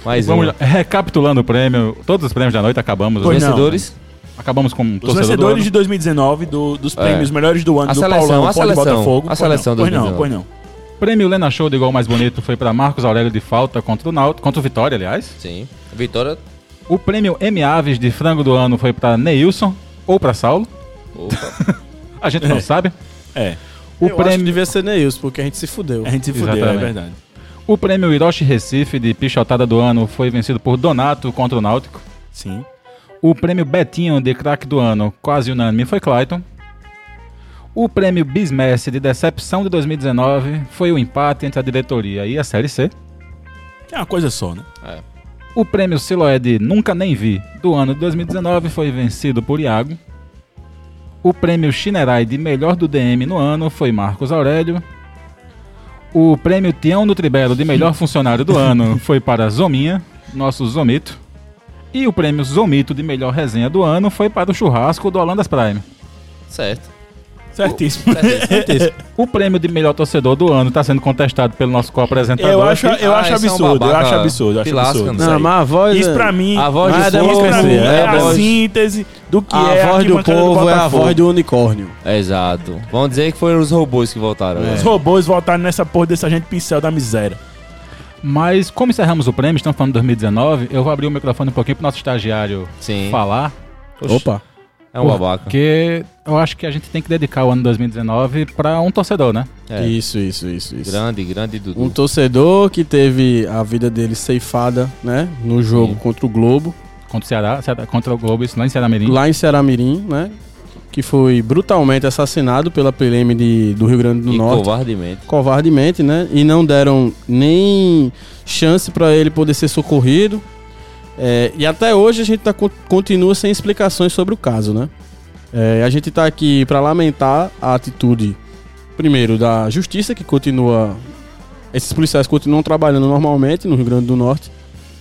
[SPEAKER 2] Mais um.
[SPEAKER 3] Vamos lá. Recapitulando o prêmio, todos os prêmios da noite acabamos.
[SPEAKER 2] Os
[SPEAKER 4] Foi
[SPEAKER 3] né?
[SPEAKER 4] não.
[SPEAKER 2] vencedores.
[SPEAKER 3] Acabamos com o
[SPEAKER 4] Os
[SPEAKER 3] torcedor do
[SPEAKER 4] vencedores
[SPEAKER 3] ano.
[SPEAKER 4] de 2019, do- dos
[SPEAKER 2] É.
[SPEAKER 4] prêmios melhores do ano
[SPEAKER 2] A
[SPEAKER 4] do
[SPEAKER 2] seleção,
[SPEAKER 4] Paulão,
[SPEAKER 2] a
[SPEAKER 4] Pó de
[SPEAKER 2] seleção,
[SPEAKER 4] Botafogo.
[SPEAKER 2] a
[SPEAKER 4] Pois
[SPEAKER 2] seleção
[SPEAKER 4] não, Pois não,
[SPEAKER 2] 2019.
[SPEAKER 4] pois não.
[SPEAKER 3] Prêmio Lena Show de Gol Mais Bonito foi para Marcos Aurélio de Falta contra o Náutico, contra o Vitória, aliás.
[SPEAKER 2] Sim. Vitória.
[SPEAKER 3] O prêmio M Aves de Frango do Ano foi para Neilson ou para Saulo.
[SPEAKER 2] Opa.
[SPEAKER 3] A gente não sabe.
[SPEAKER 4] É,
[SPEAKER 3] O
[SPEAKER 1] eu acho que
[SPEAKER 3] prêmio,
[SPEAKER 1] devia ser Neilson, porque a gente se fudeu.
[SPEAKER 4] a gente se fudeu, é
[SPEAKER 3] Exatamente.
[SPEAKER 4] verdade.
[SPEAKER 3] o prêmio Hiroshi Recife de Pichotada do Ano foi vencido por Donato contra o Náutico.
[SPEAKER 4] Sim.
[SPEAKER 3] O prêmio Betinho de craque do ano, quase unânime, foi Clayton. O prêmio Bismess de decepção de 2019 foi o empate entre a diretoria e a Série C.
[SPEAKER 4] É uma coisa só, né?
[SPEAKER 3] O prêmio Siloé de Nunca Nem Vi do ano de 2019 foi vencido por Iago. O prêmio Shinerai de melhor do DM no ano foi Marcos Aurélio. O prêmio Tião do Tribelo de melhor funcionário do ano foi para Zominha, nosso Zomito. E o prêmio Zomito de melhor resenha do ano foi para o churrasco do Holandas Prime.
[SPEAKER 2] Certo.
[SPEAKER 4] Certíssimo.
[SPEAKER 3] O prêmio de melhor torcedor do ano está sendo contestado pelo nosso co-apresentador.
[SPEAKER 4] Eu acho, eu
[SPEAKER 2] Ah,
[SPEAKER 4] acho
[SPEAKER 2] esse é um
[SPEAKER 4] absurdo, eu
[SPEAKER 2] babaca
[SPEAKER 4] acho absurdo, eu acho
[SPEAKER 2] pilastra,
[SPEAKER 4] absurdo.
[SPEAKER 2] né?
[SPEAKER 4] isso
[SPEAKER 1] Não,
[SPEAKER 4] aí.
[SPEAKER 1] mas é a voz.
[SPEAKER 4] Isso pra mim,
[SPEAKER 2] A voz
[SPEAKER 1] Mas
[SPEAKER 2] do
[SPEAKER 1] é
[SPEAKER 4] isso
[SPEAKER 2] povo.
[SPEAKER 4] pra mim
[SPEAKER 1] democracia,
[SPEAKER 4] é,
[SPEAKER 1] é
[SPEAKER 4] a
[SPEAKER 1] voz-
[SPEAKER 4] síntese do que
[SPEAKER 1] a
[SPEAKER 4] é
[SPEAKER 1] voz do
[SPEAKER 4] arquibancada
[SPEAKER 1] povo é a
[SPEAKER 4] Botafogo.
[SPEAKER 1] voz do unicórnio.
[SPEAKER 2] Exato. Vamos dizer que foram os robôs que voltaram.
[SPEAKER 4] Os
[SPEAKER 2] né?
[SPEAKER 4] robôs votaram nessa porra desse agente pincel da miséria.
[SPEAKER 3] Mas como encerramos o prêmio, estamos falando de 2019, eu vou abrir o microfone um pouquinho pro nosso estagiário
[SPEAKER 2] Sim.
[SPEAKER 3] falar.
[SPEAKER 1] Opa.
[SPEAKER 2] É um babaca.
[SPEAKER 3] Porque eu acho que a gente tem que dedicar o ano 2019 pra um torcedor, né?
[SPEAKER 2] É.
[SPEAKER 1] Isso, isso, isso, isso.
[SPEAKER 2] Grande, grande
[SPEAKER 1] Um
[SPEAKER 2] Dudu.
[SPEAKER 1] torcedor que teve a vida dele ceifada, né? No jogo
[SPEAKER 2] Sim.
[SPEAKER 1] contra o Globo,
[SPEAKER 3] Contra o Ceará, Ceará- contra o Globo, isso lá em Ceará Mirim.
[SPEAKER 1] lá em Ceramirim, né? Que foi brutalmente assassinado pela PLM de, do Rio Grande do
[SPEAKER 2] E
[SPEAKER 1] Norte.
[SPEAKER 2] covardemente.
[SPEAKER 1] covardemente, né? E não deram nem chance para ele poder ser socorrido. É, e até hoje a gente tá, con- continua sem explicações sobre o caso, né? É, a gente tá aqui para lamentar a atitude, primeiro, da justiça, que continua. Esses policiais continuam trabalhando normalmente no Rio Grande do Norte.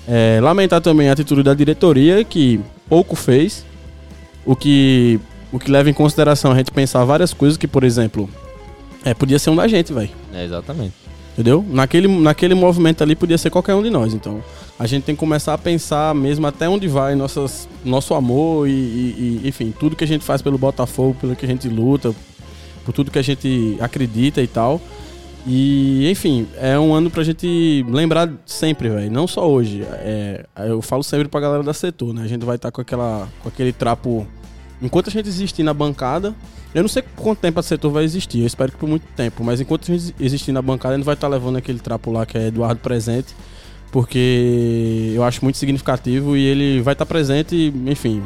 [SPEAKER 1] É, lamentar também a atitude da diretoria, que pouco fez. O que, o que leva em consideração a gente pensar várias coisas, que, por exemplo, é, podia ser um da gente, velho.
[SPEAKER 2] É, exatamente.
[SPEAKER 1] Entendeu? Naquele, naquele movimento ali podia ser qualquer um de nós. Então, a gente tem que começar a pensar mesmo até onde vai nossas, nosso amor e, e- e, enfim, tudo que a gente faz pelo Botafogo, pelo que a gente luta, por tudo que a gente acredita e tal. E, enfim, é um ano pra gente lembrar sempre, velho. Não só hoje. É, eu falo sempre pra galera da setor, né? A gente vai estar com, aquela, com aquele trapo. Enquanto a gente existir na bancada, eu não sei quanto tempo a setor vai existir, eu espero que por muito tempo, mas enquanto a gente existir na bancada, a gente vai estar levando aquele trapo lá que é Eduardo presente, porque eu acho muito significativo e ele vai estar presente, enfim,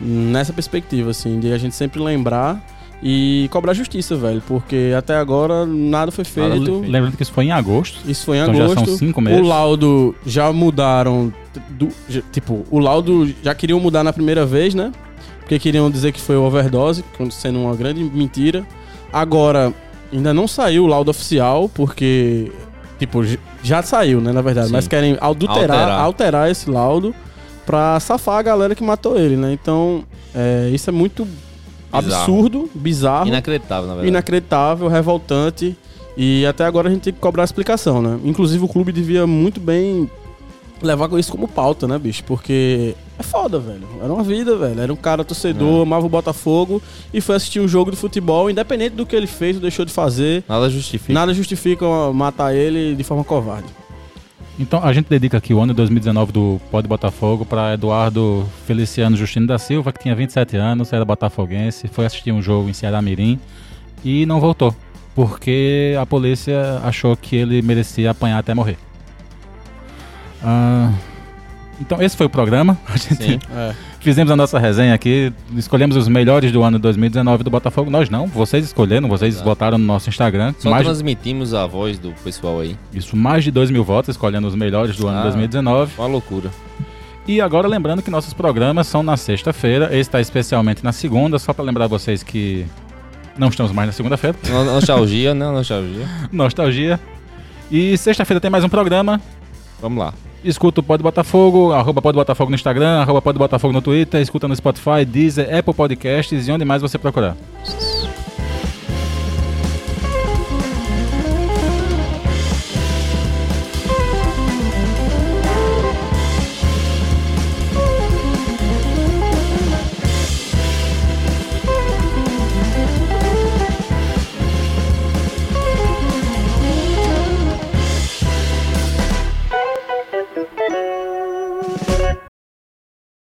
[SPEAKER 1] nessa perspectiva, assim, de a gente sempre lembrar e cobrar justiça, velho, porque até agora nada foi feito.
[SPEAKER 3] Lembrando que isso foi em agosto.
[SPEAKER 1] Isso foi em
[SPEAKER 3] Então já
[SPEAKER 1] agosto.
[SPEAKER 3] são cinco meses.
[SPEAKER 1] O laudo já mudaram. t- do- já- tipo, o laudo já queriam mudar na primeira vez, né? Porque queriam dizer que foi overdose, quando sendo uma grande mentira. Agora, ainda não saiu o laudo oficial, porque. Tipo, j- já saiu, né? Na verdade.
[SPEAKER 2] Sim.
[SPEAKER 1] Mas querem adulterar,
[SPEAKER 2] Alterar.
[SPEAKER 1] alterar. esse laudo pra safar a galera que matou ele, né? Então, é, isso é muito
[SPEAKER 2] Bizarro.
[SPEAKER 1] absurdo, bizarro
[SPEAKER 2] Inacreditável, na verdade.
[SPEAKER 1] É. inacreditável, revoltante. E até agora a gente tem que cobrar explicação, né? Inclusive o clube devia muito bem levar isso como pauta, né, bicho? Porque é foda, velho. Era uma vida, velho. Era um cara torcedor, amava o Botafogo e foi assistir um jogo de futebol, independente do que ele fez ou deixou de fazer.
[SPEAKER 2] Nada justifica.
[SPEAKER 1] Nada justifica matar ele de forma covarde.
[SPEAKER 3] Então a gente dedica aqui o ano de 2019 do Pod Botafogo pra Eduardo Feliciano Justino da Silva, que tinha 27 anos, era botafoguense, foi assistir um jogo em Ceará Mirim e não voltou. Porque a polícia achou que ele merecia apanhar até morrer. Ah, Então, esse foi o programa. A gente
[SPEAKER 2] Sim.
[SPEAKER 1] É.
[SPEAKER 3] fizemos a nossa resenha aqui, escolhemos os melhores do ano 2019 do Botafogo. Nós não, vocês escolheram, vocês
[SPEAKER 2] Exato.
[SPEAKER 3] votaram no nosso Instagram.
[SPEAKER 2] Só
[SPEAKER 3] mais,
[SPEAKER 2] transmitimos a voz do pessoal aí.
[SPEAKER 3] Isso, mais de 2 mil votos escolhendo os melhores do ano
[SPEAKER 2] Ah.
[SPEAKER 3] 2019.
[SPEAKER 2] Uma loucura.
[SPEAKER 3] E agora lembrando que nossos programas são na sexta-feira, esse está especialmente na segunda, só para lembrar vocês que não estamos mais na segunda-feira.
[SPEAKER 2] No- Nostalgia, né? Nostalgia.
[SPEAKER 3] Nostalgia. E sexta-feira tem mais um programa.
[SPEAKER 2] Vamos lá.
[SPEAKER 3] Escuta o Pode Botafogo, arroba Pode Botafogo no Instagram, arroba Pode Botafogo no Twitter, escuta no Spotify, Deezer, Apple Podcasts e onde mais você procurar.